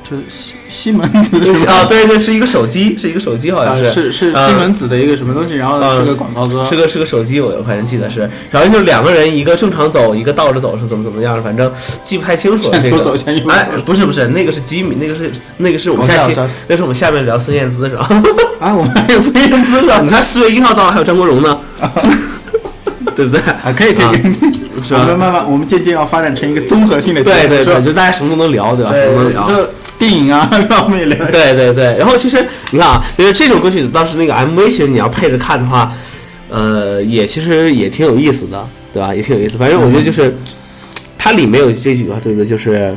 Speaker 3: 就是西西门子是吧
Speaker 5: 啊，对对， *laughs* 是一个手机，是一个手机，好
Speaker 3: 啊
Speaker 5: 像
Speaker 3: 是是
Speaker 5: 嗯
Speaker 3: 西门子的一个什么东西，然后
Speaker 5: 嗯
Speaker 3: 是个广告歌，
Speaker 5: 是个是个手机，我反正记得是，然后就是两个人，一个正常走，一个倒着走，是怎么怎么样，反正记不太清楚了。
Speaker 3: 向
Speaker 5: 这
Speaker 3: 左
Speaker 5: 个
Speaker 3: 走向右
Speaker 5: 哎
Speaker 3: 走，
Speaker 5: 不是不是，那个是吉米，那个是那个是我们
Speaker 3: 我知
Speaker 5: 下
Speaker 3: 道
Speaker 5: 期
Speaker 3: 我知道，
Speaker 5: 那是我们下面聊孙燕姿
Speaker 3: *laughs*
Speaker 5: 是吧？
Speaker 3: 啊，我们还有孙燕姿 *laughs*
Speaker 5: 你看四月一号到了，还有张国荣呢， *laughs* 对不对？
Speaker 3: 啊，可以可以，可以
Speaker 5: *laughs* 是
Speaker 3: 我们
Speaker 5: 吧？
Speaker 3: 慢慢，我们渐渐要发展成一个综合性的节目，
Speaker 5: 对对
Speaker 3: 是吧
Speaker 5: 对，就大家什么都能聊，对吧？什
Speaker 3: 对，
Speaker 5: 么都能
Speaker 3: 对
Speaker 5: 聊。
Speaker 3: 就电影啊， *laughs* 让我们也聊。
Speaker 5: 对对对，然后其实你看啊，就是这首歌曲当时那个 MV，其实你要配着看的话，呃，也其实也挺有意思的，对吧？也挺有意思。反正我觉得就是，它里面有这句话，对不对？就是，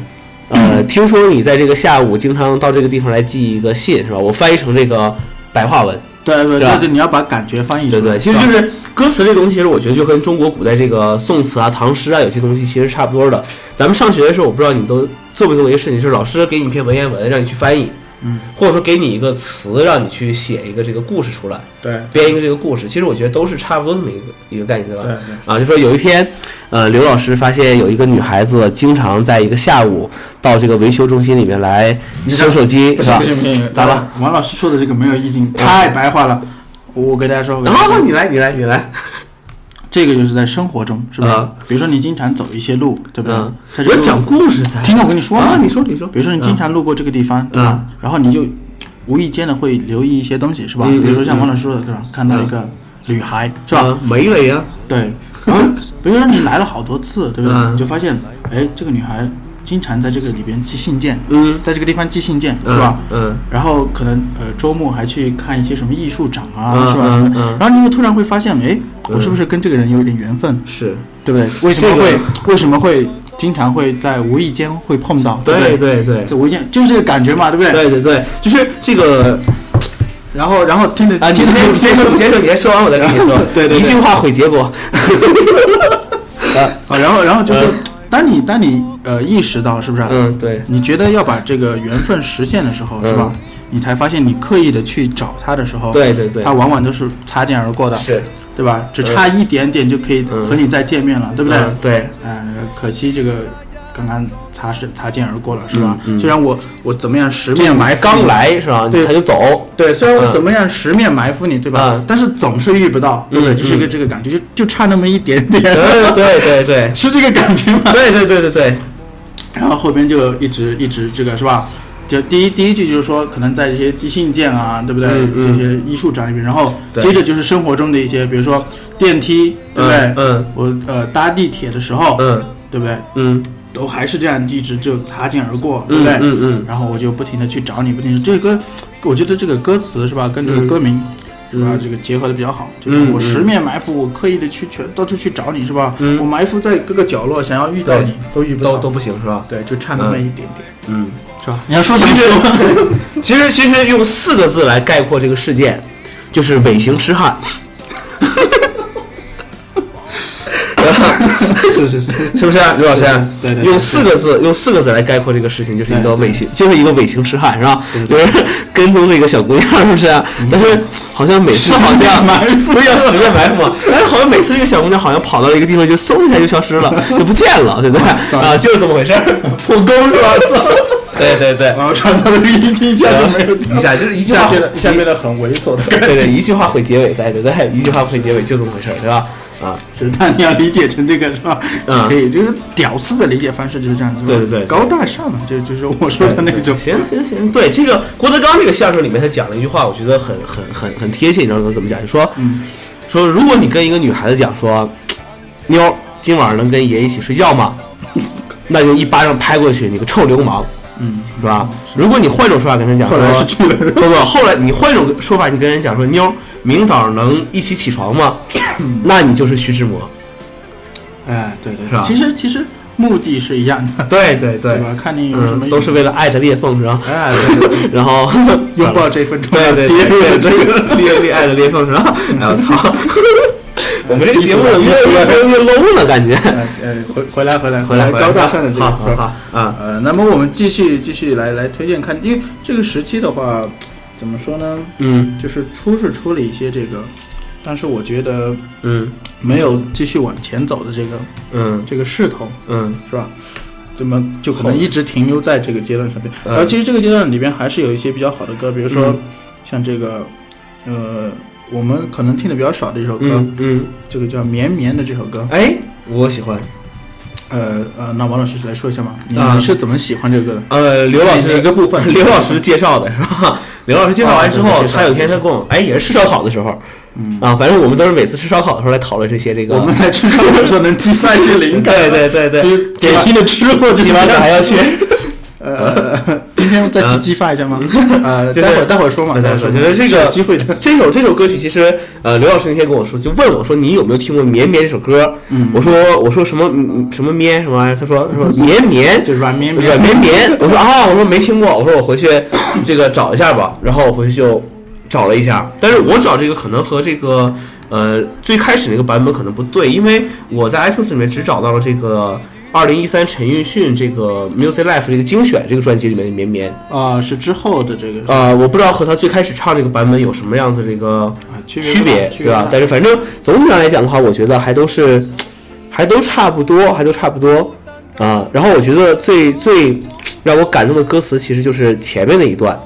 Speaker 5: 呃，听说你在这个下午经常到这个地方来寄一个信，是吧？我翻译成这个白话文，
Speaker 3: 对对
Speaker 5: 是吧
Speaker 3: 对对，你要把感觉翻译出
Speaker 5: 对
Speaker 3: 来。
Speaker 5: 对，其实
Speaker 3: 是吧
Speaker 5: 就是歌词这东西，其实我觉得就跟中国古代这个宋词啊、唐诗啊有些东西其实差不多的。咱们上学的时候，我不知道你们都做没做过一个事情，就是老师给你一篇文言文，让你去翻译，
Speaker 3: 嗯，
Speaker 5: 或者说给你一个词，让你去写一个这个故事出来，
Speaker 3: 对
Speaker 5: 编一个这个故事。其实我觉得都是差不多这么一个一个概念，对吧？
Speaker 3: 对
Speaker 5: 啊，就说有一天，呃，刘老师发现有一个女孩子经常在一个下午到这个维修中心里面来修手机，
Speaker 3: 不
Speaker 5: 是
Speaker 3: 行
Speaker 5: 吧嗯
Speaker 3: 不行不行，？
Speaker 5: 咋了？？嗯
Speaker 3: 王老师说的这个没有意境，太白话了。我给大家说，我给
Speaker 5: 然
Speaker 3: 大家
Speaker 5: 后
Speaker 3: 说
Speaker 5: 你来，你来，你来。
Speaker 3: 这个就是在生活中，是不是
Speaker 5: 啊？
Speaker 3: 比如说你经常走一些路，对不对
Speaker 5: 嗯？
Speaker 3: 在，这
Speaker 5: 我
Speaker 3: 个路
Speaker 5: 讲，故事噻。
Speaker 3: 听我跟你说
Speaker 5: 啊，
Speaker 3: 嘛
Speaker 5: 你说，嗯你说。
Speaker 3: 比如说你经常路过这个地方，对吧？然后你就无意间的会留意一些东西，是吧？
Speaker 5: 嗯
Speaker 3: 比如说像
Speaker 5: 嗯
Speaker 3: 王老师说的，对吧？看到一个女孩，是吧？
Speaker 5: 啊没了呀，
Speaker 3: 对，然后比如说你来了好多次，对不对？
Speaker 5: 嗯
Speaker 3: 你就发现，哎，这个女孩经常在这个里边寄信件，
Speaker 5: 嗯
Speaker 3: 在这个地方寄信件，
Speaker 5: 嗯
Speaker 3: 是吧？
Speaker 5: 嗯
Speaker 3: 然后可能呃周末还去看一些什么艺术展啊，
Speaker 5: 嗯
Speaker 3: 是吧？什么的
Speaker 5: 嗯嗯
Speaker 3: 然后你就突然会发现，哎，我是不是跟这个人有点缘分？
Speaker 5: 是，
Speaker 3: 对不对？为什么
Speaker 5: 这个
Speaker 3: 会、为什么会经常会在无意间会碰到？对
Speaker 5: 对
Speaker 3: 不对
Speaker 5: 对对
Speaker 3: 这无意间就是这个感觉嘛，对不对？
Speaker 5: 对对对，就是这个
Speaker 3: 然后然后听着
Speaker 5: 啊，你
Speaker 3: 听着
Speaker 5: 先先说， *laughs* 你先说，你先说完我再跟你 *laughs* 说，
Speaker 3: 对对对
Speaker 5: 一句话毁结果，
Speaker 3: 啊，然后然后就是，当你当你呃意识到是不是？
Speaker 5: *laughs* 嗯，对，
Speaker 3: 你觉得要把这个缘分实现的时候，是吧？你才发现你刻意的去找他的时候，
Speaker 5: 嗯对对对
Speaker 3: 他往往都是擦肩而过的，
Speaker 5: 是，
Speaker 3: 对吧？只差一点点就可以
Speaker 5: 嗯
Speaker 3: 和你再见面了，对不对？
Speaker 5: 嗯对，
Speaker 3: 嗯，可惜这个刚刚擦是擦肩而过了，是吧？
Speaker 5: 嗯
Speaker 3: 虽然我我怎么样十面埋伏，
Speaker 5: 刚，来是吧？
Speaker 3: 对
Speaker 5: 他就走，
Speaker 3: 对，虽然我
Speaker 5: 嗯
Speaker 3: 怎么样十面埋伏你，对吧
Speaker 5: 嗯？
Speaker 3: 但是总是遇不到，对不对？
Speaker 5: 嗯
Speaker 3: 就是一个
Speaker 5: 嗯
Speaker 3: 这个感觉，就就差那么一点点，
Speaker 5: 对对对对
Speaker 3: *laughs* 是这个感觉吗？
Speaker 5: *laughs* 对对对对对，
Speaker 3: 然后后边就一直一直这个是吧？就第一第一句就是说，可能在这些寄信件啊，对不对？
Speaker 5: 嗯嗯
Speaker 3: 这些艺术展里面，然后
Speaker 5: 对
Speaker 3: 接着就是生活中的一些，比如说电梯，对不对？
Speaker 5: 嗯嗯
Speaker 3: 我呃搭地铁的时候，
Speaker 5: 嗯
Speaker 3: 对不对？
Speaker 5: 嗯
Speaker 3: 都还是这样一直就擦肩而过，对不
Speaker 5: 嗯
Speaker 3: 对？
Speaker 5: 嗯嗯，
Speaker 3: 然后我就不停的去找你，不停的这个歌，我觉得这个歌词是吧，跟这个
Speaker 5: 嗯
Speaker 3: 歌名、是吧
Speaker 5: 嗯，
Speaker 3: 这个结合的比较好。就
Speaker 5: 嗯
Speaker 3: 是我
Speaker 5: 嗯
Speaker 3: 十面埋伏，我刻意的去全到处去找你是吧？
Speaker 5: 嗯
Speaker 3: 我埋伏在各个角落，想要遇到
Speaker 5: 对
Speaker 3: 你都遇不到，
Speaker 5: 都都不行是吧？
Speaker 3: 对，就差那么一点点，
Speaker 5: 嗯，
Speaker 3: 是吧？你要说什 *laughs*
Speaker 5: 其
Speaker 3: 么？
Speaker 5: 实其实其实用四个字来概括这个事件，就是尾行痴汉。
Speaker 3: 是是是，
Speaker 5: 是不是、刘老师？啊
Speaker 3: 对对对
Speaker 5: 用四个字，用四个字来概括这个事情，就是一个
Speaker 3: 对对
Speaker 5: 尾行，就是一个尾行痴汉，是吧？就是跟踪这个小姑娘，是不是？啊
Speaker 3: 嗯
Speaker 5: 但是好像
Speaker 3: *laughs*
Speaker 5: 每次好像不要十面埋伏，啊但是好像每次这个小姑娘好像跑到了一个地方，就嗖一下就消失
Speaker 3: *laughs*
Speaker 5: 了，就不见了，对不对？啊，就是这么回事儿，破功是吧？ *laughs* 对对对，
Speaker 3: 然后传到了一惊一下就没有
Speaker 5: *laughs* 一下就是一
Speaker 3: 一
Speaker 5: 句话
Speaker 3: 啊下变得一下变得很猥琐的感觉。
Speaker 5: *laughs* 对对，一句话会结尾在，对不对？一句话会结尾，就这么回事儿，对吧？啊，
Speaker 3: 是，但你要理解成这个是吧？
Speaker 5: 嗯
Speaker 3: 可以，就是屌丝的理解方式就是这样，是吧
Speaker 5: 对对对
Speaker 3: 高大上嘛，就就是我说的那
Speaker 5: *laughs*
Speaker 3: 种。
Speaker 5: 行行行，对这个郭德纲这个相声里面，他讲了一句话，我觉得很很很很贴切，你知道他怎么讲？就说、
Speaker 3: 嗯
Speaker 5: 说，如果你跟一个女孩子讲说，妞儿今晚上能跟爷一起睡觉
Speaker 3: *laughs*
Speaker 5: 吗？那就一巴掌拍过去，你个臭流氓，
Speaker 3: 嗯，
Speaker 5: 是吧？如果你换种说法跟他讲说，
Speaker 3: 后来 *laughs* 是去了
Speaker 5: *laughs* 不不，后来你换种说法，你跟人讲说，妞儿明早能一
Speaker 3: *laughs*
Speaker 5: 起起床吗？那你就是徐志摩，
Speaker 3: 哎，对对，
Speaker 5: 是吧
Speaker 3: 其实其实目的是一样的，
Speaker 5: 对对对
Speaker 3: 对吧？看你有什么
Speaker 5: 嗯，都是为了爱着裂缝，然后
Speaker 3: 哎，
Speaker 5: *laughs*
Speaker 3: 对对对
Speaker 5: 然后
Speaker 3: 拥抱这份充
Speaker 5: 对
Speaker 3: 满
Speaker 5: 对
Speaker 3: 跌入
Speaker 5: 对
Speaker 3: 的这
Speaker 5: *laughs* 对，
Speaker 3: 个
Speaker 5: 个恋恋爱的裂缝是吧？哎我操！我们这个节目怎么越越越越 low 呢？感觉
Speaker 3: 呃呃，回回来回来
Speaker 5: 回来回来
Speaker 3: 高大上的这个
Speaker 5: 好
Speaker 3: 是
Speaker 5: 好
Speaker 3: 吧
Speaker 5: 好啊，
Speaker 3: 呃，那么我们继续继续来来推荐看，因为这个时期的话，怎么说呢？
Speaker 5: 嗯
Speaker 3: 就是出是出了一些这个，但是我觉得
Speaker 5: 嗯
Speaker 3: 没有继续往前走的这个
Speaker 5: 嗯
Speaker 3: 这个势头，
Speaker 5: 嗯
Speaker 3: 是吧？怎么就可能一直停留在这个阶段上面？
Speaker 5: 嗯
Speaker 3: 然后其实这个阶段里边还是有一些比较好的歌，比如说
Speaker 5: 嗯
Speaker 3: 像这个，呃，我们可能听的比较少的一首歌，
Speaker 5: 嗯嗯，
Speaker 3: 这个叫《绵绵》的这首歌，
Speaker 5: 哎，我喜欢。
Speaker 3: 呃呃，那王老师来说一下嘛，你
Speaker 5: 嗯啊
Speaker 3: 你是怎么喜欢这个歌的？
Speaker 5: 呃，刘老师
Speaker 3: 哪个部分
Speaker 5: *laughs* 刘老师介绍的是吧？刘老师介绍完之
Speaker 3: 啊
Speaker 5: 后
Speaker 3: 对对，介绍
Speaker 5: 他有一天他跟我，哎，也是吃烧烤的时候，啊，反正我们都是每次吃烧烤的时候来讨论这些这个。
Speaker 3: 我们在吃
Speaker 5: *laughs*
Speaker 3: 饭的时候能激发一些灵感，
Speaker 5: 对对对对，
Speaker 3: 就是
Speaker 5: 减
Speaker 3: 减轻的吃
Speaker 5: *laughs*
Speaker 3: 货就
Speaker 5: 起码还要去。嗯
Speaker 3: 呃，今天再去激发一下吗？ *laughs* 呃，
Speaker 5: 就是
Speaker 3: 待会儿待会儿说嘛，
Speaker 5: 对
Speaker 3: 待
Speaker 5: 对
Speaker 3: 会儿说
Speaker 5: 我
Speaker 3: 嘛。
Speaker 5: 觉得这个
Speaker 3: 有机会的，
Speaker 5: 这首这首歌曲其实，呃，刘老师那天跟我说，就问我说你有没有听过《绵绵》这首歌？
Speaker 3: 嗯
Speaker 5: 我说我说什么嗯什么绵什么玩意儿？他说他
Speaker 3: *laughs*
Speaker 5: 说绵绵
Speaker 3: 就软绵绵
Speaker 5: 软绵绵。我说啊，我说没听过，我说我回去这个找一下吧。然后我回去就找了一下，但是我找这个可能和这个呃最开始那个版本可能不对，因为我在 iTunes 里面只找到了这个。二零一三陈奕迅这个 Music Life 这个精选这个专辑里面的绵绵，
Speaker 3: 啊，是之后的这个
Speaker 5: 呃，我不知道和他最开始唱这个版本有什么样子这个
Speaker 3: 啊区别
Speaker 5: 区
Speaker 3: 不大
Speaker 5: 别，
Speaker 3: 区
Speaker 5: 对
Speaker 3: 别
Speaker 5: 吧
Speaker 3: 不？大
Speaker 5: 但是反正总体上来讲的话，我觉得还都是，还都差不多，还都差不多啊。然后我觉得最最让我感动的歌词，其实就是前面那一段，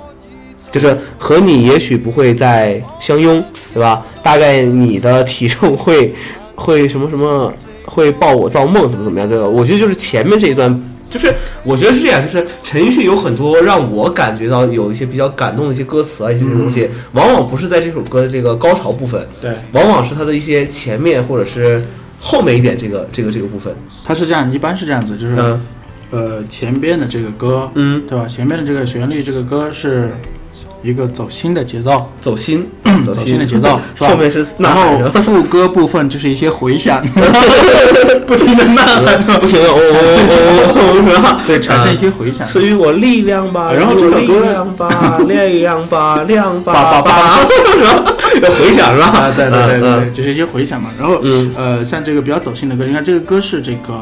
Speaker 5: 就是和你也许不会再相拥，对吧？大概你的体重会 *laughs* 会什么什么会抱我造梦，怎么怎么样，对吧？我觉得就是前面这一段，就是我觉得是这样，就是陈奕迅有很多让我感觉到有一些比较感动的一些歌词啊，一些这些东西，往往不是在这首歌的这个高潮部分，
Speaker 3: 对，
Speaker 5: 往往是它的一些前面或者是后面一点这个这个这个部分，
Speaker 3: 它是这样，一般是这样子，就是、
Speaker 5: 嗯
Speaker 3: 呃前边的这个歌，
Speaker 5: 嗯，
Speaker 3: 对吧？前面的这个旋律，这个歌是一个走心的节奏，
Speaker 5: 走心，走
Speaker 3: 走心的节奏，是吧
Speaker 5: 后面是呐
Speaker 3: 然
Speaker 5: 喊
Speaker 3: 后
Speaker 5: 是吧
Speaker 3: 副歌部分就是一些回
Speaker 5: *laughs*
Speaker 3: 响，
Speaker 5: 不停的呐 *laughs* 喊，不停的哦 *laughs* 哦哦哦，是吧？
Speaker 3: 对，产生一些回响。
Speaker 5: 赐予我力量吧，
Speaker 3: 嗯 *laughs* 然后
Speaker 5: 给我
Speaker 3: 这首歌
Speaker 5: 力
Speaker 3: *laughs*
Speaker 5: 量吧，力量吧，量吧，
Speaker 3: 叭叭叭，
Speaker 5: 是吧？ *laughs* 要回响是吧？
Speaker 3: 啊，对对对对对，
Speaker 5: 嗯
Speaker 3: 就是一些回响嘛。然后、
Speaker 5: 嗯
Speaker 3: 呃，像这个比较走心的歌，你看这个歌是这个，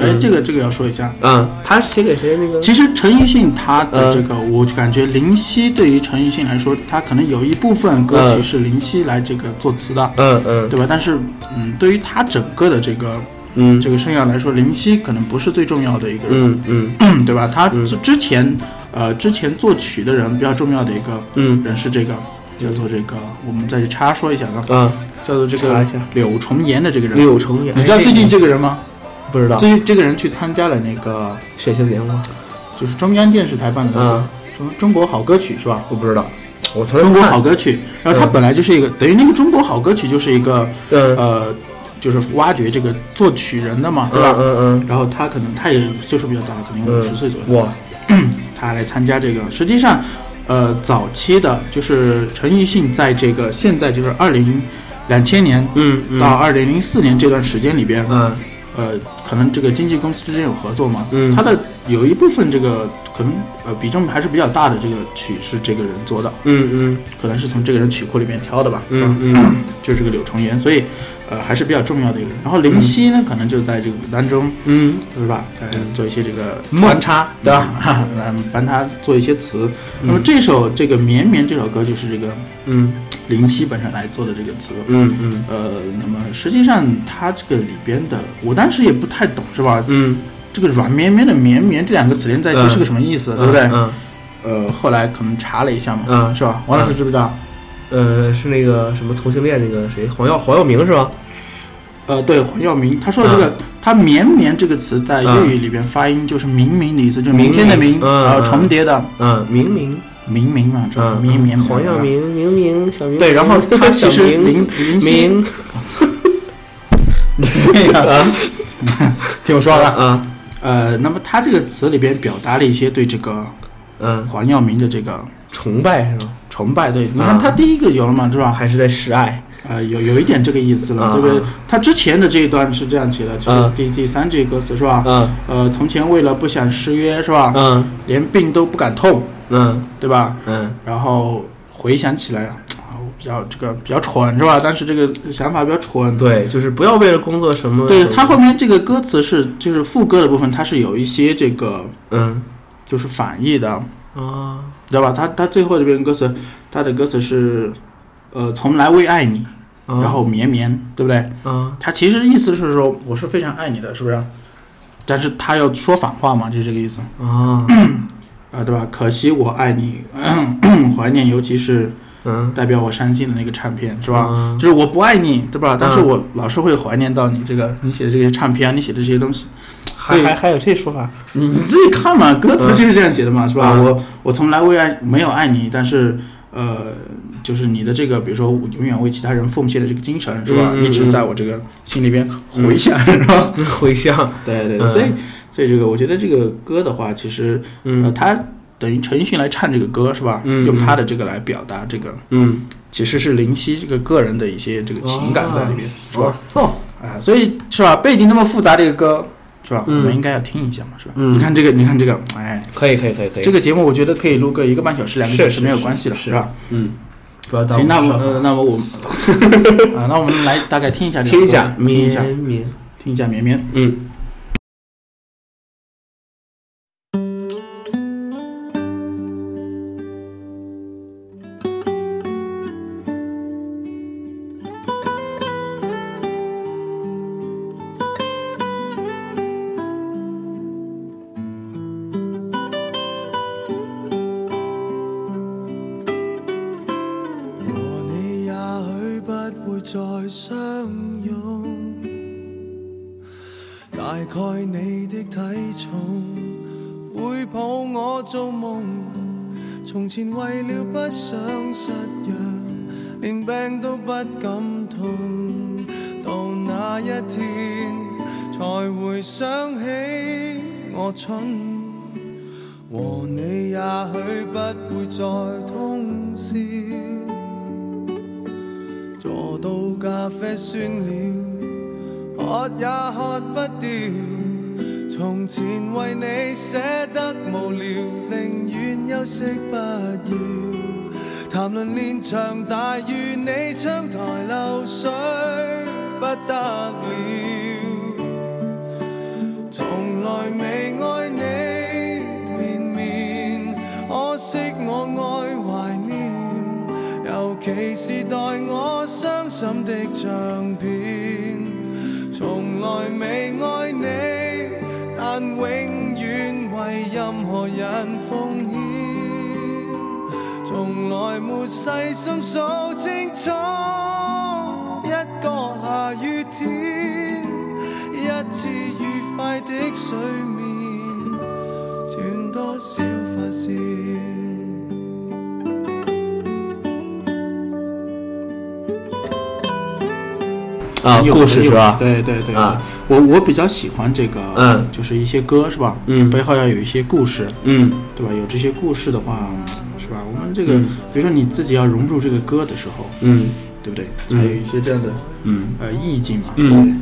Speaker 3: 哎，这个这个要说一下，
Speaker 5: 嗯，他写给谁那个？
Speaker 3: 其实陈奕迅他的
Speaker 5: 嗯
Speaker 3: 这个，我感觉林夕对于陈奕迅来说，他可能有一部分歌曲
Speaker 5: 嗯
Speaker 3: 是林夕来这个作词的，
Speaker 5: 嗯嗯
Speaker 3: 对吧？但是，嗯，对于他整个的这个
Speaker 5: 嗯
Speaker 3: 这个生涯来说，林夕可能不是最重要的一个人， *clears throat*
Speaker 5: 嗯嗯
Speaker 3: 嗯、对吧？他之之前，呃，之前作曲的人比较重要的一个
Speaker 5: 嗯
Speaker 3: 人是这个。叫做这个，我们再去插说一下啊，
Speaker 5: 啊，
Speaker 3: 叫做这
Speaker 5: 插
Speaker 3: 个
Speaker 5: 一下
Speaker 3: 柳重言的这个人，
Speaker 5: 柳成言，
Speaker 3: 你知道最近这个人吗？
Speaker 5: 不知道
Speaker 3: 最近这个人去参加了那个
Speaker 5: 选秀节目？
Speaker 3: 就是中央电视台办的那个
Speaker 5: 嗯
Speaker 3: 中中国好歌曲是吧？
Speaker 5: 我不知道，我从来
Speaker 3: 中
Speaker 5: 不
Speaker 3: 国
Speaker 5: 看
Speaker 3: 好歌曲，然后它
Speaker 5: 嗯
Speaker 3: 本来就是一个，等于那个中国好歌曲就是一个，
Speaker 5: 嗯
Speaker 3: 呃，就是挖掘这个作曲人的嘛，对吧？
Speaker 5: 嗯嗯
Speaker 3: 然后他可能他也岁数比较大了，可能有
Speaker 5: 嗯
Speaker 3: 五十岁左右，
Speaker 5: 哇，
Speaker 3: 他来参加这个，实际上，呃，早期的就是陈奕迅在这个现在就是二零两千年
Speaker 5: 嗯嗯
Speaker 3: 到二零零四年这段时间里边，
Speaker 5: 嗯
Speaker 3: 呃，可能这个经纪公司之间有合作嘛，
Speaker 5: 嗯
Speaker 3: 他的有一部分这个可能呃比重还是比较大的这个曲是这个人做的，
Speaker 5: 嗯
Speaker 3: 可能是从这个人曲库里面挑的吧，
Speaker 5: 嗯
Speaker 3: 嗯，就是这个柳重言，所以呃还是比较重要的一个人。然后林夕呢，可能就在这个当中，
Speaker 5: 嗯
Speaker 3: 是吧，在做一些这个穿插，对吧？来帮他做一些词。那么这首这个《绵绵》这首歌就是这个
Speaker 5: 嗯
Speaker 3: 林夕本身来做的这个词，
Speaker 5: 嗯嗯
Speaker 3: 呃，那么实际上它这个里边的，我当时也不太懂，是吧？
Speaker 5: 嗯，
Speaker 3: 这个软绵绵的绵绵这两个词连在一起
Speaker 5: 嗯
Speaker 3: 是个什么意思，对不对？
Speaker 5: 嗯
Speaker 3: 呃，后来可能查了一下嘛，
Speaker 5: 嗯
Speaker 3: 是吧？王老师知不知道？
Speaker 5: 呃，是那个什么同性恋那个谁黄耀黄耀明是吧？
Speaker 3: 呃，对，黄耀明，他说的这
Speaker 5: 嗯
Speaker 3: 个，他“绵绵”这个词在粤语里边发音就是“明明”的意思，就是明天的
Speaker 5: 明
Speaker 3: 明，
Speaker 5: 嗯
Speaker 3: 然后
Speaker 5: 嗯
Speaker 3: 重叠的
Speaker 5: 嗯，明明
Speaker 3: 明明嘛，这
Speaker 5: 嗯，
Speaker 3: 绵绵嘛
Speaker 5: 黄耀。明明明小明
Speaker 3: 对，然后
Speaker 5: *laughs*
Speaker 3: 他其实林林夕，
Speaker 5: 明
Speaker 3: *laughs* 听我说完了，
Speaker 5: 啊
Speaker 3: 呃，那么他这个词里边表达了一些对这个
Speaker 5: 嗯，
Speaker 3: 黄耀明的这个
Speaker 5: 崇拜是吧？嗯
Speaker 3: 崇拜。对，你看他第一个有了嘛，对吧？
Speaker 5: 还是在示爱？
Speaker 3: 呃，有有一点这个意思了，
Speaker 5: 嗯
Speaker 3: 对不对？他之前的这一段是这样写的，就是
Speaker 5: 嗯
Speaker 3: 第第三句歌词是吧？
Speaker 5: 嗯
Speaker 3: 呃，从前为了不想失约是吧？
Speaker 5: 嗯
Speaker 3: 连病都不敢痛，
Speaker 5: 嗯
Speaker 3: 对吧？
Speaker 5: 嗯
Speaker 3: 然后回想起来，啊，我比较这个比较蠢是吧？当时这个想法比较蠢，
Speaker 5: 对，就是不要为了工作什么。
Speaker 3: 对他后面这个歌词是就是副歌的部分，它是有一些这个
Speaker 5: 嗯
Speaker 3: 就是反义的，
Speaker 5: 啊
Speaker 3: 知道吧？他他最后这边歌词，他的歌词是，呃，从来为爱你，
Speaker 5: 啊
Speaker 3: 然后绵绵，对不对？
Speaker 5: 啊
Speaker 3: 他其实意思是说我是非常爱你的，是不是？但是他要说反话嘛，就是这个意思啊、 *clears throat*
Speaker 5: 啊
Speaker 3: 对吧？可惜我爱你， *coughs* 怀念，尤其是
Speaker 5: 嗯
Speaker 3: 代表我伤心的那个唱片，是吧？
Speaker 5: 嗯
Speaker 3: 就是我不爱你，对吧？但是
Speaker 5: 嗯
Speaker 3: 我老是会怀念到你这个你写的这些唱片啊，你写的这些东西。所
Speaker 5: 还
Speaker 3: 以
Speaker 5: 还还有这说
Speaker 3: *laughs*
Speaker 5: 法？
Speaker 3: 你你自己看嘛，歌词就是这样写的嘛，是吧？
Speaker 5: 嗯
Speaker 3: 我我从来为爱没有爱你，但是呃，就是你的这个，比如说我永远为其他人奉献的这个精神，是吧？
Speaker 5: 嗯嗯
Speaker 3: 一直
Speaker 5: 嗯
Speaker 3: 在我这个心里边回响，是吧？
Speaker 5: 回向
Speaker 3: *laughs* 对对对，
Speaker 5: 嗯
Speaker 3: 所以所以这个我觉得这个歌的话，其实呃，
Speaker 5: 嗯
Speaker 3: 他等于陈奕迅来唱这个歌是吧？
Speaker 5: 嗯
Speaker 3: 用他的这个来表达这个，
Speaker 5: 嗯，
Speaker 3: 其实是林夕这个个人的一些这个情感在
Speaker 5: 哦
Speaker 3: 里边，是吧？
Speaker 5: 操！
Speaker 3: 啊，所以是吧？背景那么复杂，这个歌是吧？我
Speaker 5: 嗯
Speaker 3: 们应该要听一下嘛，是吧？
Speaker 5: 嗯
Speaker 3: 你看这个，你看这个，哎。
Speaker 5: 可以可以可以可以，
Speaker 3: 这个节目我觉得可以录个一个半小时、两个小
Speaker 5: 是
Speaker 3: 时
Speaker 5: 是
Speaker 3: 没有关系了，是吧？
Speaker 5: 嗯，不要耽误
Speaker 3: 行，那
Speaker 5: 时
Speaker 3: 我
Speaker 5: 间
Speaker 3: 呃，那么我们
Speaker 5: *laughs*
Speaker 3: 啊，那我们来大概听一下这个
Speaker 5: 嗯听一
Speaker 3: 歌
Speaker 5: 下
Speaker 3: 听一下，
Speaker 5: 绵绵，
Speaker 3: 听一下绵绵。
Speaker 5: 嗯
Speaker 4: 和你也許不會再相擁，大概你的體重會抱我做夢。從前為了不想失約，連病都不敢痛。到那一天，才會想起我蠢。和你也許不會再通宵，坐到咖啡酸了，喝也喝不掉。從前為你捨得無聊，寧願休息不要。談論連場大雨，你窗台漏水不得了。從來未愛你連綿，可惜我愛懷念，尤其是待我傷心的唱片。從來未愛你，但永遠為任何人奉獻。從來沒細心數清楚一個下雨天。一次愉快的睡眠，斷多少髮線。
Speaker 5: 啊，
Speaker 3: 有
Speaker 5: 故事
Speaker 3: 有
Speaker 5: 是吧？
Speaker 3: 对对对
Speaker 5: 啊，
Speaker 3: 对我我比较喜欢这个，
Speaker 5: 嗯
Speaker 3: 就是一些歌是吧？
Speaker 5: 嗯
Speaker 3: 背后要有一些故事，
Speaker 5: 嗯
Speaker 3: 对吧？有这些故事的话，是吧？我们这个
Speaker 5: 嗯，
Speaker 3: 比如说你自己要融入这个歌的时候，
Speaker 5: 嗯
Speaker 3: 对不对？才有一些这样的
Speaker 5: 嗯
Speaker 3: 呃意境嘛，
Speaker 5: 嗯
Speaker 3: 对不对。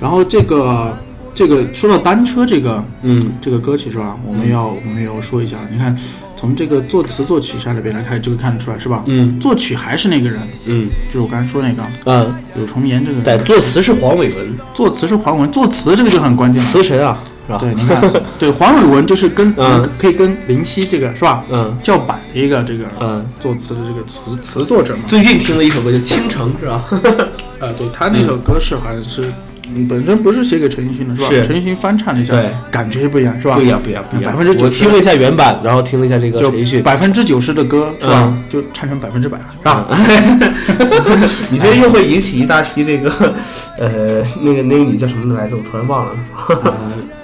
Speaker 3: 然后这个这个说到单车这个，
Speaker 5: 嗯
Speaker 3: 这个歌曲是吧？我们要、我们要说一下，你看从这个作词作曲上里边来看，就看得出来是吧？
Speaker 5: 嗯
Speaker 3: 作曲还是那个人，
Speaker 5: 嗯
Speaker 3: 就是我刚才说那个
Speaker 5: 嗯，
Speaker 3: 柳重言这个
Speaker 6: 但
Speaker 3: 人，
Speaker 6: 作词是黄伟文，
Speaker 3: 作词是黄文，作词这个就很关键了。
Speaker 6: 词神啊，是吧？
Speaker 3: 对，你看，对黄伟文就是跟、
Speaker 5: 嗯
Speaker 3: 可以跟林夕这个是吧？
Speaker 5: 嗯
Speaker 3: 叫板的一个这个
Speaker 5: 嗯
Speaker 3: 作词的这个词词作者嘛。
Speaker 5: 最近听了一首歌叫《倾城》，是吧？ *laughs*
Speaker 3: 呃，对他那首歌是好像是。嗯本身不是写给陈奕迅的，是吧？
Speaker 5: 是
Speaker 3: 陈奕迅翻唱了一下
Speaker 5: 对，
Speaker 3: 感觉不一样，是吧？
Speaker 5: 不一样，不一样，不一样。
Speaker 3: 百分之九
Speaker 6: 我
Speaker 3: 十
Speaker 6: 听了一下原版，然后听了一下这个
Speaker 3: 就
Speaker 6: 陈奕迅，
Speaker 3: 百分之九十的歌是吧
Speaker 5: 嗯？
Speaker 3: 就唱成百分之百了，是吧？
Speaker 5: 啊， *laughs* 你这又会引起一大批这个，呃，那个那个女叫什么来着？我突然忘了。
Speaker 3: 呃，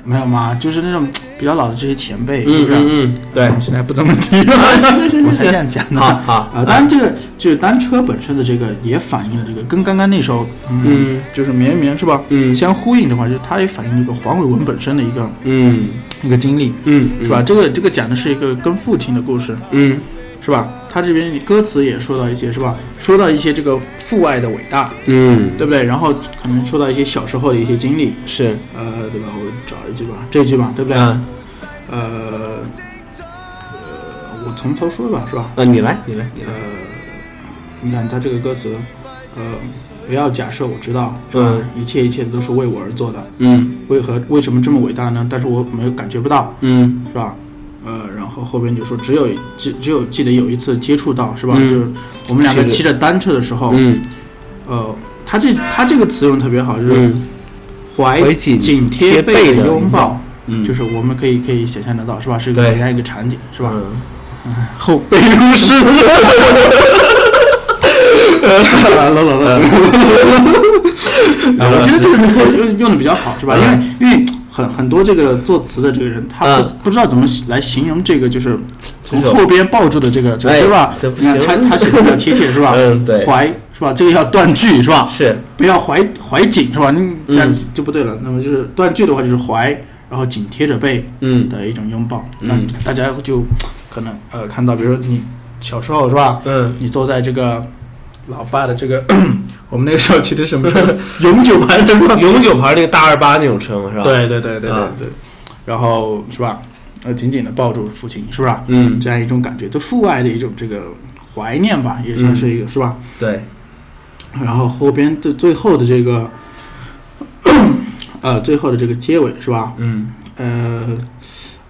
Speaker 3: 没有嘛，就是那种比较老的这些前辈，是
Speaker 5: 嗯
Speaker 3: 不是？
Speaker 5: 嗯嗯， *laughs* 对，
Speaker 3: 现在不怎么听了，
Speaker 5: *laughs*
Speaker 3: 我才这样讲的。
Speaker 5: 好好
Speaker 3: 啊，当然这个就是单车本身的这个也反映了这个，跟刚刚那首
Speaker 5: 嗯
Speaker 3: 就是绵绵是吧？
Speaker 5: 嗯
Speaker 3: 相呼应的话，就是它也反映这个黄伟文本身的一个
Speaker 5: 嗯
Speaker 3: 一个经历，
Speaker 5: 嗯，
Speaker 3: 是吧？？这个这个讲的是一个跟父亲的故事，
Speaker 5: 嗯
Speaker 3: 是是吧？他这边歌词也说到一些，是吧？说到一些这个父爱的伟大，
Speaker 6: 嗯，
Speaker 3: 对不对？然后可能说到一些小时候的一些经历，
Speaker 6: 是，
Speaker 3: 呃，对吧？我找一句吧，这句吧，对不对？
Speaker 6: 嗯
Speaker 3: 呃，呃，我从头说吧，是吧？
Speaker 6: 呃，你来，你来，你
Speaker 3: 呃
Speaker 6: 来，，
Speaker 3: 你看他这个歌词，呃，不要假设我知道，是吧？
Speaker 6: 嗯
Speaker 3: 一切一切都是为我而做的，
Speaker 6: 嗯
Speaker 3: 为何为什么这么伟大呢？但是我没有感觉不到，
Speaker 6: 嗯
Speaker 3: 是吧？呃，然后后边就说只有只只有记得有一次接触到，是吧？
Speaker 6: 嗯
Speaker 3: 就是我们两个
Speaker 6: 是的
Speaker 3: 骑着单车的时候，
Speaker 6: 嗯
Speaker 3: 呃，他这他这个词用得特别好，就是
Speaker 6: 嗯，
Speaker 3: 怀
Speaker 6: 怀紧
Speaker 3: 紧
Speaker 6: 贴背
Speaker 3: 背
Speaker 6: 的
Speaker 3: 拥抱，
Speaker 6: 嗯
Speaker 3: 就是我们可以可以想象得到，是吧？是一个
Speaker 6: 对
Speaker 3: 怎样一个场景，是吧？
Speaker 6: *laughs* 嗯
Speaker 3: 后
Speaker 6: *laughs*
Speaker 3: 背如诗，
Speaker 6: 冷冷
Speaker 3: 嗯
Speaker 6: 冷，嗯
Speaker 3: 啊 *laughs* 我觉得这个词用用的比较好，是吧？因为因为很很多这个作词的这个人，他不
Speaker 6: 嗯
Speaker 3: 不知道怎么来形容这个，就是从后边抱住的这个，这个
Speaker 6: 哎
Speaker 3: 对吧？
Speaker 6: 这不
Speaker 3: 你看
Speaker 6: 行
Speaker 3: 他他写的比较贴切，是吧？
Speaker 6: 嗯对
Speaker 3: 怀是吧？这个要断句，是吧？
Speaker 6: 是，
Speaker 3: 不要怀怀紧，是吧？你这样
Speaker 6: 嗯
Speaker 3: 就不对了。那么就是断句的话，就是怀，然后紧贴着背
Speaker 6: 嗯
Speaker 3: 的一种拥抱。那
Speaker 6: 嗯
Speaker 3: 大家就可能呃看到，比如说你小时候是吧？
Speaker 6: 嗯，
Speaker 3: 你坐在这个老爸的这个， *coughs* 我们那个时候骑的什么车？
Speaker 6: *laughs*
Speaker 3: 永久牌灯光。
Speaker 6: *laughs* 永久牌那个大二八那种车嘛，是吧？，
Speaker 3: 对对对对对
Speaker 6: 啊
Speaker 3: 对。然后是吧？呃，紧紧的抱住父亲，是吧？
Speaker 6: 嗯
Speaker 3: 这样一种感觉，对父爱的一种这个怀念吧，也
Speaker 6: 嗯
Speaker 3: 算是一个，是吧？
Speaker 6: 对，
Speaker 3: 然后后边的最后的这个，呃，最后的这个结尾是吧？
Speaker 6: 嗯
Speaker 3: 呃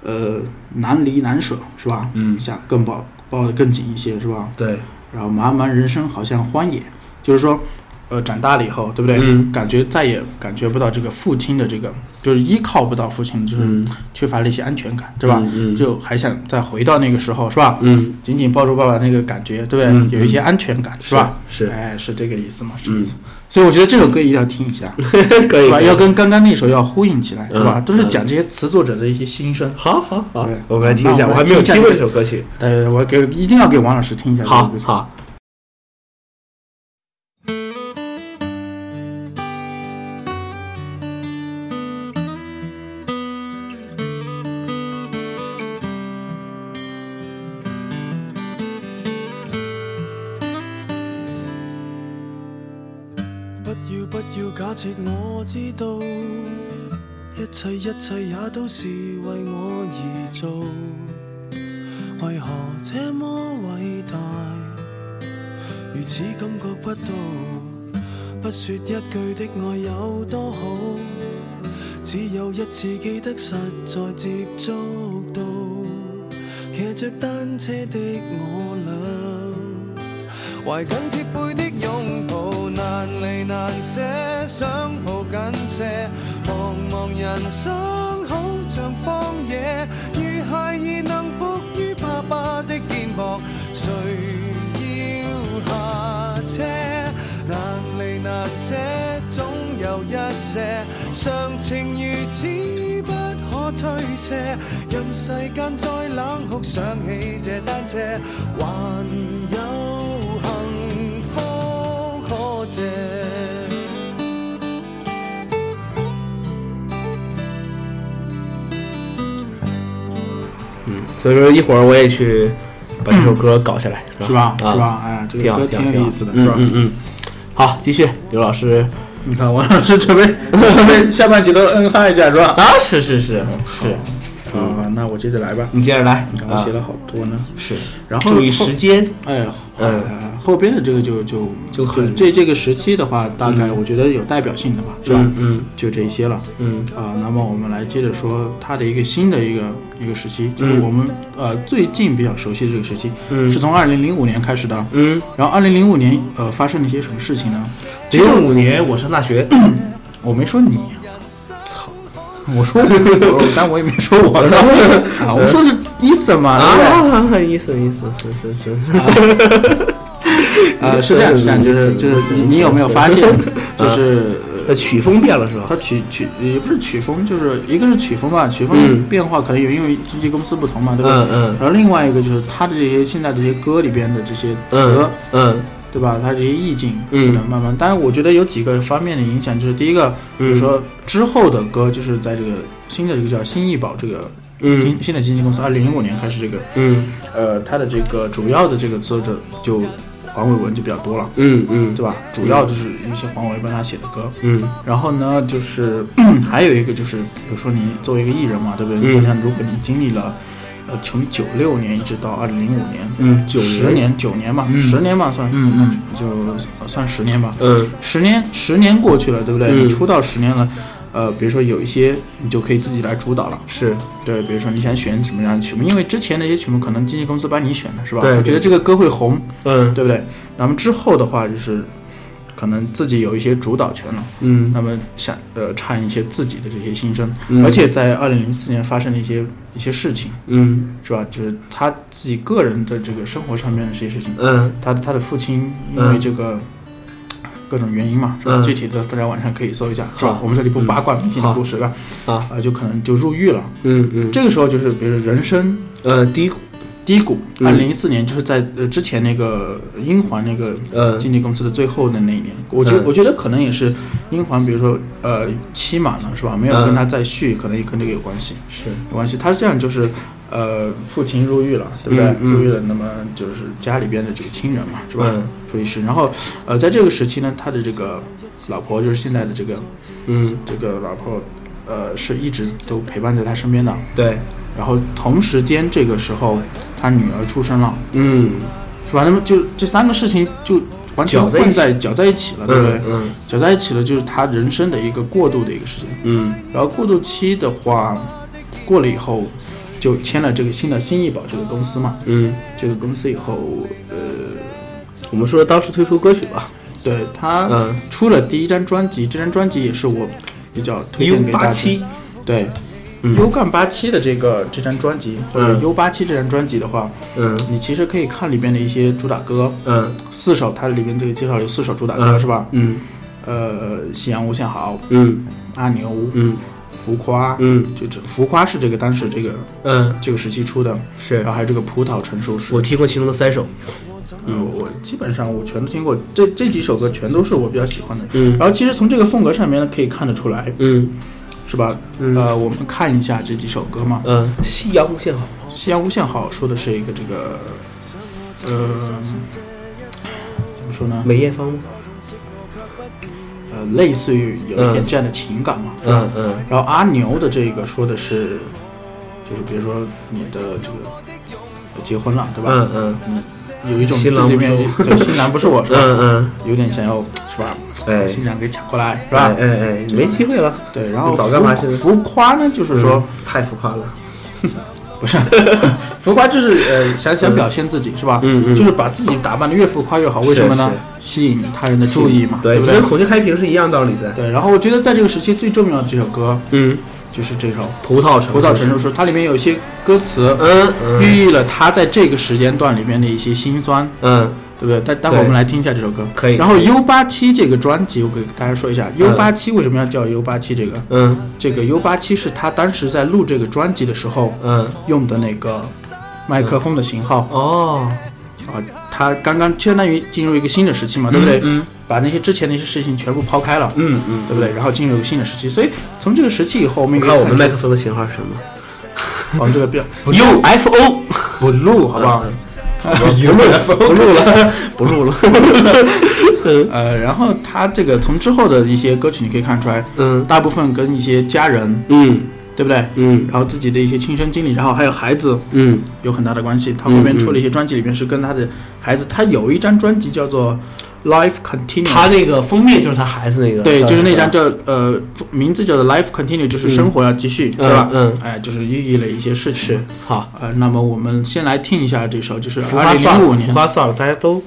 Speaker 3: 呃，难离难舍是吧？
Speaker 6: 嗯
Speaker 3: 想更抱抱得更紧一些是吧？
Speaker 6: 对，
Speaker 3: 然后茫茫人生好像荒野，就是说，呃，长大了以后，对不对？
Speaker 6: 嗯
Speaker 3: 感觉再也感觉不到这个父亲的这个，就是依靠不到父亲，就是
Speaker 6: 嗯
Speaker 3: 缺乏了一些安全感，对吧？
Speaker 6: 嗯嗯
Speaker 3: 就还想再回到那个时候，是吧？
Speaker 6: 嗯
Speaker 3: 紧紧抱住爸爸那个感觉，对不对？
Speaker 6: 嗯
Speaker 3: 有一些安全感，是吧？
Speaker 6: 是是
Speaker 3: 哎，是这个意思嘛？是这个意思。所以我觉得这首歌一定要听一下，
Speaker 6: *laughs* 嗯可
Speaker 3: 是
Speaker 6: 以，
Speaker 3: 吧？
Speaker 6: 可以
Speaker 3: 要跟刚刚那首要呼应起来，是吧？
Speaker 6: 嗯
Speaker 3: 都是
Speaker 6: 嗯
Speaker 3: 讲这些词作者的一些心声。
Speaker 6: 好好好
Speaker 3: 对，
Speaker 6: 我们来听一
Speaker 3: 那
Speaker 6: 下，
Speaker 3: 我
Speaker 6: 我
Speaker 3: 们
Speaker 6: 还
Speaker 3: 来
Speaker 6: 没有
Speaker 3: 听一下
Speaker 6: 听过
Speaker 3: 这
Speaker 6: 这
Speaker 3: 个
Speaker 6: 首歌曲，
Speaker 3: 呃，我给一定要给王老师听一下。
Speaker 6: 好好。
Speaker 4: 不要不要假设我知道，一切一切也都是为我而做，为何这么伟大，如此感觉不到？不说一句的爱有多好，只有一次记得实在接触到，骑着单车的我俩。怀緊貼背的擁抱，難離難捨，想抱緊些。茫茫人生好像荒野，如孩兒能伏於爸爸的肩膊，誰要下車？難離難捨，總有一些常情如此不可推卸，任世間再冷酷，想起這單車，還有。幸福可借。
Speaker 6: 所以说一会儿我也去把这首歌搞下来，
Speaker 3: 是吧？
Speaker 6: 啊
Speaker 3: 是吧？哎，这
Speaker 6: 挺
Speaker 3: 个
Speaker 6: 好，
Speaker 3: 歌
Speaker 6: 挺好，
Speaker 3: 挺
Speaker 6: 挺
Speaker 3: 有
Speaker 6: 好
Speaker 3: 意思的，是
Speaker 6: 嗯
Speaker 3: 吧？
Speaker 6: 嗯嗯。好，继续，刘老师
Speaker 3: 你看，王老师准备 *laughs* 准备下半集都嗯哈一下是吧？
Speaker 6: 啊，是是是是，
Speaker 3: 啊，那我接着来吧。
Speaker 6: 你接着来
Speaker 3: 刚刚
Speaker 6: 啊
Speaker 3: 写，了好多呢，
Speaker 6: 是
Speaker 3: 然后
Speaker 6: 注意时，间，
Speaker 3: 后哎，
Speaker 6: 嗯
Speaker 3: 呃，后边的这个就就
Speaker 6: 就很
Speaker 3: 这这个时期的话，大概我觉得有代表性的吧，是吧
Speaker 6: 嗯？嗯
Speaker 3: 就这一些了。
Speaker 6: 嗯
Speaker 3: 啊，那么我们来接着说它的一个新的一个一个时期，就是
Speaker 6: 嗯
Speaker 3: 我们呃最近比较熟悉的这个时期，
Speaker 6: 嗯
Speaker 3: 是从二零零五年开始的。
Speaker 6: 嗯，
Speaker 3: 然后二零零五年呃发生了一些什么事情呢？其实
Speaker 6: 零五年我上大学，
Speaker 3: 我没说你，操！我说
Speaker 6: *laughs*
Speaker 3: 我，但我也没说我啊，我说的是 Eason 嘛，对
Speaker 6: 啊， *laughs* 意思意思思思思，
Speaker 3: 不对？呃，是这样，是这样，就是就是你你有没有发现，就是
Speaker 6: 呃，曲风变了是吧？
Speaker 3: 它曲曲也不是曲风，就是一个是曲风吧，曲
Speaker 6: 嗯
Speaker 3: 风变化可能有因为经纪公司不同嘛，对吧？
Speaker 6: 嗯嗯
Speaker 3: 然后另外一个就是它的这些现在这些歌里边的这些词
Speaker 6: 嗯，嗯
Speaker 3: 对吧？它这些意境，
Speaker 6: 嗯
Speaker 3: 可能慢慢。当然，我觉得有几个方面的
Speaker 6: 嗯
Speaker 3: 影响，就是第一个，比如说之后的歌，就是在这个新的这个叫新艺宝这个
Speaker 5: 嗯
Speaker 3: 经新的经纪公司，二零零五年开始这个，
Speaker 5: 嗯
Speaker 3: 呃，它的这个主要的这个作者就黄伟文就比较多了，
Speaker 5: 嗯嗯
Speaker 3: 对吧？主要就是一些黄伟帮他写的歌，
Speaker 5: 嗯
Speaker 3: 然后呢，就是 *clears throat* 还有一个就是，比如说你作为一个艺人嘛，对不对？
Speaker 5: 嗯
Speaker 3: 你想想，如果你经历了，呃，从九六年一直到二零零五年，
Speaker 5: 嗯
Speaker 3: 九十年九年吧，十年吧算，嗯嗯，就算十年吧，
Speaker 5: 嗯
Speaker 3: 十年十年过去了，对不对？
Speaker 5: 嗯
Speaker 3: 你出道十年了，呃，比如说有一些你就可以自己来主导了，
Speaker 5: 是
Speaker 3: 对，比如说你想选什么样的曲目，因为之前那些曲目可能经纪公司帮你选的是吧？
Speaker 5: 对
Speaker 3: 他觉
Speaker 5: 对
Speaker 3: 得这个歌会红，
Speaker 5: 嗯
Speaker 3: 对不对？那么之后的话就是，可能自己有一些主导权了。
Speaker 5: 嗯
Speaker 3: 那么想呃唱一些自己的这些心声，
Speaker 5: 嗯
Speaker 3: 而且在二零零四年发生了一些一些事情，
Speaker 5: 嗯
Speaker 3: 是吧？就是他自己个人的这个生活上面的这些事情，
Speaker 5: 嗯
Speaker 3: 他的他的父亲因
Speaker 5: 嗯
Speaker 3: 为这个各种原因嘛，是吧？
Speaker 5: 嗯
Speaker 3: 具体的大家晚上可以搜一下，是吧
Speaker 5: 好？
Speaker 3: 我们这里不八卦明星的
Speaker 5: 好
Speaker 3: 故事，是吧？
Speaker 5: 啊
Speaker 3: 啊，就可能就入狱了。
Speaker 5: 嗯嗯
Speaker 3: 这个时候就是，比如说人生
Speaker 5: 嗯低谷
Speaker 3: 低谷。
Speaker 5: 嗯
Speaker 3: 二零一四年就是在呃之前那个呃英皇那个
Speaker 5: 嗯
Speaker 3: 经纪公司的最后的那一年，我觉
Speaker 5: 嗯
Speaker 3: 我觉得可能也是英皇，比如说呃期满了是吧？没有
Speaker 5: 嗯
Speaker 3: 跟他再续，可能也跟这个有关系，
Speaker 5: 是
Speaker 3: 有关系。他是这样就是。呃，父亲入狱了，对不对？
Speaker 5: 嗯嗯
Speaker 3: 入狱了，那么就是家里边的这个亲人嘛，是吧
Speaker 5: 嗯？
Speaker 3: 所以是，然后，呃，在这个时期呢，他的这个老婆就是现在的这个
Speaker 5: 嗯
Speaker 3: 这个老婆，呃，是一直都陪伴在他身边的。
Speaker 5: 对
Speaker 3: 然后同时间这个时候，他女儿出生了，
Speaker 5: 嗯
Speaker 3: 是吧？那么就这三个事情就完全
Speaker 5: 搅在一
Speaker 3: 混
Speaker 5: 起
Speaker 3: 在搅在一起了，对不对
Speaker 5: 嗯？嗯
Speaker 3: 搅在一起了，就是他人生的一个过渡的一个时间。
Speaker 5: 嗯
Speaker 3: 然后过渡期的话，过了以后，就签了这个新的新艺宝这个公司嘛。
Speaker 5: 嗯，
Speaker 3: 这个公司以后，呃，
Speaker 5: 我们说当时推出歌曲吧，
Speaker 3: 对他
Speaker 5: 嗯
Speaker 3: 出了第一张专辑，这张专辑也是我比较推
Speaker 5: U
Speaker 3: 荐给大
Speaker 5: 八
Speaker 3: 家。
Speaker 5: 七，
Speaker 3: 对。
Speaker 5: 嗯
Speaker 3: U 杠八七的这个这张专辑，或者
Speaker 5: 嗯
Speaker 3: U 八七这张专辑的话，
Speaker 5: 嗯
Speaker 3: 你其实可以看里边的一些主打歌，
Speaker 5: 嗯
Speaker 3: 四首，它里边这个介绍有四首主打歌、
Speaker 5: 嗯
Speaker 3: 是吧？
Speaker 5: 嗯
Speaker 3: 呃，夕阳无限好，
Speaker 5: 嗯
Speaker 3: 阿牛，
Speaker 5: 嗯
Speaker 3: 浮夸，，
Speaker 5: 嗯
Speaker 3: 就这浮夸是这个当时这个
Speaker 5: 嗯
Speaker 3: 这个时期出的，
Speaker 5: 是
Speaker 3: 然后还有这个葡萄成熟时，
Speaker 5: 我听过其中的三首，
Speaker 3: 嗯，我基本上我全都听过，这这几首歌全都是我比较喜欢的。
Speaker 5: 嗯
Speaker 3: 然后其实从这个风格上面呢，可以看得出来，
Speaker 5: 嗯
Speaker 3: 是吧？
Speaker 5: 嗯
Speaker 3: 呃，我们看一下这几首歌嘛，
Speaker 5: 嗯，夕阳无限好，
Speaker 3: 夕阳无限好》说的是一个这个，呃，怎么说呢？
Speaker 5: 梅艳芳吗？
Speaker 3: 呃，类似于有一点这样的情感嘛，是吧？
Speaker 5: 嗯嗯
Speaker 3: 然后阿牛的这个说的是，就是比如说你的这个呃结婚了，对吧？
Speaker 5: 嗯嗯
Speaker 3: 你有一种
Speaker 5: 新郎
Speaker 3: 自己里
Speaker 5: 不是
Speaker 3: 面
Speaker 5: 我
Speaker 3: 对新郎不是我，是吧？
Speaker 5: 嗯嗯，
Speaker 3: 有点想要是吧？
Speaker 5: 哎
Speaker 3: 把新娘给抢过来，是
Speaker 5: 哎
Speaker 3: 吧？
Speaker 5: 哎哎，没机会了，
Speaker 3: 对，然后
Speaker 5: 早干嘛
Speaker 3: 浮
Speaker 5: 现在
Speaker 3: 浮夸呢，就是说、
Speaker 5: 嗯太浮夸了，
Speaker 3: 不是 *laughs* 浮夸，就是呃想想表现自己是吧？
Speaker 5: 嗯嗯
Speaker 3: 就是把自己打扮的越浮夸越好，为什么呢？吸引他人的注意嘛，
Speaker 5: 对，
Speaker 3: 不
Speaker 5: 就
Speaker 3: 对
Speaker 5: 跟？孔雀开屏是一样道理在，
Speaker 3: 对，然后我觉得在这个时期最重要的这首歌
Speaker 5: 嗯，
Speaker 3: 就是这首
Speaker 5: 葡萄成
Speaker 3: 《葡萄成熟时》，它里面有一些歌词
Speaker 5: 嗯嗯
Speaker 3: 寓意了他在这个时间段里面的一些辛酸，
Speaker 5: 嗯
Speaker 3: 对不对？待待会儿
Speaker 5: 对
Speaker 3: 我们来听一下这首歌，
Speaker 5: 可以
Speaker 3: 然后 U 八七这个专辑，我给大家说一下，U 八七为什么要叫 U 八七？这个
Speaker 5: 嗯
Speaker 3: 这个 U 八七是他当时在录这个专辑的时候
Speaker 5: 嗯，
Speaker 3: 用的那个麦克风的型号
Speaker 5: 哦，
Speaker 3: 啊，他刚刚相当于进入一个新的时期嘛，对不对？
Speaker 5: 嗯
Speaker 3: 把那些之前的一些事情全部抛开了，
Speaker 5: 嗯嗯，
Speaker 3: 对不对？然后进入一个新的时期，所以从这个时期以后，我们
Speaker 5: 你
Speaker 3: 也
Speaker 5: 看
Speaker 3: 可以
Speaker 5: 我们麦
Speaker 3: 看
Speaker 5: 克
Speaker 3: 出
Speaker 5: 风的型号是什么
Speaker 3: 我们这个标
Speaker 5: *laughs* ？UFO，
Speaker 3: 不录， *laughs* 好不
Speaker 5: 嗯
Speaker 3: 好？
Speaker 5: 不录了，不录了， *laughs* 不录了，
Speaker 3: 呃，然后他这个从之后的一些歌曲，你可以看出来，
Speaker 5: 嗯
Speaker 3: 大部分跟一些家人，
Speaker 5: 嗯
Speaker 3: 对不对？
Speaker 5: 嗯
Speaker 3: 然后自己的一些亲身经历，然后还有孩子
Speaker 5: 嗯，
Speaker 3: 有很大的关系。他后面出了一些专辑，里面是跟他的孩子，他有一张专辑叫做《Life Continue》，
Speaker 5: 他那个封面就是他孩子那个，
Speaker 3: 对，就是那张叫呃名字叫做《Life Continue》，就是生活要继续，对吧？
Speaker 5: 嗯嗯
Speaker 3: 哎，就是寓意了一些事情。
Speaker 5: 是好。
Speaker 3: 呃，那么我们先来听一下这首，就是
Speaker 5: 浮夸
Speaker 3: 二零
Speaker 5: 算
Speaker 3: 零五
Speaker 5: 了，
Speaker 3: 年
Speaker 5: 浮。夸算了，大家都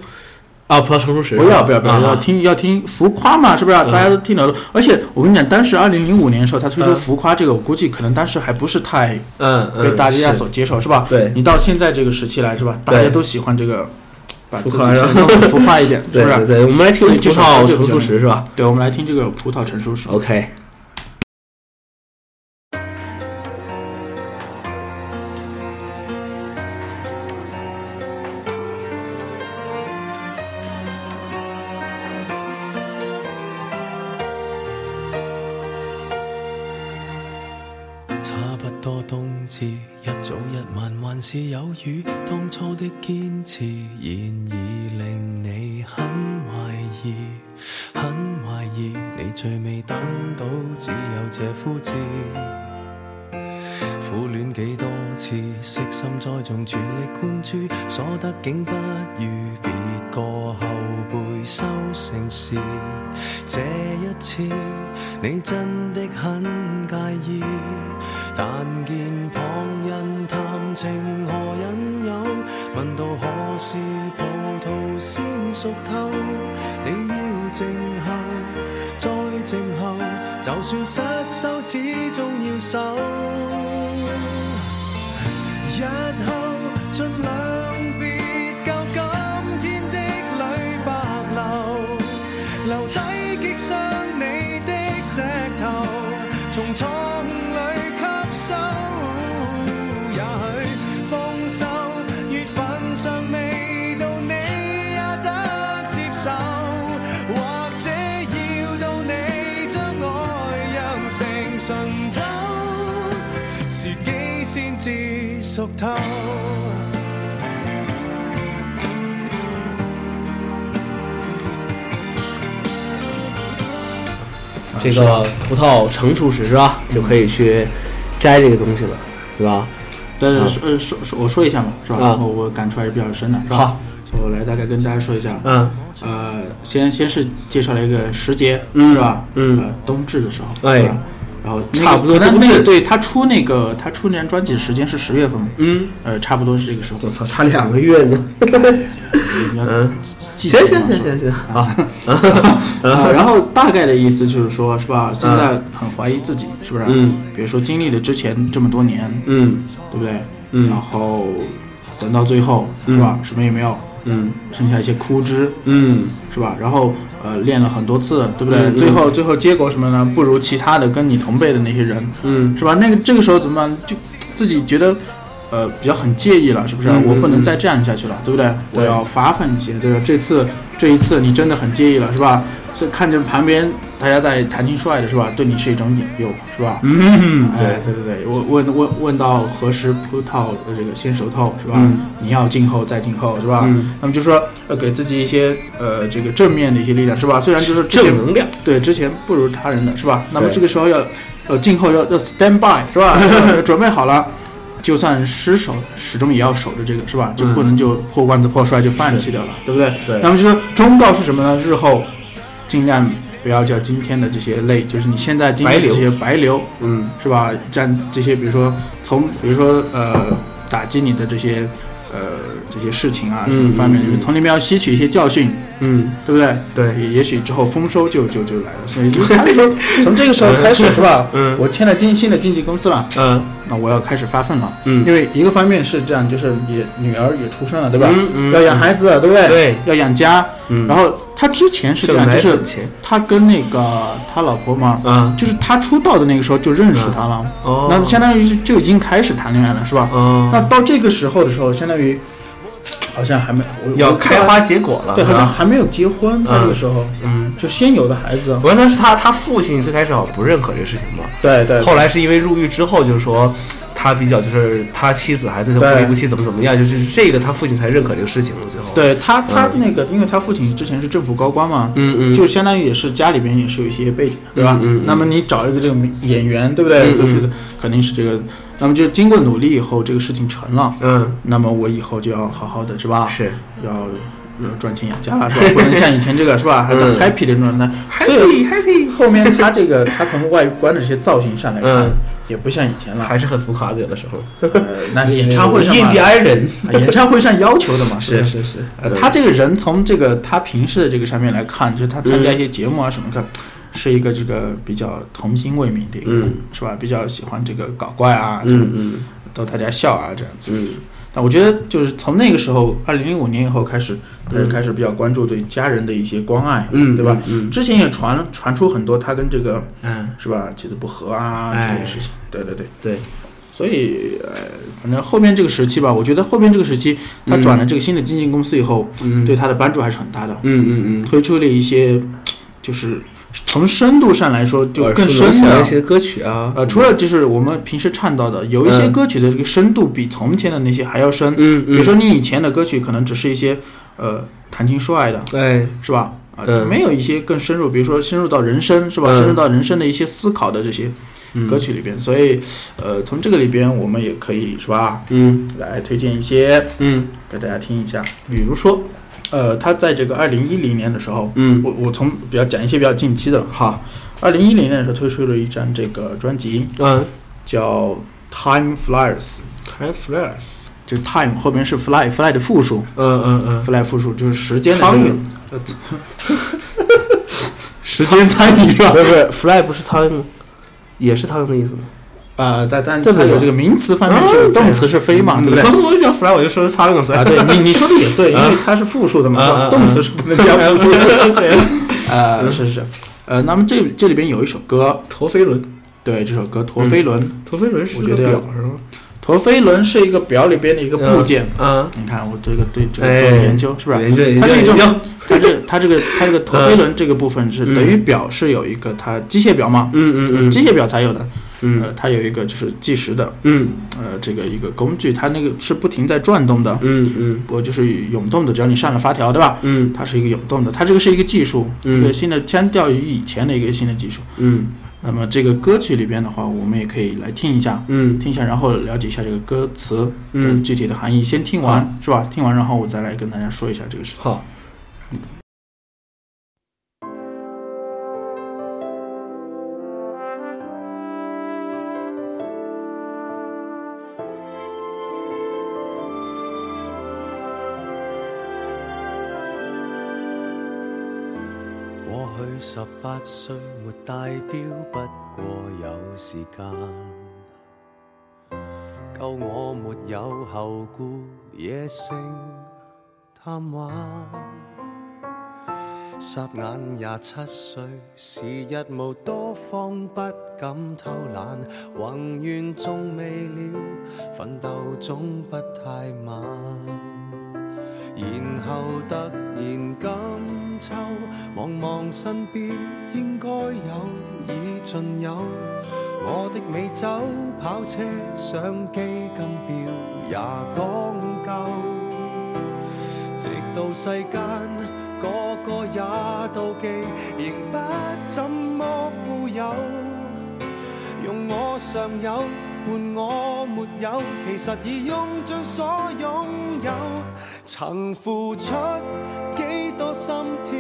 Speaker 5: 啊，葡萄成熟时
Speaker 3: 不要不要不要，
Speaker 5: 啊嗯
Speaker 3: 要听要听浮夸嘛，是不是？啊大家都听得懂。而且我跟你讲，当时二零零五年的时候，他推出
Speaker 5: 嗯
Speaker 3: 浮夸这个，我估计可能当时还不是太
Speaker 5: 嗯嗯，
Speaker 3: 被大家
Speaker 5: 是
Speaker 3: 所接受，是吧？
Speaker 5: 对
Speaker 3: 你到现在这个时期来，是吧？
Speaker 5: 对
Speaker 3: 大家都喜欢这个，把自己
Speaker 5: 浮夸是吧
Speaker 3: 弄得浮夸一
Speaker 5: *laughs*
Speaker 3: 点，是
Speaker 5: 对
Speaker 3: 不
Speaker 5: 对
Speaker 3: 是？
Speaker 5: 对，我们来听
Speaker 3: 所以
Speaker 5: 葡
Speaker 3: 这首
Speaker 5: 萄
Speaker 3: 歌就
Speaker 5: 成
Speaker 3: 比
Speaker 5: 熟
Speaker 3: 较
Speaker 5: 时是吧
Speaker 3: 对，我们来听这个《葡萄成熟时》。
Speaker 5: ？OK，
Speaker 4: 差不多冬至是一早一晚还是有雨，当初的堅持現已令你很懷疑，很懷疑你最未等到只有這枯枝。苦戀幾多次，悉心栽種，全力灌注，所得竟不如別個後輩收成時。這一次，你真的很介意，但見旁人談情何引誘，問到何時葡萄先熟透，你要靜候，再靜候，就算失收，始終要守。日後盡量別教今天的淚白流，留低擊傷你的石頭，從創裏吸收。也許豐收月份尚未到，你也得接受，或者要到你將愛釀成醇酒。時機先至熟透。
Speaker 5: 这个葡萄成熟时是吧，就可以去摘这个东西了，对吧？
Speaker 3: 但是说呃说说我说一下嘛，是吧？
Speaker 5: 啊
Speaker 3: 然后我感触还是比较深的，是吧？
Speaker 5: 好，
Speaker 3: 我来大概跟大家说一下，
Speaker 5: 嗯，
Speaker 3: 呃，先先是介绍了一个时节，
Speaker 5: 嗯
Speaker 3: 是吧？
Speaker 5: 嗯
Speaker 3: 呃，冬至的时候，
Speaker 5: 哎
Speaker 3: 是吧然后那个
Speaker 5: 差不多
Speaker 3: 可能
Speaker 5: 冬
Speaker 3: 那
Speaker 5: 至
Speaker 3: 个对他出那个他出那张专辑的时间是十月份，
Speaker 5: 嗯，
Speaker 3: 呃，差不多是这个时候
Speaker 5: 我。操，差两个月呢。
Speaker 3: 你要
Speaker 5: 嗯
Speaker 3: 记记
Speaker 5: 行
Speaker 3: 得
Speaker 5: 行
Speaker 3: 嘛
Speaker 5: 行行行，好，
Speaker 3: *laughs* 啊，然
Speaker 5: *laughs*
Speaker 3: 后大概的意思就是说，是吧？现在很怀疑自己，是不是？
Speaker 5: 嗯。
Speaker 3: 比如说经历了之前这么多年，
Speaker 5: 嗯
Speaker 3: 对不对？
Speaker 5: 嗯
Speaker 3: 然后等到最后，是吧？什么也没有，
Speaker 5: 嗯
Speaker 3: 剩下一些枯枝，
Speaker 5: 嗯
Speaker 3: 是吧？然后呃，练了很多次，对不对？
Speaker 5: 嗯嗯
Speaker 3: 最后最后结果什么呢？不如其他的跟你同辈的那些人，
Speaker 5: 嗯
Speaker 3: 是吧？那个这个时候怎么办？就自己觉得。呃，比较很介意了，是不是？
Speaker 5: 嗯嗯嗯
Speaker 3: 我不能再这样下去了，对不对？我
Speaker 5: 对
Speaker 3: 要发奋一些，对吧？这次这一次你真的很介意了，是吧？这看着旁边大家在谈情说爱的，是吧？对你是一种引诱，是吧？嗯，
Speaker 5: 嗯，
Speaker 3: 对
Speaker 5: 对，
Speaker 3: 对对对，我问问问到何时葡萄的这个先熟透，是吧？
Speaker 5: 嗯
Speaker 3: 你要静候再静候，是吧？
Speaker 5: 嗯
Speaker 3: 那么就说呃，给自己一些呃这个正面的一些力量，是吧？虽然就是之前
Speaker 5: 正能量。
Speaker 3: 对，之前不如他人的是吧？那么
Speaker 5: 对
Speaker 3: 这个时候要，呃，静候要要 stand by 是
Speaker 5: *laughs*
Speaker 3: 吧？要准备好了，就算失手，始终也要守着这个是吧？就不能就破罐子破摔就放弃掉了，对不对？
Speaker 5: 嗯对
Speaker 3: 那么就说忠告是什么呢？日后尽量不要叫今天的这些累，就是你现在今天的
Speaker 5: 白流
Speaker 3: 这些白流
Speaker 5: 嗯
Speaker 3: 是吧？占这些，比如说从，比如说呃，打击你的这些呃这些事情啊，什
Speaker 5: 嗯
Speaker 3: 么方面，
Speaker 5: 嗯
Speaker 3: 就是从里面要吸取一些教训，
Speaker 5: 嗯，
Speaker 3: 对不对？对，也也许之后丰收就就就来了，所以就 *laughs* 他就说从这个时候开始是吧？
Speaker 5: 嗯
Speaker 3: 我签了经新的经纪公司了，
Speaker 5: 嗯
Speaker 3: 那我要开始发奋了。
Speaker 5: 嗯
Speaker 3: 因为一个方面是这样，就是也女儿也出生了，对吧？
Speaker 5: 嗯嗯
Speaker 3: 要养孩子了，对不对？
Speaker 5: 对，
Speaker 3: 要养家。
Speaker 5: 嗯
Speaker 3: 然后他之前是这样，
Speaker 5: 挣奶
Speaker 3: 就
Speaker 5: 粉
Speaker 3: 是
Speaker 5: 钱
Speaker 3: 他跟那个他老婆嘛，
Speaker 5: 啊
Speaker 3: 就是他出道的那个时候就认识他了，
Speaker 5: 哦
Speaker 3: 那相当于是就已经开始谈恋爱了，是吧？
Speaker 5: 哦
Speaker 3: 那到这个时候的时候，相当于好像还没我
Speaker 5: 要
Speaker 3: 我知道
Speaker 5: 开花结果了，
Speaker 3: 对，好像
Speaker 5: 是吧
Speaker 3: 还没有结婚，他这个时候，
Speaker 5: 嗯，哦
Speaker 3: 就先有的孩子，
Speaker 5: 我看他是他他父亲最开始好像不认可这事情吧，
Speaker 3: 对对
Speaker 5: 后来是因为入狱之后，就是说他比较就是他妻子还对他不离不弃，怎么怎么样，就是这个他父亲才认可这个事情的。最后，，
Speaker 3: 对他他
Speaker 5: 嗯
Speaker 3: 那个，因为他父亲之前是政府高官嘛，
Speaker 5: 嗯嗯
Speaker 3: 就相当于也是家里边也是有一些背景的，对吧？
Speaker 5: 嗯嗯嗯
Speaker 3: 那么你找一个这种演员，对不
Speaker 5: 嗯
Speaker 3: 对？
Speaker 5: 嗯
Speaker 3: 就是肯定是这个，那么就经过努力以后，这个事情成了，
Speaker 5: 嗯，
Speaker 3: 那么我以后就要好好的，是吧？
Speaker 5: 是，
Speaker 3: 要要赚钱养家了，是吧？不能像以前这个，是吧？还在
Speaker 5: 嗯
Speaker 3: happy 的那种状态。所以 happy 后面他这个他从外观的这些造型上来看
Speaker 5: 嗯，
Speaker 3: 也不像以前了。
Speaker 5: 还是很浮夸的，有的时 *laughs* 候。
Speaker 3: 呃，那是演唱会上嘛
Speaker 5: 印第安人
Speaker 3: 啊
Speaker 5: *laughs*
Speaker 3: 演唱会上要求的嘛，是不
Speaker 5: 哎是 *laughs* 是
Speaker 3: 呃，他这个人从这个他平时的这个上面来看，就是他参加一些节目啊什么的，是一个这个比较童心未泯的一个人，
Speaker 5: 嗯
Speaker 3: 是吧？比较喜欢这个搞怪啊，
Speaker 5: 嗯嗯
Speaker 3: 逗大家笑啊这样子。
Speaker 5: 嗯
Speaker 3: 那我觉得就是从那个时候，二零零五年以后开始，他就开始比较关注对家人的一些关爱，
Speaker 5: 嗯
Speaker 3: 对吧？
Speaker 5: 嗯嗯
Speaker 3: 之前也传传出很多他跟这个
Speaker 5: 嗯，
Speaker 3: 是吧妻子不和啊
Speaker 5: 哎
Speaker 3: 这些事情，对对对。
Speaker 5: 对，
Speaker 3: 所以呃，反正后面这个时期吧，我觉得后面这个时期，他转了这个新的经纪公司以后，
Speaker 5: 嗯
Speaker 3: 对他的帮助还是很大的，
Speaker 5: 嗯嗯嗯
Speaker 3: 推出了一些就是从深度上来说就
Speaker 5: 耳熟
Speaker 3: 更深
Speaker 5: 能详
Speaker 3: 了
Speaker 5: 一。些歌曲啊，
Speaker 3: 呃，除了就是我们平时唱到的，有一些
Speaker 5: 嗯
Speaker 3: 歌曲的这个深度比从前的那些还要深。
Speaker 5: 嗯
Speaker 3: 比如
Speaker 5: 嗯，
Speaker 3: 说你以前的歌曲可能只是一些呃谈情说爱的，
Speaker 5: 哎，
Speaker 3: 是吧？啊，
Speaker 5: 嗯
Speaker 3: 没有一些更深入，比如说深入到人生，是吧？
Speaker 5: 嗯
Speaker 3: 深入到人生的一些思考的这些歌曲里边，所以，呃，从这个里边我们也可以是吧，
Speaker 5: 嗯
Speaker 3: 来推荐一些
Speaker 5: 嗯
Speaker 3: 给大家听一下。比如说，呃，他在这个二零一零年的时候，
Speaker 5: 嗯
Speaker 3: 我我从比较讲一些比较近期的了哈，二零一零年的时候推出了一张这个专辑
Speaker 5: 嗯
Speaker 3: 叫《Time Flies》，
Speaker 5: ，Time Flares，
Speaker 3: 就 time 后面是 fly，fly 的复数，
Speaker 5: 嗯嗯嗯，
Speaker 3: fly 复数就是时间的
Speaker 5: 苍
Speaker 3: 这个
Speaker 5: 蝇
Speaker 3: 呃苍 *laughs*
Speaker 5: 时间参与
Speaker 3: 是吧
Speaker 5: 不是不是，fly 不是苍蝇吗？也是苍蝇的意思吗？
Speaker 3: 呃，但但
Speaker 5: 这
Speaker 3: 它
Speaker 5: 里
Speaker 3: 有
Speaker 5: 吗
Speaker 3: 这个名词方面
Speaker 5: 啊
Speaker 3: 是动词是飞嘛，对不对？
Speaker 5: *laughs* 我想 fly 我就说是苍蝇
Speaker 3: 啊，
Speaker 5: 噻。
Speaker 3: 对你你说的也对，因
Speaker 5: 啊
Speaker 3: 为它是复数的嘛，
Speaker 5: 啊
Speaker 3: 是
Speaker 5: 啊
Speaker 3: 吧
Speaker 5: 啊
Speaker 3: 动词是不能加复数的。
Speaker 5: *laughs*
Speaker 3: *laughs*
Speaker 5: 对，嗯 *laughs*
Speaker 3: 呃，是是是，呃，那么这这里边有一首歌，
Speaker 5: 陀飞轮，
Speaker 3: 对，这首歌《陀飞轮》，
Speaker 5: 陀飞轮是
Speaker 3: 我
Speaker 5: 个
Speaker 3: 觉得
Speaker 5: 表是吗？
Speaker 3: 陀飞轮是一个表里边的一个部件。
Speaker 5: 啊，
Speaker 3: 你看我这个对这个
Speaker 5: 哎
Speaker 3: 做研究是不是？
Speaker 5: 研究研
Speaker 3: 它
Speaker 5: 究
Speaker 3: 是一
Speaker 5: 研
Speaker 3: 种
Speaker 5: 究，
Speaker 3: 它这它这个它这个陀飞轮这个部分是
Speaker 5: 嗯
Speaker 3: 等于表是有一个它机械表嘛，
Speaker 5: 嗯嗯嗯
Speaker 3: 机械表才有的，呃，
Speaker 5: 嗯
Speaker 3: 它有一个就是计时的，
Speaker 5: 嗯
Speaker 3: 呃，这个一个工具，它那个是不停在转动的，
Speaker 5: 嗯嗯
Speaker 3: 我就是涌动的，只要你上了发条，对吧？
Speaker 5: 嗯
Speaker 3: 它是一个涌动的，它这个是一个技术，
Speaker 5: 嗯
Speaker 3: 一个新的相较于以前的一个新的技术。
Speaker 5: 嗯
Speaker 3: 那么这个歌曲里边的话，我们也可以来听一下，
Speaker 5: 嗯
Speaker 3: 听一下，然后了解一下这个歌词的
Speaker 5: 嗯
Speaker 3: 具体的含义。先听完是吧？听完然后我再来跟大家说一下这个事情。
Speaker 5: 好，
Speaker 4: 过去十八岁没戴表，不過有時間，夠我沒有後顧，野性貪玩。霎眼廿七歲，時日無多方，不敢偷懶，宏願仲未了，奮鬥總不太晚。然後突然今秋，望望身邊應該有已盡有，我的美酒、跑車、相機、金表也講究，直到世間個個也妒忌，仍不怎麼富有。用我尚有換我沒有，其實已用盡所擁有。曾付出幾多心跳，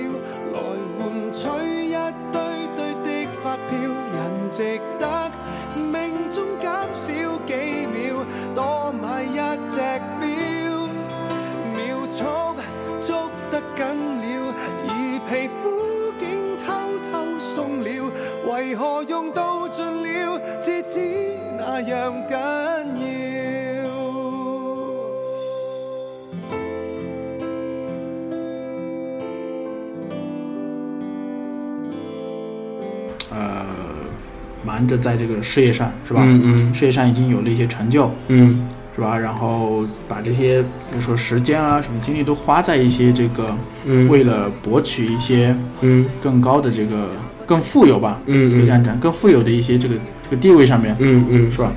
Speaker 4: 來換取一堆堆的發票。人值得命中減少幾秒，多買一隻表。秒速捉得緊了，而皮膚竟偷偷鬆了。為何用到盡了，至知那樣緊要？
Speaker 3: 呃，忙着在这个事业上是吧？
Speaker 5: 嗯
Speaker 3: 事业上已经有了一些成就，
Speaker 5: 嗯
Speaker 3: 是吧？然后把这些，比如说时间啊、什么精力都花在一些这个，
Speaker 5: 嗯
Speaker 3: 为了博取一些
Speaker 5: 嗯
Speaker 3: 更高的这个更富有吧，
Speaker 5: 嗯
Speaker 3: 可以这
Speaker 5: 嗯
Speaker 3: 样讲，更富有的一些这个这个地位上面，
Speaker 5: 嗯嗯
Speaker 3: 是吧？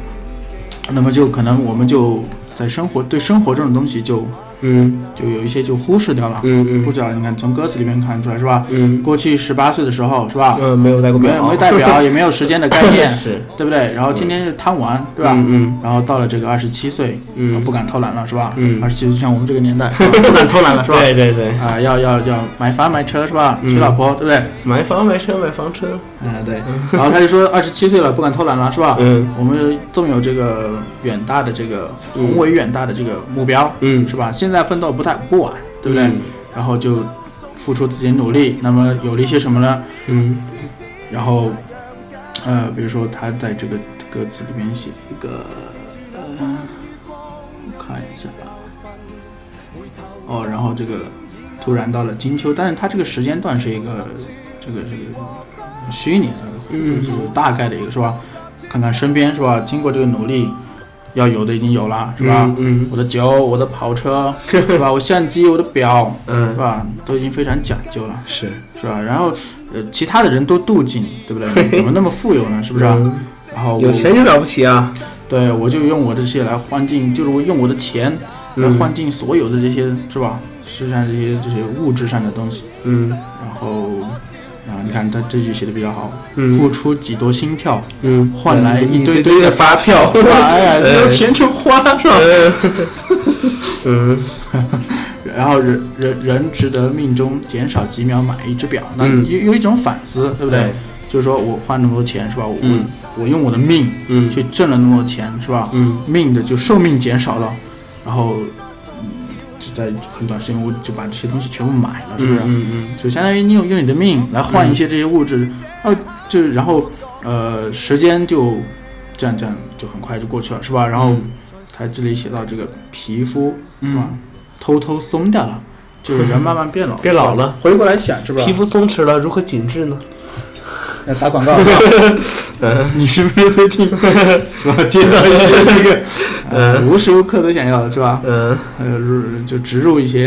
Speaker 3: 那么就可能我们就在生活对生活这种东西就
Speaker 5: 嗯
Speaker 3: 就有一些就忽视掉了，
Speaker 5: 嗯
Speaker 3: 忽
Speaker 5: 嗯
Speaker 3: 视掉了。你看从歌词里面看出来是吧？
Speaker 5: 嗯
Speaker 3: 过去十八岁的时候是吧？
Speaker 5: 嗯，没有带过
Speaker 3: 没
Speaker 5: 表，
Speaker 3: 有没有代
Speaker 5: *laughs*
Speaker 3: 表，也没有时间的概念，
Speaker 5: 是，
Speaker 3: 对不对？然后天天是贪玩，对吧？
Speaker 5: 嗯
Speaker 3: 然后到了这个二十七岁，
Speaker 5: 嗯
Speaker 3: 不敢偷懒了，是吧？
Speaker 5: 嗯
Speaker 3: 二十七岁像我们这个年
Speaker 5: *laughs*
Speaker 3: 代，是吧不敢偷懒了，
Speaker 5: 嗯，
Speaker 3: 是吧？
Speaker 5: 对对对，
Speaker 3: 啊，要要要买房买车是吧？
Speaker 5: 嗯
Speaker 3: 娶老婆，对不对？
Speaker 5: 买房买车买房车，
Speaker 3: 啊，对。然后他就说二十七岁了，不敢偷懒了，是吧？
Speaker 5: 嗯
Speaker 3: 我们纵有这个远大的这个宏伟远大的这个目标，
Speaker 5: 嗯
Speaker 3: 是吧？现在奋斗不太不晚，对不对？
Speaker 5: 嗯
Speaker 3: 然后就付出自己的努力，那么有了一些什么呢？
Speaker 5: 嗯
Speaker 3: 然后，呃，比如说他在这个歌词里面写一个，呃，我看一下啊，哦，然后这个突然到了金秋，但是他这个时间段是一个这个这个虚拟的，
Speaker 5: 嗯
Speaker 3: 就是大概的一个是吧？看看身边是吧？经过这个努力，要有的已经有了是吧？
Speaker 5: 嗯
Speaker 3: 我的酒，我的跑车，是吧？我相机，我的表，是
Speaker 5: 嗯
Speaker 3: 吧？都已经非常讲究了。
Speaker 5: 是，
Speaker 3: 是吧？然后呃，其他的人都妒忌你，对不
Speaker 5: *laughs*
Speaker 3: 对？你怎么那么富有呢？是不是啊、然后我
Speaker 5: 有钱就了不起啊！
Speaker 3: 对我就用我这些来换进，就是我用我的钱来换进所有的这些，是吧？世上这些这些物质上的东西，
Speaker 5: 嗯
Speaker 3: 然后，然后你看他这句写的比较好，
Speaker 5: 嗯
Speaker 3: 付出几多心
Speaker 5: *laughs*
Speaker 3: 跳，
Speaker 5: 嗯，
Speaker 3: 换来一堆
Speaker 5: 一堆
Speaker 3: 堆的
Speaker 5: 的发
Speaker 3: *laughs*
Speaker 5: 票，
Speaker 3: 哎
Speaker 5: *laughs*
Speaker 3: 呀，
Speaker 5: 哎
Speaker 3: 有钱就花是吧？
Speaker 5: 嗯
Speaker 3: *laughs*
Speaker 5: 嗯
Speaker 3: 然后人人人值得命中减少几秒买一只表，那
Speaker 5: 嗯
Speaker 3: 有有一种反思，对不对？
Speaker 5: 对
Speaker 3: 就是说我花那么多钱是吧？我、
Speaker 5: 嗯
Speaker 3: 我用我的命
Speaker 5: 嗯
Speaker 3: 去挣了那么多钱是吧？
Speaker 5: 嗯
Speaker 3: 命的就寿命减少了，然后、嗯就在很短时间我就把这些东西全部买了，是啊不是？
Speaker 5: 嗯
Speaker 3: 就相当于你有用你的命来换一些这些物质，呃、就然后呃时间就这样这样就很快就过去了，是吧？然
Speaker 5: 嗯
Speaker 3: 后他这里写到这个皮肤是吧，偷偷松掉了，就是人慢慢变老，
Speaker 5: 变老了
Speaker 3: 是吧。回过来想是吧？
Speaker 5: 嗯，皮肤松弛了，如何紧致呢？
Speaker 3: 呃打广告，你是不是最近 *laughs* 是吧接到一些那个 *laughs* 呃无时无刻都想要是吧？
Speaker 5: 嗯，
Speaker 3: 呃入就植入一 *laughs* 些，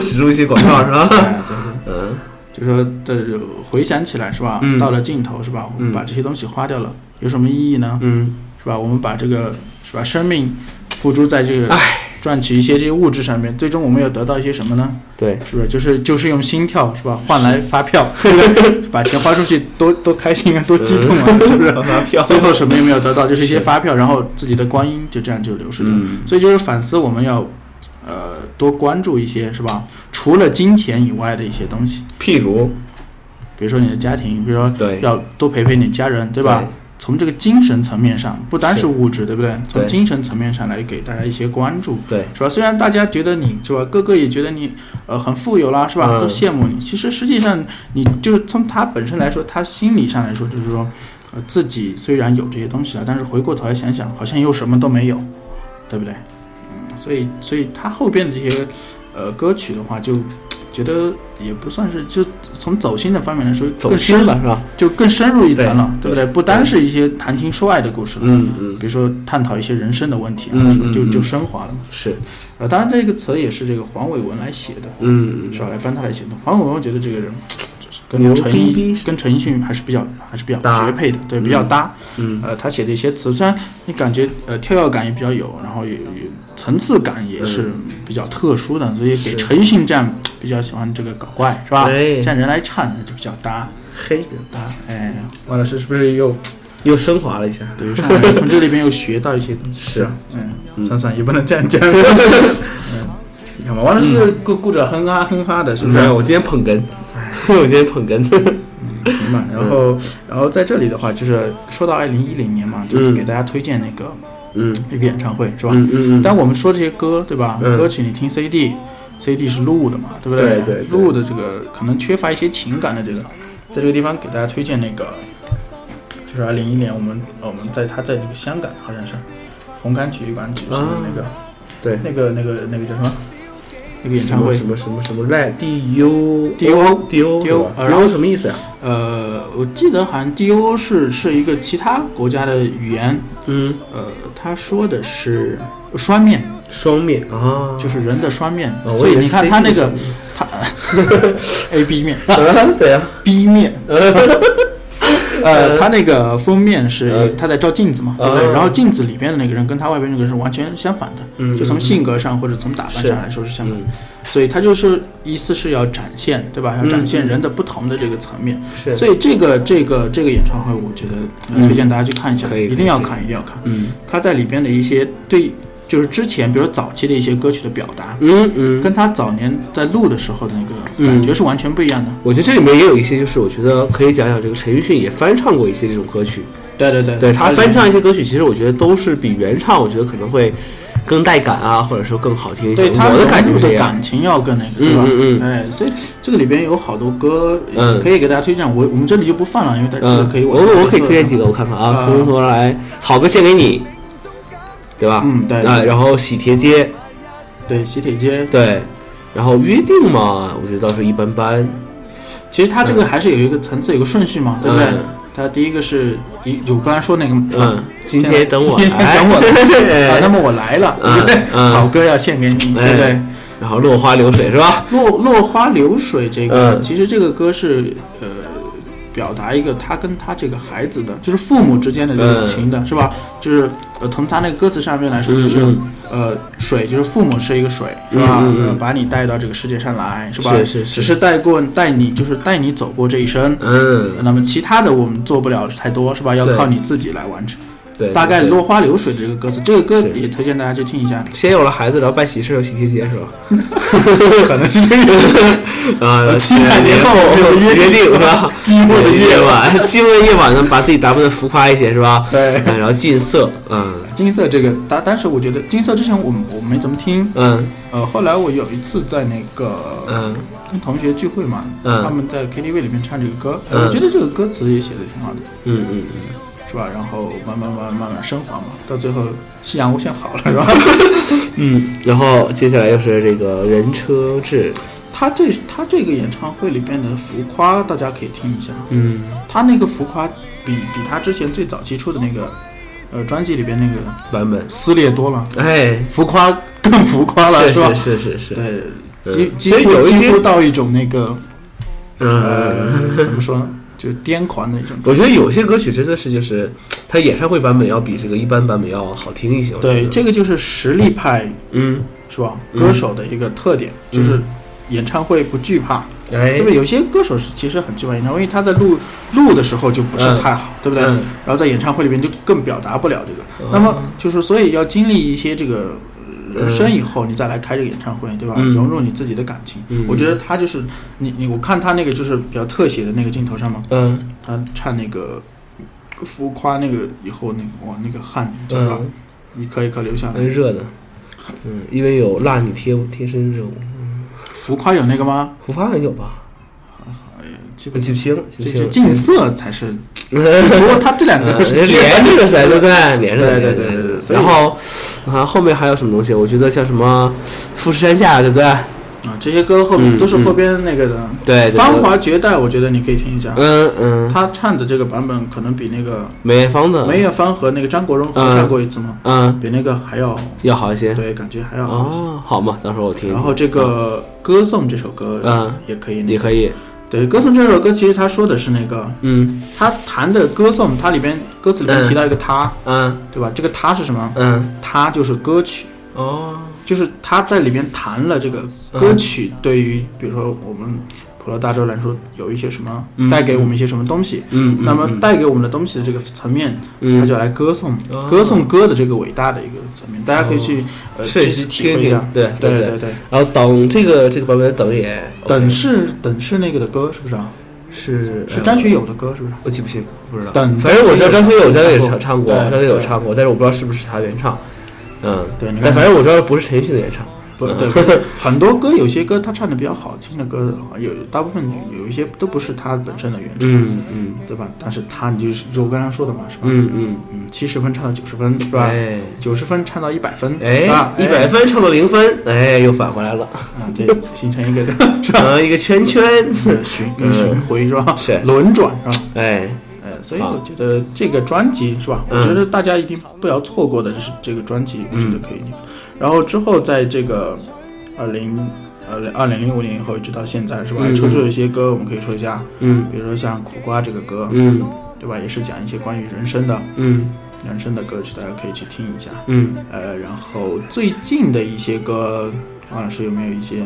Speaker 5: 植入一些广告是吧？
Speaker 3: 哎对对
Speaker 5: *laughs* 嗯
Speaker 3: 就说这就回想起来是吧？
Speaker 5: 嗯
Speaker 3: 到了尽头是吧？我们把这些东西花掉了，有什么意义呢？
Speaker 5: 嗯，
Speaker 3: 是吧？我们把这个是吧生命付诸在这个赚取一些这些物质上面，最终我们又得到一些什么呢？
Speaker 6: 对，
Speaker 3: 是不是？就是就是用心跳是吧换来发 *laughs* 票，对不对？把钱花出去多多开心啊，多激动啊，是不是？
Speaker 5: 发票，
Speaker 3: 最后什么也没有得到，就是一些发票，然后自己的光阴就这样就流逝掉。
Speaker 6: 嗯
Speaker 3: 所以就是反思，我们要呃多关注一些是吧？除了金钱以外的一些东西。
Speaker 5: 譬如
Speaker 3: 比如说你的家庭，比如说
Speaker 5: 对
Speaker 3: 要多陪陪你家人，对吧？
Speaker 5: 对
Speaker 3: 从这个精神层面上，不单是物质，对不对？从
Speaker 5: 对
Speaker 3: 精神层面上来给大家一些关注，
Speaker 5: 对
Speaker 3: 是吧？虽然大家觉得你是吧，哥哥也觉得你呃很富有啦，是吧？
Speaker 5: 嗯
Speaker 3: 都羡慕你。其实实际上，你就是从他本身来说，他心理上来说，就是说，呃，自己虽然有这些东西了，但是回过头来想想，好像又什么都没有，对不对？嗯，所以所以他后边的这些呃歌曲的话，就觉得也不算是就从走心的方面来说，
Speaker 5: 走
Speaker 3: 更
Speaker 5: 失
Speaker 3: 深
Speaker 5: 了，是吧？
Speaker 3: 就更深入一层了，对
Speaker 5: 对
Speaker 3: 不对？不单是一些谈情说爱的故事了，
Speaker 5: 嗯嗯
Speaker 3: 比如说探讨一些人生的问题啊，
Speaker 5: 嗯
Speaker 3: 什么就
Speaker 5: 嗯
Speaker 3: 就
Speaker 5: 嗯
Speaker 3: 升华了嘛。
Speaker 5: 是，
Speaker 3: 呃，当然这个词也是这个黄伟文来写的，
Speaker 5: 嗯
Speaker 3: 是吧？来翻他来写的。黄伟文我觉得这个人就是
Speaker 5: 牛
Speaker 3: 跟陈
Speaker 5: 逼
Speaker 3: 奕跟陈奕迅还是比较还是比较
Speaker 5: 搭
Speaker 3: 绝配的，对，比较搭。
Speaker 5: 嗯
Speaker 3: 呃，他写的一些词，虽然你感觉呃跳跃感也比较有，然后也也层次感也是比较特殊的，所以给陈奕迅这样比较喜欢这个搞怪是吧？
Speaker 5: 对
Speaker 3: 这样人来唱就比较搭，
Speaker 5: 嘿，
Speaker 3: 比较搭。哎，王老师是不是又
Speaker 5: 又升华了一下，
Speaker 3: 对上来从这里边又学到一些东西？
Speaker 5: 是啊，
Speaker 3: 嗯，散散也不能这样讲。嗯，你看嘛，王老师顾顾着哼哈哼哈的，是不是？
Speaker 5: 没有，我今天捧哏，我今天捧哏，
Speaker 3: 行吧，然
Speaker 5: 嗯
Speaker 3: 后，然后在这里的话，就是说到二零一零年嘛，就是
Speaker 5: 嗯
Speaker 3: 给大家推荐那个
Speaker 5: 嗯
Speaker 3: 一个演唱会，是吧？
Speaker 5: 嗯嗯嗯，
Speaker 3: 但我们说这些歌，对吧？
Speaker 5: 嗯
Speaker 3: 歌曲你听 CD，CD 是录的嘛，对不
Speaker 5: 对对对
Speaker 3: 录的这个可能缺乏一些情感的这个，在这个地方给大家推荐那个，就是二零一年我们呃我们在他在那个香港好像是红磡体育馆举行的
Speaker 5: 啊
Speaker 3: 那个、
Speaker 5: 对，
Speaker 3: 那个那个那个叫什么？那个演
Speaker 5: 什
Speaker 3: 唱
Speaker 5: 么
Speaker 3: 会
Speaker 5: 什么什么什么 red d u
Speaker 3: D O
Speaker 5: d o
Speaker 3: D
Speaker 5: d
Speaker 3: O，
Speaker 5: o
Speaker 3: 呃然后
Speaker 5: d 什么意思呀？
Speaker 3: 呃，我记得好像 DO 是是一个其他国家的语言，
Speaker 5: 嗯，
Speaker 3: 呃，他说的是双面，
Speaker 5: 双面啊，
Speaker 3: 就是人的双面，
Speaker 5: 哦我以为
Speaker 3: 所以你看
Speaker 5: CD
Speaker 3: 他那个他 *laughs* A B 面
Speaker 5: 啊对呀，
Speaker 3: B
Speaker 5: *laughs*
Speaker 3: 面，呃，
Speaker 5: 呃
Speaker 3: 他那个封面
Speaker 5: 呃
Speaker 3: 是他在照镜子嘛，对不对？
Speaker 5: 哦
Speaker 3: 然后镜子里边的那个人跟他外边那个人是完全相反的，
Speaker 5: 嗯
Speaker 3: 就从性格上或者从打扮
Speaker 5: 是
Speaker 3: 上来说是相反的
Speaker 5: 嗯。
Speaker 3: 所以他就是意思是要展现，对吧？要展现
Speaker 5: 嗯
Speaker 3: 人的不同的这个层面，
Speaker 5: 是
Speaker 3: 所以这个这个这个演唱会，我觉得、呃推荐大家去看一下，
Speaker 5: 可以
Speaker 3: 一定要看，一定要看。
Speaker 5: 嗯，
Speaker 3: 他在里边的一些对，就是之前比如说早期的一些歌曲的表达，
Speaker 5: 嗯嗯，
Speaker 3: 跟他早年在录的时候的那个
Speaker 5: 嗯
Speaker 3: 感觉是完全不一样的。
Speaker 5: 我觉得这里面也有一些，就是我觉得可以讲讲这个陈奕迅也翻唱过一些这种歌曲，
Speaker 3: 对对对，
Speaker 5: 对他翻唱一些歌曲，其实我觉得都是比原唱，我觉得可能会更带感啊，或者说更好听一些。
Speaker 3: 对他
Speaker 5: 我的感觉
Speaker 3: 融
Speaker 5: 是
Speaker 3: 入
Speaker 5: 这
Speaker 3: 的
Speaker 5: 样
Speaker 3: 感。情要更那个，对吧？
Speaker 5: 嗯嗯嗯
Speaker 3: 哎，所以这个里边有好多歌，
Speaker 5: 嗯
Speaker 3: 可以给大家推荐。我我们这里就不放了，因为大家这个
Speaker 5: 嗯，
Speaker 3: 可以
Speaker 5: 我我可以推荐几个，我看看啊，
Speaker 3: 啊
Speaker 5: 从头来，好歌献给你，对吧？
Speaker 3: 嗯对
Speaker 5: 啊，然后喜帖街，
Speaker 3: 对，喜帖街。
Speaker 5: 对，然后约定嘛，我觉得倒是一般般。
Speaker 3: 其实它这个还是有一个层次，有个顺序嘛，对不对
Speaker 5: 嗯？
Speaker 3: 它第一个是一，我刚才说那个，是吧
Speaker 5: 嗯，今天等我
Speaker 3: 今天
Speaker 5: 来，
Speaker 3: 等我
Speaker 5: *laughs*
Speaker 3: 来啊，
Speaker 5: 哎
Speaker 3: 那么我来了，
Speaker 5: 嗯
Speaker 3: 对不对
Speaker 5: 嗯
Speaker 3: 好歌要献给你，对不对
Speaker 5: 哎？然后落花流水是吧？
Speaker 3: 落落花流水这个，
Speaker 5: 嗯
Speaker 3: 其实这个歌是呃表达一个他跟他这个孩子的，就是父母之间的这个
Speaker 5: 嗯
Speaker 3: 情的，是吧？就是呃，从他那个歌词上面来说，就是、
Speaker 5: 嗯
Speaker 3: 呃，水就是父母是一个水，是吧？
Speaker 5: 嗯嗯嗯
Speaker 3: 呃把你带到这个世界上来，是吧？
Speaker 5: 是是是
Speaker 3: 只是带过带你，就是带你走过这一生。
Speaker 5: 嗯，
Speaker 3: 那么其他的我们做不了太多，是吧？要
Speaker 5: 对
Speaker 3: 靠你自己来完成。
Speaker 5: 对，
Speaker 3: 大概
Speaker 5: 对
Speaker 3: 落花流水的这个歌词，这个歌
Speaker 5: 是
Speaker 3: 也推荐大家去听一下。
Speaker 5: 先有了孩子，然后办喜事有喜帖街
Speaker 3: *laughs*
Speaker 5: 是吧？可能是这个啊，
Speaker 3: 期待
Speaker 5: 年
Speaker 3: 年后
Speaker 5: 有约定是吧？寂寞的夜晚， *laughs* 寂寞的夜晚呢，把自己打扮的浮夸一些是吧？
Speaker 3: *laughs* 对
Speaker 5: 嗯然后近色，嗯
Speaker 3: 金色这个，但但是我觉得金色之前我们我没怎么听，
Speaker 5: 嗯
Speaker 3: 呃，后来我有一次在那个
Speaker 5: 嗯
Speaker 3: 跟同学聚会嘛，
Speaker 5: 嗯
Speaker 3: 他们在 KTV 里面唱这个歌，
Speaker 5: 嗯
Speaker 3: 我觉得这个歌词也写的挺好的，
Speaker 5: 嗯嗯，
Speaker 3: 是吧？然后慢慢慢慢慢慢升华嘛，到最后夕阳无限好了，是吧？
Speaker 5: 嗯，然后接下来又是这个人车志，
Speaker 3: 他这他这个演唱会里边的浮夸，大家可以听一下，
Speaker 5: 嗯
Speaker 3: 他那个浮夸比比他之前最早期出的那个呃专辑里边那个
Speaker 5: 版本，
Speaker 3: 撕裂多了，
Speaker 5: 哎，
Speaker 3: 浮夸更浮夸了，
Speaker 5: 是
Speaker 3: 吧？
Speaker 5: 是是是是，
Speaker 3: 对，
Speaker 5: 对
Speaker 3: 几几
Speaker 5: 其实
Speaker 3: 乎
Speaker 5: 有一
Speaker 3: 几
Speaker 5: 些
Speaker 3: 乎到一种那个
Speaker 5: 嗯。
Speaker 3: 呃，怎么说呢，就癫狂的一种。
Speaker 5: 我觉得有些歌曲真的是就是，它演唱会版本要比这个一般版本要好听一些。我觉得
Speaker 3: 对，这个就是实力派
Speaker 5: 嗯，
Speaker 3: 是吧？
Speaker 5: 嗯
Speaker 3: 歌手的一个特点就是演唱会不惧怕，
Speaker 5: 哎，
Speaker 3: 对不对？有些歌手是其实很惧怕演唱会，因为他在录录的时候就不是
Speaker 5: 嗯
Speaker 3: 太好，对不对？
Speaker 5: 嗯
Speaker 3: 然后在演唱会里面就更表达不了这个。
Speaker 5: 哦
Speaker 3: 那么就是所以要经历一些这个呃人生
Speaker 5: 嗯
Speaker 3: 以后，你再来开这个演唱会，对吧？
Speaker 5: 嗯
Speaker 3: 融入你自己的感情。
Speaker 5: 嗯
Speaker 3: 我觉得他就是你你我看他那个就是比较特写的那个镜头上嘛，
Speaker 5: 嗯
Speaker 3: 他唱那个浮夸那个以后那个哇那个汗，对吧？
Speaker 5: 嗯，
Speaker 3: 一颗一颗流下来
Speaker 5: 很。热呢。嗯，因为有辣你贴贴身热舞，
Speaker 3: 浮夸有那个吗？
Speaker 5: 胡发有吧？
Speaker 3: 基
Speaker 5: 我
Speaker 3: 本
Speaker 5: 记不清，
Speaker 3: 这
Speaker 5: 记
Speaker 3: 这
Speaker 5: 不清。
Speaker 3: *laughs* 近色才是，不
Speaker 5: 嗯
Speaker 3: 过他这
Speaker 5: *laughs*
Speaker 3: 两个是接
Speaker 5: 连着的才对对，连着的。
Speaker 3: 对对
Speaker 5: 连着的
Speaker 3: 对对对所以
Speaker 5: 然后啊，后面还有什么东西？我觉得像什么富士山下，对不对？
Speaker 3: 啊，这些歌后面
Speaker 5: 嗯
Speaker 3: 都是后边那个的。
Speaker 5: 对，对
Speaker 3: 芳。华绝代，我觉得你可以听一下
Speaker 5: 对，嗯嗯，
Speaker 3: 他唱的这个版本可能比那个
Speaker 5: 梅艳芳的。
Speaker 3: 梅艳芳和那个张国荣合唱过一次嘛，
Speaker 5: 嗯，
Speaker 3: 比那个还要，
Speaker 5: 要好一些。
Speaker 3: 对，感觉还要好一些。
Speaker 5: 哦，好嘛，到时候我听一听。
Speaker 3: 然后这个《歌颂》这首歌，
Speaker 5: 嗯
Speaker 3: 也可以那个，
Speaker 5: 也可以，
Speaker 3: 对，《歌颂》这首歌其实他说的是那个，
Speaker 5: 嗯
Speaker 3: 他谈的歌颂，它里边歌词里面
Speaker 5: 嗯
Speaker 3: 提到一个他，
Speaker 5: 嗯
Speaker 3: 对吧？这个他是什么？
Speaker 5: 嗯，
Speaker 3: 他就是歌曲，
Speaker 5: 哦，
Speaker 3: 就是他在里面谈了这个歌曲对
Speaker 5: 嗯
Speaker 3: 于，比如说我们普罗大众来说，有一些什么
Speaker 5: 嗯
Speaker 3: 带给我们一些什么东西。
Speaker 5: 嗯，
Speaker 3: 那么
Speaker 5: 带
Speaker 3: 带给我们的东西的这个层面，他
Speaker 5: 嗯
Speaker 3: 就来歌颂
Speaker 5: 哦，
Speaker 3: 歌颂歌的这个伟大的一个层面，大家可以去呃
Speaker 5: 是
Speaker 3: 具体体会一
Speaker 5: 听
Speaker 3: 下
Speaker 5: 听。对对
Speaker 3: 对
Speaker 5: 对
Speaker 3: 对，
Speaker 5: 然后等这个这个版本的等也
Speaker 3: 等是等是那个的歌是不是啊？
Speaker 5: 是
Speaker 3: 是张学，友的歌是不是？
Speaker 5: 我记不清，不知道。
Speaker 3: 等
Speaker 5: 反正我知道张学友，张学友
Speaker 3: 唱
Speaker 5: 唱唱过，
Speaker 3: 对
Speaker 5: 张学友
Speaker 3: 对
Speaker 5: 唱过，但是我不知道是不是他原唱。嗯，
Speaker 3: 对你看
Speaker 5: 但反正我知道不是陈奕迅的原唱。
Speaker 3: 不
Speaker 5: 嗯
Speaker 3: 对，不对很多歌有些歌他唱的比较好听的歌，有大部分有有一些都不是他本身的原唱，
Speaker 5: *laughs* 嗯嗯
Speaker 3: 对吧？但是他你就是就我刚刚说的嘛，是吧？
Speaker 5: 嗯嗯，
Speaker 3: 嗯，七十分唱到九十分，是吧？
Speaker 5: 哎
Speaker 3: 九十分唱到一百分，是吧
Speaker 5: 哎，？一百
Speaker 3: 哎
Speaker 5: 分唱到零分，哎，又返回来了，
Speaker 3: 啊，对，形成一个 *laughs* 是吧？
Speaker 5: 成一个
Speaker 3: *laughs*
Speaker 5: 圈圈。
Speaker 3: 呃
Speaker 5: *laughs*
Speaker 3: 循
Speaker 5: 嗯
Speaker 3: 循回是吧？
Speaker 5: *laughs* 是
Speaker 3: 轮转是吧？
Speaker 5: 哎，
Speaker 3: 呃，所以
Speaker 5: 好
Speaker 3: 我觉得这个专辑是吧？我
Speaker 5: 嗯嗯
Speaker 3: 觉得大家一定不要错过的，就是这个专辑，我觉得可以。然后之后在这个二零呃二零零五年以后一直到现在是吧？
Speaker 5: 嗯
Speaker 3: 出出有一些歌，我们可以说一下，
Speaker 5: 嗯
Speaker 3: 比如说像《苦瓜》这个歌，
Speaker 5: 嗯
Speaker 3: 对吧？也是讲一些关于人生的
Speaker 5: 嗯
Speaker 3: 人生的歌曲，大家可以去听一下。
Speaker 5: 嗯，
Speaker 3: 呃，然后最近的一些歌，王老师有没有一些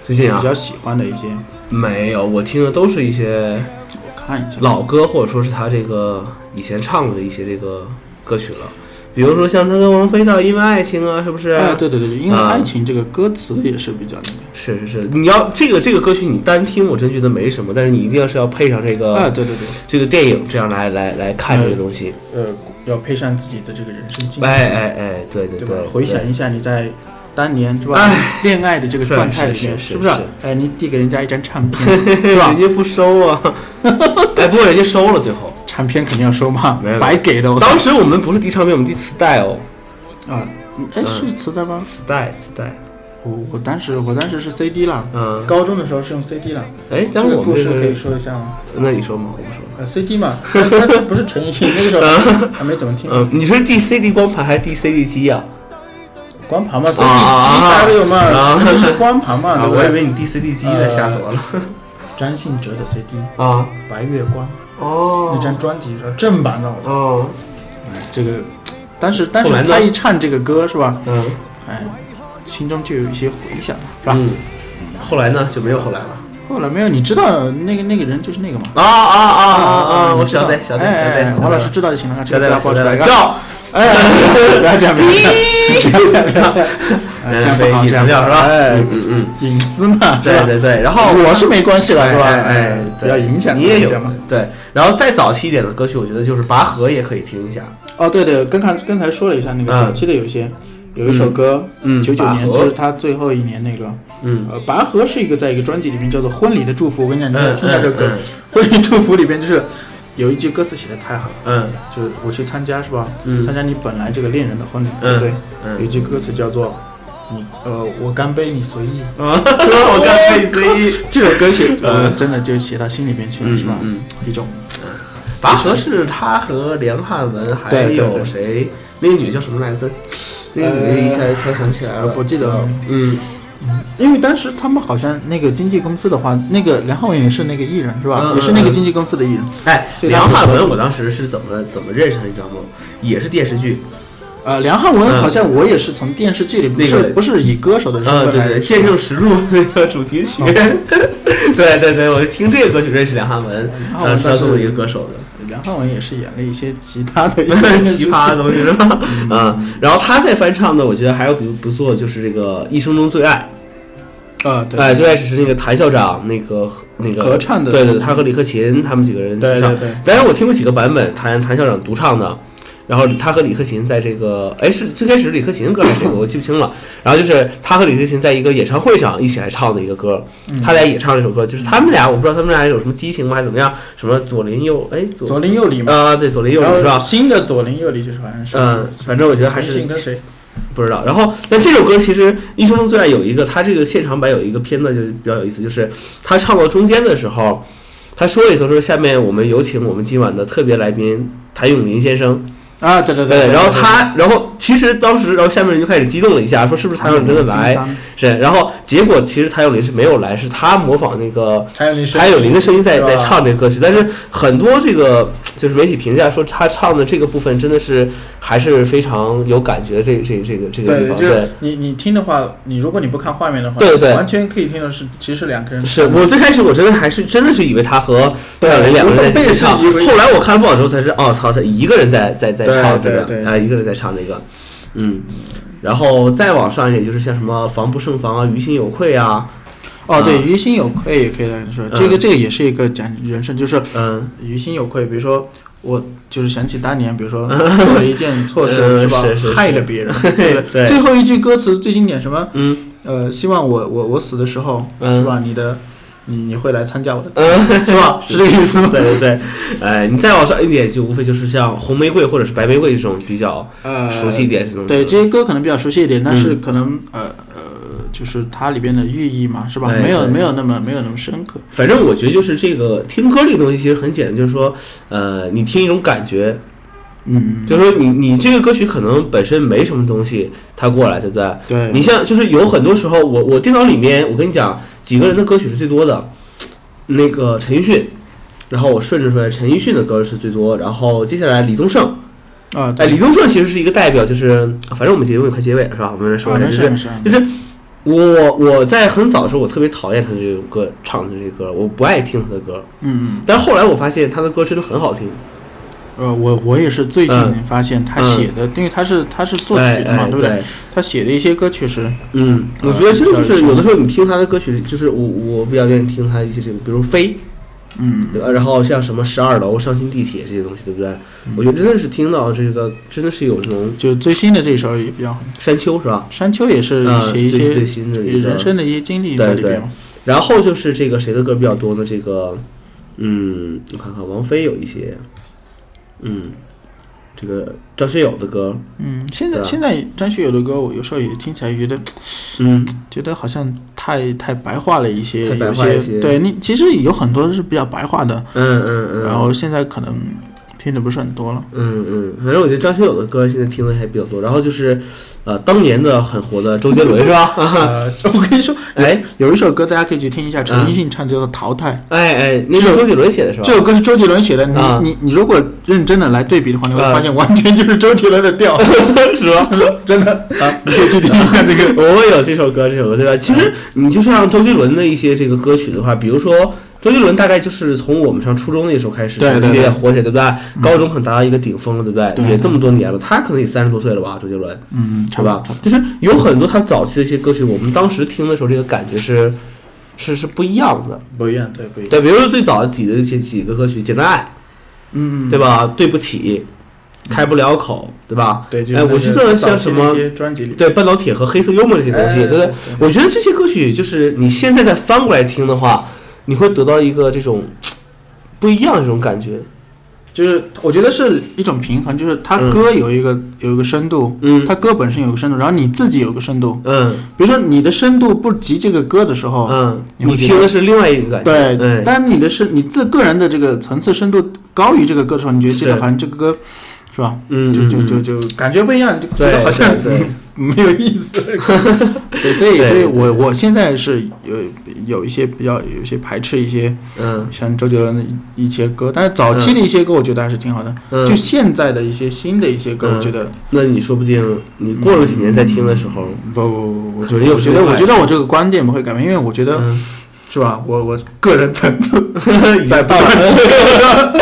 Speaker 5: 最近啊
Speaker 3: 比，较喜欢的一些？
Speaker 5: 没有，我听的都是一些
Speaker 3: 我看一下，
Speaker 5: 老歌，或者说是他这个以前唱过的一些这个歌曲了，比如说像他跟王菲的《因为爱情》啊，是不是？
Speaker 3: 啊，对对对对，因为
Speaker 5: 啊
Speaker 3: 爱情这个歌词也是比较那个。
Speaker 5: 是是是，你要这个这个歌曲你单听，我真觉得没什么，但是你一定要是要配上这个、
Speaker 3: 啊，对对对，
Speaker 5: 这个电影，这样来来来看这个东西。
Speaker 3: 呃，要配上自己的这个人生经历，
Speaker 5: 哎哎哎，对
Speaker 3: 嗯
Speaker 5: 对
Speaker 3: 对
Speaker 5: 对，
Speaker 3: 吧？回想一下你在当年是吧
Speaker 5: 哎，
Speaker 3: 恋爱的这个状态里面，
Speaker 5: 是是是
Speaker 3: 是不是
Speaker 5: 是？
Speaker 3: 哎，你递给人家一张唱
Speaker 5: *laughs*
Speaker 3: 片，
Speaker 5: 对
Speaker 3: 是吧
Speaker 5: 人？家不收啊，
Speaker 3: *laughs*
Speaker 5: 哎，不过人家收了，最后。
Speaker 3: 唱片肯定要收嘛
Speaker 5: 没有，
Speaker 3: 白给的。我操
Speaker 5: 当时我们不是第一唱片，我们第磁带哦，
Speaker 3: 啊，
Speaker 5: 嗯
Speaker 3: 哎，是磁带吗？
Speaker 5: 磁带磁带，
Speaker 3: 我我当时我当时是 CD 啦，
Speaker 5: 嗯，
Speaker 3: 高中的时候是用 CD 啦。
Speaker 5: 哎，
Speaker 3: 这
Speaker 5: 但是
Speaker 3: 个
Speaker 5: 我们
Speaker 3: 故
Speaker 5: 这
Speaker 3: 事
Speaker 5: 个
Speaker 3: 可以说一下吗？
Speaker 5: 那你说嘛，我不说。
Speaker 3: 呃，CD 嘛，但但是不是陈奕迅那个时候还没怎么听，
Speaker 5: 嗯，你是 D C D 光盘还是 D C D 机啊呀、
Speaker 3: 光盘嘛，CD 机
Speaker 5: 啊啊啊
Speaker 3: 大家都有嘛
Speaker 5: 啊，
Speaker 3: 啊那是光盘嘛，对不呃
Speaker 5: 我以
Speaker 3: 对？
Speaker 5: 为你 D C D 机呢，吓死我了。
Speaker 3: 詹信哲的 CD《
Speaker 5: 啊，
Speaker 3: 白月光》那
Speaker 5: 哦，
Speaker 3: 张专辑，然后正版的，我操，
Speaker 5: 哦，
Speaker 3: 哎这个，但是但是
Speaker 5: 后来呢
Speaker 3: 他一唱这个歌是吧，
Speaker 5: 嗯
Speaker 3: 哎，心中就有一些回响，是吧？
Speaker 5: 嗯，后来呢就没有后来了。
Speaker 3: 后来没有，你知道那个那个人就是那个嘛？
Speaker 5: 啊啊啊啊啊！我
Speaker 3: 你知道
Speaker 5: 晓得，晓得，
Speaker 3: 哎
Speaker 5: 晓
Speaker 3: 哎哎
Speaker 5: 得，
Speaker 3: 王老师知道就行了，
Speaker 5: 晓得
Speaker 3: 这
Speaker 5: 了，
Speaker 3: 个不
Speaker 5: 晓
Speaker 3: 要爆
Speaker 5: 得
Speaker 3: 出来啊
Speaker 5: 了，叫
Speaker 3: *laughs* 哎，不要讲，不要讲，不要讲，不要讲，哎这样不
Speaker 5: 被
Speaker 3: 好，
Speaker 5: 隐
Speaker 3: 这样不
Speaker 5: 藏掉
Speaker 3: 好
Speaker 5: 是吧？
Speaker 3: 哎，
Speaker 5: 嗯嗯，
Speaker 3: 隐私嘛，是
Speaker 5: 对
Speaker 3: 吧
Speaker 5: 对对，然后
Speaker 3: 我是没关系了，
Speaker 5: 哎
Speaker 3: 是吧？
Speaker 5: 哎哎，
Speaker 3: 不
Speaker 5: 对
Speaker 3: 要影响
Speaker 5: 你也
Speaker 3: 人
Speaker 5: 有
Speaker 3: 家嘛。
Speaker 5: 对，然后再早期一点的歌曲，我觉得就是《拔河》也可以听一下。
Speaker 3: 哦，对对，刚才刚才说了一下那个
Speaker 5: 嗯
Speaker 3: 早期的有些，有一首歌，
Speaker 5: 嗯
Speaker 3: 九九
Speaker 5: 拔
Speaker 3: 年
Speaker 5: 河
Speaker 3: 就是他最后一年那个，
Speaker 5: 嗯
Speaker 3: 呃，拔河是一个在一个专辑里面叫做《婚礼的祝福》，我跟你讲，你要
Speaker 5: 嗯
Speaker 3: 听一下这个歌，
Speaker 5: 嗯
Speaker 3: 婚礼祝福》里边就是有一句歌词写的太好了。 *laughs*
Speaker 5: 嗯
Speaker 3: 就是我去参加是吧？
Speaker 5: 嗯
Speaker 3: 参加你本来这个恋人的婚礼，对
Speaker 5: 嗯
Speaker 3: 不对？
Speaker 5: 嗯
Speaker 3: 有一句歌词叫做“你呃，我干杯，你随意
Speaker 5: 啊，我刚被随意。”，
Speaker 3: 这首歌写，呃，真的就写到心里边去了，
Speaker 5: 嗯
Speaker 3: 是吧？
Speaker 5: 嗯，
Speaker 3: 一种
Speaker 5: 拔河是他和梁汉文还
Speaker 3: 对对对
Speaker 5: 有谁？那个女叫什么来着？那个女一下突然想不起来了，
Speaker 3: 呃我记得
Speaker 5: 叫嗯，
Speaker 3: 因为当时他们好像那个经纪公司的话，那个梁汉文也是那个艺人是吧？
Speaker 5: 嗯嗯
Speaker 3: 也是那个
Speaker 5: 嗯
Speaker 3: 经纪公司的艺人。
Speaker 5: 哎，
Speaker 3: 所以当
Speaker 5: 梁
Speaker 3: 时
Speaker 5: 汉
Speaker 3: 我
Speaker 5: 文，我当时是怎么怎么认识他？你知道吗？也是电视剧，
Speaker 3: 呃，梁汉文
Speaker 5: 嗯
Speaker 3: 好像我也是从电视剧里，不
Speaker 5: 那个
Speaker 3: 是不是以歌手的身
Speaker 5: 嗯，
Speaker 3: 份
Speaker 5: 对
Speaker 3: 来
Speaker 5: 对，《
Speaker 3: 说
Speaker 5: 见证实录》那个主题曲，对对对，我就听这个歌曲认识梁汉文，
Speaker 3: 汉文
Speaker 5: 呃，知道
Speaker 3: 当时
Speaker 5: 这么一个歌手的。
Speaker 3: 梁汉文也是演了一些其他的一 *laughs* 些
Speaker 5: 奇葩的东西是吧？啊，然后他再翻唱的，我觉得还有不不错，就是这个《一生中最爱
Speaker 3: 啊，》，对，
Speaker 5: 哎，最爱是那个谭校长那个那个
Speaker 3: 合唱的嗯
Speaker 5: 对对，他和李克勤他们几个人
Speaker 3: 对对
Speaker 5: 去唱
Speaker 3: 对。
Speaker 5: 当然我听过几个版本，谭谭校长独唱的，然后他和李克勤在这个，哎，是最开始李克勤的歌还是谁的，我记不清了。然后就是他和李克勤在一个演唱会上一起来唱的一个歌，
Speaker 3: 嗯
Speaker 5: 他俩也唱这首歌，就是他们俩，我不知道他们俩有什么激情吗，还是怎么样？什么左邻右哎左
Speaker 3: 左邻右里嘛。
Speaker 5: 啊，对左邻右里是
Speaker 3: 然后？
Speaker 5: 吧
Speaker 3: 新的左邻右里就是好像是，
Speaker 5: 嗯，反正我觉得还是
Speaker 3: 陈奕迅跟谁？
Speaker 5: 不知道。然后，但这首歌其实《一生中最爱》有一个，它这个现场版有一个片段就比较有意思，就是他唱到中间的时候，他说了一首说下面我们有请我们今晚的特别来宾谭咏麟先生。
Speaker 3: 啊，对对
Speaker 5: 对，然后他，然后其实当时，然后下面人就开始激动了一下，说是不是谭咏麟真的来？是，然
Speaker 3: 嗯
Speaker 5: 后结果其实谭咏麟是没有来，是他模仿那个
Speaker 3: 谭咏麟是
Speaker 5: 谭咏麟的声音在
Speaker 3: 是吧
Speaker 5: 在唱这个歌曲，但是很多这个就是媒体评价说他唱的这个部分真的是还是非常有感觉，这这这个这个地
Speaker 3: 对，
Speaker 5: 方，
Speaker 3: 就
Speaker 5: 对
Speaker 3: 是。你你听的话，你如果你不看画面的话，
Speaker 5: 对对
Speaker 3: 完全可以听的是，其实两个人
Speaker 5: 是我最开始我真的还是真的是以为他和谭咏麟两个人在一起唱，
Speaker 3: 我也是以为
Speaker 5: 后来我看报道之后才知道，哦操，他一个人在在在
Speaker 3: 对
Speaker 5: 唱这
Speaker 3: 对
Speaker 5: 个，
Speaker 3: 对
Speaker 5: 啊一个人在唱这个，嗯，然后再往上一点就是像什么防不胜防啊，于心有愧啊，
Speaker 3: 哦，对，
Speaker 5: 嗯
Speaker 3: 于心有愧也可以来说，
Speaker 5: 嗯
Speaker 3: 这个这个也是一个讲人生，就是
Speaker 5: 嗯，
Speaker 3: 于心有愧，比如说。我就是想起当年，比如说做了一
Speaker 5: *laughs*
Speaker 3: 件错事，
Speaker 5: 嗯
Speaker 3: 是吧
Speaker 5: 是是？是
Speaker 3: 害了别
Speaker 5: *laughs*
Speaker 3: 人，对不
Speaker 5: 对
Speaker 3: 对？最后一句歌词最经典，什么？
Speaker 5: 嗯，
Speaker 3: 呃，希望我我我死的时候，
Speaker 5: 嗯
Speaker 3: 是吧？你的，你你会来参加我的葬
Speaker 5: *laughs*
Speaker 3: 礼，是吧？嗯 *laughs* 是这个意思吗？
Speaker 5: 对对对，哎，你再往上一点就无非就是像红玫瑰或者是白玫瑰这种比较
Speaker 3: 呃，
Speaker 5: 熟悉一点这种，
Speaker 3: 对这些歌可能比较熟悉一点，但
Speaker 5: 嗯
Speaker 3: 是可能、呃呃，就是它里边的寓意嘛，是吧？
Speaker 5: 对
Speaker 3: 没有
Speaker 5: 对
Speaker 3: 没有那么没有那么深刻。
Speaker 5: 反正我觉得就是这个听歌这个东西其实很简单，就是说，呃，你听一种感觉，
Speaker 3: 嗯，
Speaker 5: 就是说你你这个歌曲可能本身没什么东西，它过来，对不对？
Speaker 3: 对
Speaker 5: 你像就是有很多时候，我我电脑里面，我跟你讲，几个人的歌曲是最多的，那个陈奕迅，然后我顺着说来，陈奕迅的歌是最多，然后接下来李宗盛，
Speaker 3: 啊，
Speaker 5: 哎，
Speaker 3: 对，
Speaker 5: 李宗盛其实是一个代表，就是反正我们节目也快结尾了，是吧？我们来说
Speaker 3: 啊
Speaker 5: 一下，
Speaker 3: 没
Speaker 5: 就
Speaker 3: 事
Speaker 5: 是
Speaker 3: 没事
Speaker 5: 就是我我在很早的时候，我特别讨厌他这种歌唱的这些歌，我不爱听他的歌，
Speaker 3: 嗯嗯，
Speaker 5: 但后来我发现他的歌真的很好听，
Speaker 3: 呃，我我也是最近
Speaker 5: 嗯
Speaker 3: 发现他写的，因为他是他是作曲的嘛，
Speaker 5: 哎哎
Speaker 3: 嗯对不对？
Speaker 5: 对
Speaker 3: 他写的一些歌确实，
Speaker 5: 嗯，我
Speaker 3: 呃
Speaker 5: 觉得真的
Speaker 3: 比较
Speaker 5: 就是
Speaker 3: 深
Speaker 5: 有的时候你听他的歌曲，就是我我比较愿意听他一些这个，比如《飞》，
Speaker 3: 嗯，
Speaker 5: 对吧？然后像什么十二楼、伤心地铁这些东西，对不对？
Speaker 3: 嗯
Speaker 5: 我觉得真的是听到这个，真的是有这种
Speaker 3: 就最新的这首也比较好。
Speaker 5: 山丘是吧？
Speaker 3: 山丘也是
Speaker 5: 嗯
Speaker 3: 写一
Speaker 5: 最
Speaker 3: 些
Speaker 5: 最新的一个
Speaker 3: 人生的一些经历在里边嘛。
Speaker 5: 然后就是这个谁的歌比较多呢？这个，嗯，我看看，王菲有一些，嗯，这个张学友的歌，
Speaker 3: 嗯，现在
Speaker 5: 对啊
Speaker 3: 现在张学友的歌，我有时候也听起来觉得
Speaker 5: 嗯，
Speaker 3: 觉得好像太太白话了一些，
Speaker 5: 太白
Speaker 3: 有
Speaker 5: 话一些
Speaker 3: 对你其实有很多是比较白话的，
Speaker 5: 嗯嗯嗯，
Speaker 3: 然后现在可能听的不是很多了。
Speaker 5: 嗯嗯，反正我觉得张学友的歌现在听的还比较多。然后就是，呃，当年的很火的周杰伦是
Speaker 3: *laughs*
Speaker 5: 吧？
Speaker 3: 呃， *laughs* 我跟你说，
Speaker 5: 哎
Speaker 3: 有一首歌大家可以去听一下，陈
Speaker 5: 嗯
Speaker 3: 奕迅唱叫做《淘汰》。
Speaker 5: 哎哎，那是周杰伦写的是吧？
Speaker 3: 这首歌是周杰伦写的，你、
Speaker 5: 啊
Speaker 3: 你你如果认真的来对比的话，你会
Speaker 5: 啊
Speaker 3: 发现完全就是周杰伦的
Speaker 5: *laughs*
Speaker 3: 调，是吧？真的啊，你可以去听一下这个。
Speaker 5: 我哦有这首歌，这首歌对吧？其实你就像周杰伦的一些这个歌曲的话，比如说周杰伦大概就是从我们上初中那时候开始，
Speaker 3: 对对
Speaker 5: 有
Speaker 3: 对
Speaker 5: 点火起来，对不对？高中可能达到一个顶峰了，对不
Speaker 3: 对
Speaker 5: 对？也这么多年了，他可能也三十多岁了吧，周杰伦，
Speaker 3: *laughs* 嗯，
Speaker 5: 是吧？就是有很多他早期的一些歌曲，我们当时听的时候，这个感觉是是是不一样的。
Speaker 3: 不一样，对，不一样。
Speaker 5: 对，比如说最早几的一些几个歌曲，《简单爱》，
Speaker 3: 嗯，
Speaker 5: 对吧？对不起，开不了口，对吧？
Speaker 3: 对，就是
Speaker 5: 哎，
Speaker 3: 那个
Speaker 5: 我觉得
Speaker 3: 早
Speaker 5: 像
Speaker 3: 期
Speaker 5: 什
Speaker 3: 的
Speaker 5: 么
Speaker 3: 一。些专辑里，
Speaker 5: 对半导体和黑色幽默这些东西，
Speaker 3: 哎
Speaker 5: 对不对？我觉得这些歌曲就是你现在再翻过来听的话，你会得到一个这种嘖不一样的这种感觉。
Speaker 3: 就是我觉得是一种平衡，就是他
Speaker 5: 嗯
Speaker 3: 歌有一个、有一个深度，
Speaker 5: 嗯
Speaker 3: 他歌本身有个深度，然后你自己有个深度。
Speaker 5: 嗯
Speaker 3: 比如说你的深度不及这个歌的时候，
Speaker 5: 嗯，
Speaker 3: 你会
Speaker 5: 你
Speaker 3: 觉得
Speaker 5: 听的是另外一个感觉。
Speaker 3: 对，
Speaker 5: 嗯
Speaker 3: 但你的是你自个人的这个层次深度高于这个歌的时候，你觉得这个
Speaker 5: 是
Speaker 3: 好像这个歌是吧？
Speaker 5: 嗯，
Speaker 3: 就就
Speaker 5: 嗯
Speaker 3: 就就感觉不一样，就觉
Speaker 5: 对
Speaker 3: 得好像
Speaker 5: 对对
Speaker 3: *laughs* 没有意思。 *laughs* 对，所以
Speaker 5: 对
Speaker 3: 所以
Speaker 5: 对
Speaker 3: 我我现在是有有一些比较有一些排斥一些
Speaker 5: 嗯
Speaker 3: 像周杰伦的一一些歌，但是早期的一些歌我觉得还是挺好的。
Speaker 5: 嗯，
Speaker 3: 就现在的一些新的一些歌，
Speaker 5: 嗯
Speaker 3: 我觉得
Speaker 5: 那你说不定你过了几年再听的时候，
Speaker 3: 不不不，我
Speaker 5: 可
Speaker 3: 觉
Speaker 5: 能
Speaker 3: 得
Speaker 5: 又
Speaker 3: 我
Speaker 5: 是
Speaker 3: 觉得
Speaker 5: 另外
Speaker 3: 我觉得我这个观点不会改变，因为我觉得
Speaker 5: 嗯，
Speaker 3: 是吧？我我个人层 *laughs* 次在不
Speaker 5: 到了
Speaker 3: 断 *laughs* 提高，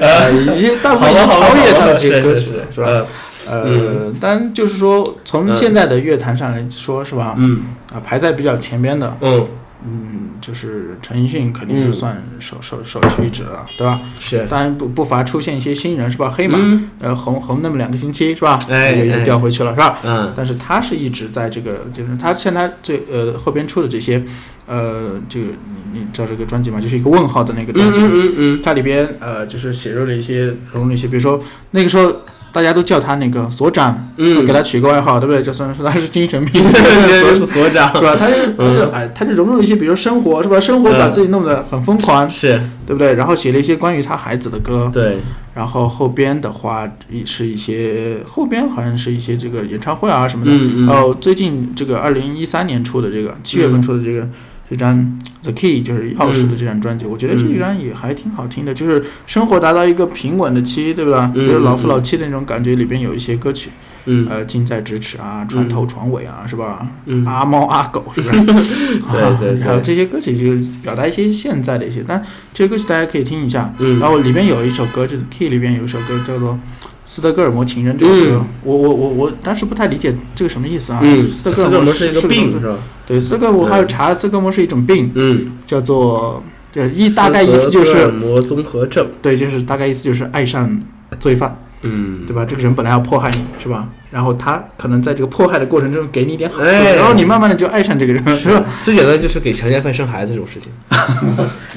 Speaker 3: 呃，已经大部分已经超越他的这些歌曲了，
Speaker 5: 是
Speaker 3: 是嗯吧？
Speaker 5: 吧？
Speaker 3: 呃，但就是说，从
Speaker 5: 嗯
Speaker 3: 现在的乐坛上来说，是吧？
Speaker 5: 嗯
Speaker 3: 啊，排在比较前边的，
Speaker 5: 嗯，
Speaker 3: 嗯，就是陈奕迅肯定是
Speaker 5: 嗯
Speaker 3: 算首首首屈一指了，对吧？
Speaker 5: 是，
Speaker 3: 当然不不乏出现一些新人，是吧？黑马，
Speaker 5: 嗯
Speaker 3: 呃，红红那么两个星期，是吧？
Speaker 5: 哎
Speaker 3: 又又
Speaker 5: 哎
Speaker 3: 掉回去了，是吧？
Speaker 5: 嗯
Speaker 3: 但是他是一直在这个，就是他像他最呃后边出的这些，呃，这个你你知道这个专辑吗？就是一个问号的那个专
Speaker 5: 嗯
Speaker 3: 辑，
Speaker 5: 嗯嗯
Speaker 3: 它里边呃就是写入了一些融入了一些，比如说那个时候大家都叫他那个所长，
Speaker 5: 嗯，
Speaker 3: 给他取个外号，对不对？就虽然说他是精神
Speaker 5: *laughs*
Speaker 3: 病，
Speaker 5: 所
Speaker 3: 所
Speaker 5: 所长
Speaker 3: 是吧？他就他就
Speaker 5: 嗯
Speaker 3: 哎，他就融入了一些，比如说生活是吧？生活把
Speaker 5: 嗯
Speaker 3: 自己弄得很疯狂，
Speaker 5: 是
Speaker 3: 对不对？然后写了一些关于他孩子的歌，
Speaker 5: 对，
Speaker 3: 然后后边的话一是一些后边好像是一些这个演唱会啊什么的。
Speaker 5: 嗯嗯，
Speaker 3: 哦，最近这个二零一三年出的这个七月份出的这个、这张 The Key 就是钥匙的这张专辑，我觉得这
Speaker 5: 嗯
Speaker 3: 张也还挺好听的，就是生活达到一个平稳的期，对吧？
Speaker 5: 嗯
Speaker 3: 就是老夫
Speaker 5: 嗯
Speaker 3: 老妻的那种感觉，里边有一些歌曲，
Speaker 5: 嗯
Speaker 3: 呃，近在咫尺啊，船头船尾啊，是吧？
Speaker 5: 嗯
Speaker 3: 阿猫阿狗是不是？啊
Speaker 5: *laughs* 对对
Speaker 3: 然后
Speaker 5: 对
Speaker 3: 这些歌曲就是表达一些现在的一些，但这些歌曲大家可以听一下。
Speaker 5: 嗯
Speaker 3: 然后里面有一首歌，就是 Key 里面有一首歌叫做《斯德哥尔摩情人》这首歌，
Speaker 5: 嗯
Speaker 3: 我我我我当时不太理解这个什么意思啊。
Speaker 5: 嗯，
Speaker 3: 斯德哥尔摩
Speaker 5: 摩是一个病是吧？
Speaker 3: 对，斯德哥尔摩
Speaker 5: 嗯
Speaker 3: 还有查了斯德哥尔摩是一种病，
Speaker 5: 嗯，
Speaker 3: 叫做对意大概意思就
Speaker 5: 斯德哥尔
Speaker 3: 是
Speaker 5: 摩综合症，
Speaker 3: 对，就是大概意思就是爱上罪犯，
Speaker 5: 嗯，
Speaker 3: 对吧？这个人本来要迫害你，是吧？然后他可能在这个迫害的过程中给你一点好处，
Speaker 5: 哎
Speaker 3: 然后你慢慢的就爱上这个人，是吧？
Speaker 5: 最简单就是给强奸犯生孩子这种事情，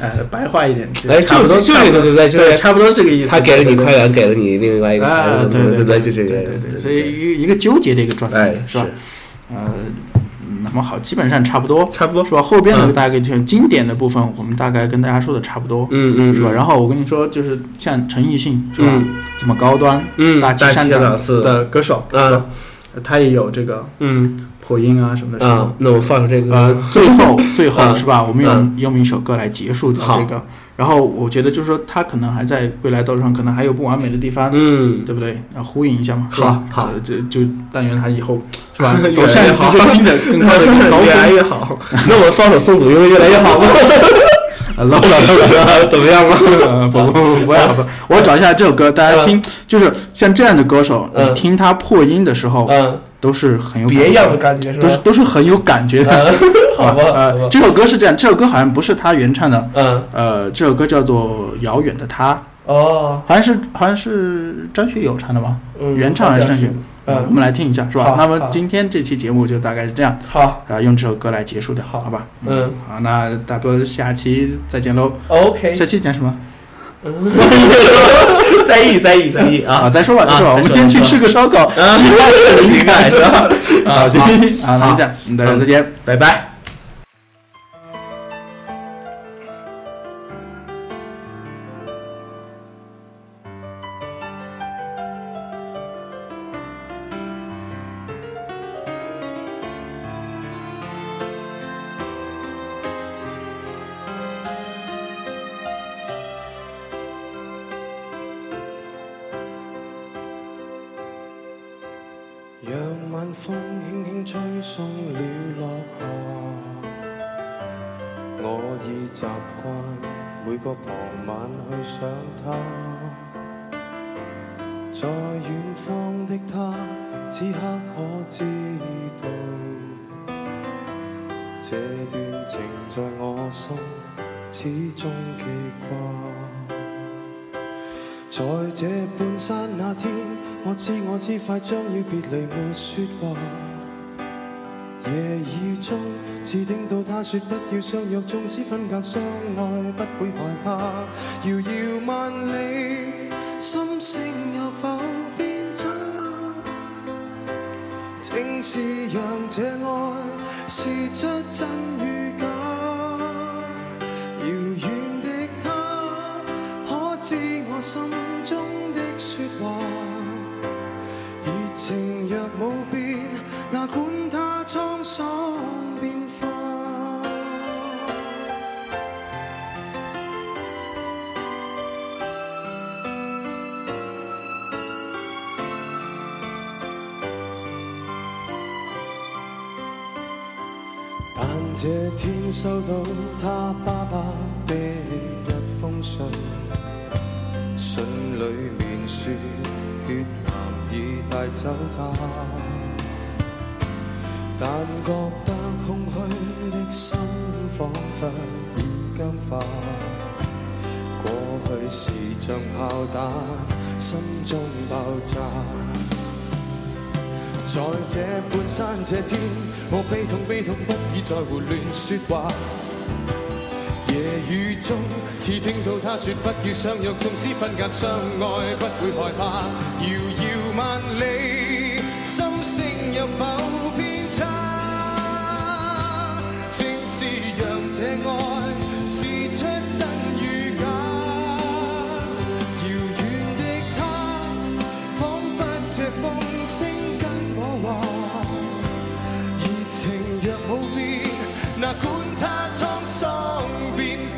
Speaker 3: 呃，白话一点，
Speaker 5: 哎，
Speaker 3: 差
Speaker 5: 就
Speaker 3: 不
Speaker 5: 是
Speaker 3: 多
Speaker 5: 就这个对不对？就
Speaker 3: 对，
Speaker 5: 是
Speaker 3: 差不多是这个意思。
Speaker 5: 他给了你快
Speaker 3: 乐，
Speaker 5: 感，给了你另外一个孩
Speaker 3: 啊，
Speaker 5: 子，
Speaker 3: 对
Speaker 5: 对
Speaker 3: 对
Speaker 5: 对，就这个，
Speaker 3: 对对，
Speaker 5: 对，
Speaker 3: 所以一一个纠结的一个状态
Speaker 5: 哎，
Speaker 3: 是吧？呃，那么好，基本上差不多，
Speaker 5: 差不多
Speaker 3: 是吧？后边的
Speaker 5: 嗯
Speaker 3: 大概就是经典的部分，我们大概跟大家说的差不多，
Speaker 5: 嗯嗯，
Speaker 3: 是吧？
Speaker 5: 嗯？
Speaker 3: 然后我跟你说，就是像陈奕迅，是吧
Speaker 5: 嗯？
Speaker 3: 这么高端，
Speaker 5: 嗯，
Speaker 3: 大
Speaker 5: 大
Speaker 3: 山
Speaker 5: 七
Speaker 3: 的
Speaker 5: 档四，
Speaker 3: 的歌手，
Speaker 5: 嗯
Speaker 3: 是吧，他也有这个
Speaker 5: 嗯
Speaker 3: 破音啊什么的时候
Speaker 5: 啊，，那我放首这个，
Speaker 3: *laughs* 呃，最后最后
Speaker 5: 嗯
Speaker 3: 是吧？我们
Speaker 5: 嗯
Speaker 3: 用用一首歌来结束掉
Speaker 5: 好
Speaker 3: 这个。然后我觉得就是说，他可能还在未来道路上，可能还有不完美的地方，
Speaker 5: 嗯，
Speaker 3: 对不对？然后呼应一下嘛，是
Speaker 5: 好
Speaker 3: 吧？
Speaker 5: 好
Speaker 3: 呃就就但愿他以后是吧
Speaker 5: *laughs* 越来，越
Speaker 3: 走向一
Speaker 5: 好
Speaker 3: 个新的
Speaker 5: *laughs*
Speaker 3: 更 *laughs* 高的高
Speaker 5: 越来
Speaker 3: 峰。
Speaker 5: 越
Speaker 3: *laughs*
Speaker 5: 好。那我放首宋祖英的《越来越好》吧， *laughs*
Speaker 3: 老了，怎么样吗？ *laughs* 不不不，不要
Speaker 5: 嗯
Speaker 3: 不，我找一下这首歌，大家听，就是像这样的歌手，你
Speaker 5: 嗯
Speaker 3: 听他破音的时候，
Speaker 5: 嗯，
Speaker 3: 都是很有
Speaker 5: *laughs* 别
Speaker 3: 感觉
Speaker 5: 样的
Speaker 3: 的
Speaker 5: 感觉是
Speaker 3: 都是
Speaker 5: 吧？啊
Speaker 3: 都是很有感觉的。 *laughs*
Speaker 5: 好吧，好
Speaker 3: 呃，
Speaker 5: 吧
Speaker 3: 这首歌是这样，这首歌好像不是他原唱的，
Speaker 5: 嗯，
Speaker 3: 呃，这首歌叫做《遥远的他》，
Speaker 5: 哦，
Speaker 3: 好像是好像是张学友唱的吧？
Speaker 5: 嗯
Speaker 3: 原唱还是张学友？
Speaker 5: 好像是嗯
Speaker 3: 我们来听一下，是吧
Speaker 5: 好？
Speaker 3: 那么
Speaker 5: 好
Speaker 3: 今天这期节目就大概是这样，
Speaker 5: 好
Speaker 3: 啊，用这首歌来结束掉，好
Speaker 5: 好
Speaker 3: 吧？
Speaker 5: 嗯，
Speaker 3: 好，那大不下期再见喽。
Speaker 5: ，OK，
Speaker 3: 下期讲什么？
Speaker 5: *laughs* 在意在意在意
Speaker 3: 啊，
Speaker 5: 啊！
Speaker 3: 再说吧，再说吧，
Speaker 5: 啊
Speaker 3: 我们
Speaker 5: 再说
Speaker 3: 先
Speaker 5: 嗯
Speaker 3: 去吃个烧烤，激发
Speaker 5: *laughs*
Speaker 3: 一下灵感，是吧？啊，行行行，啊，那就这样，嗯大家再见，拜拜。
Speaker 4: 風輕輕吹送了落霞。我已習慣每個傍晚去想他，在遠方的他，此刻可知道，這段情在我心始終記掛。在這半山那天，我知我知快將要別離，沒説話。夜雨中，只聽到他說不要相約，縱使分隔相愛，不會害怕。遙遙萬里，心聲有否變差？正是讓這愛試出真與假。遙遠的他，可知我心中的説話？熱情若冇變，哪管它滄桑變化。但這天收到他爸爸的一封信，信裡面說血癌已帶走他，但覺得空虛的心彷彿已僵化。過去是像炮彈，心中爆炸。在這半山這天，我悲痛悲痛，不已再胡亂説話。夜雨中，似聽到他說不要相約，縱使分隔相愛，不會害怕。遙遙萬里，心聲有否偏差？正是讓這愛試出真與假。遙遠的他。仿佛這風聲跟我話，熱情若冇變，哪管它滄桑變化。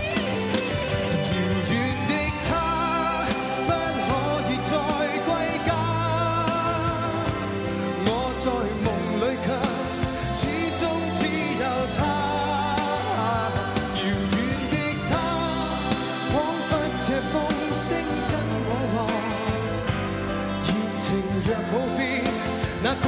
Speaker 4: 遙遠的他，不可以再歸家。我在夢裏卻始終只有他。遙遠的他，彷彿這風聲跟我話，熱情若冇變，哪管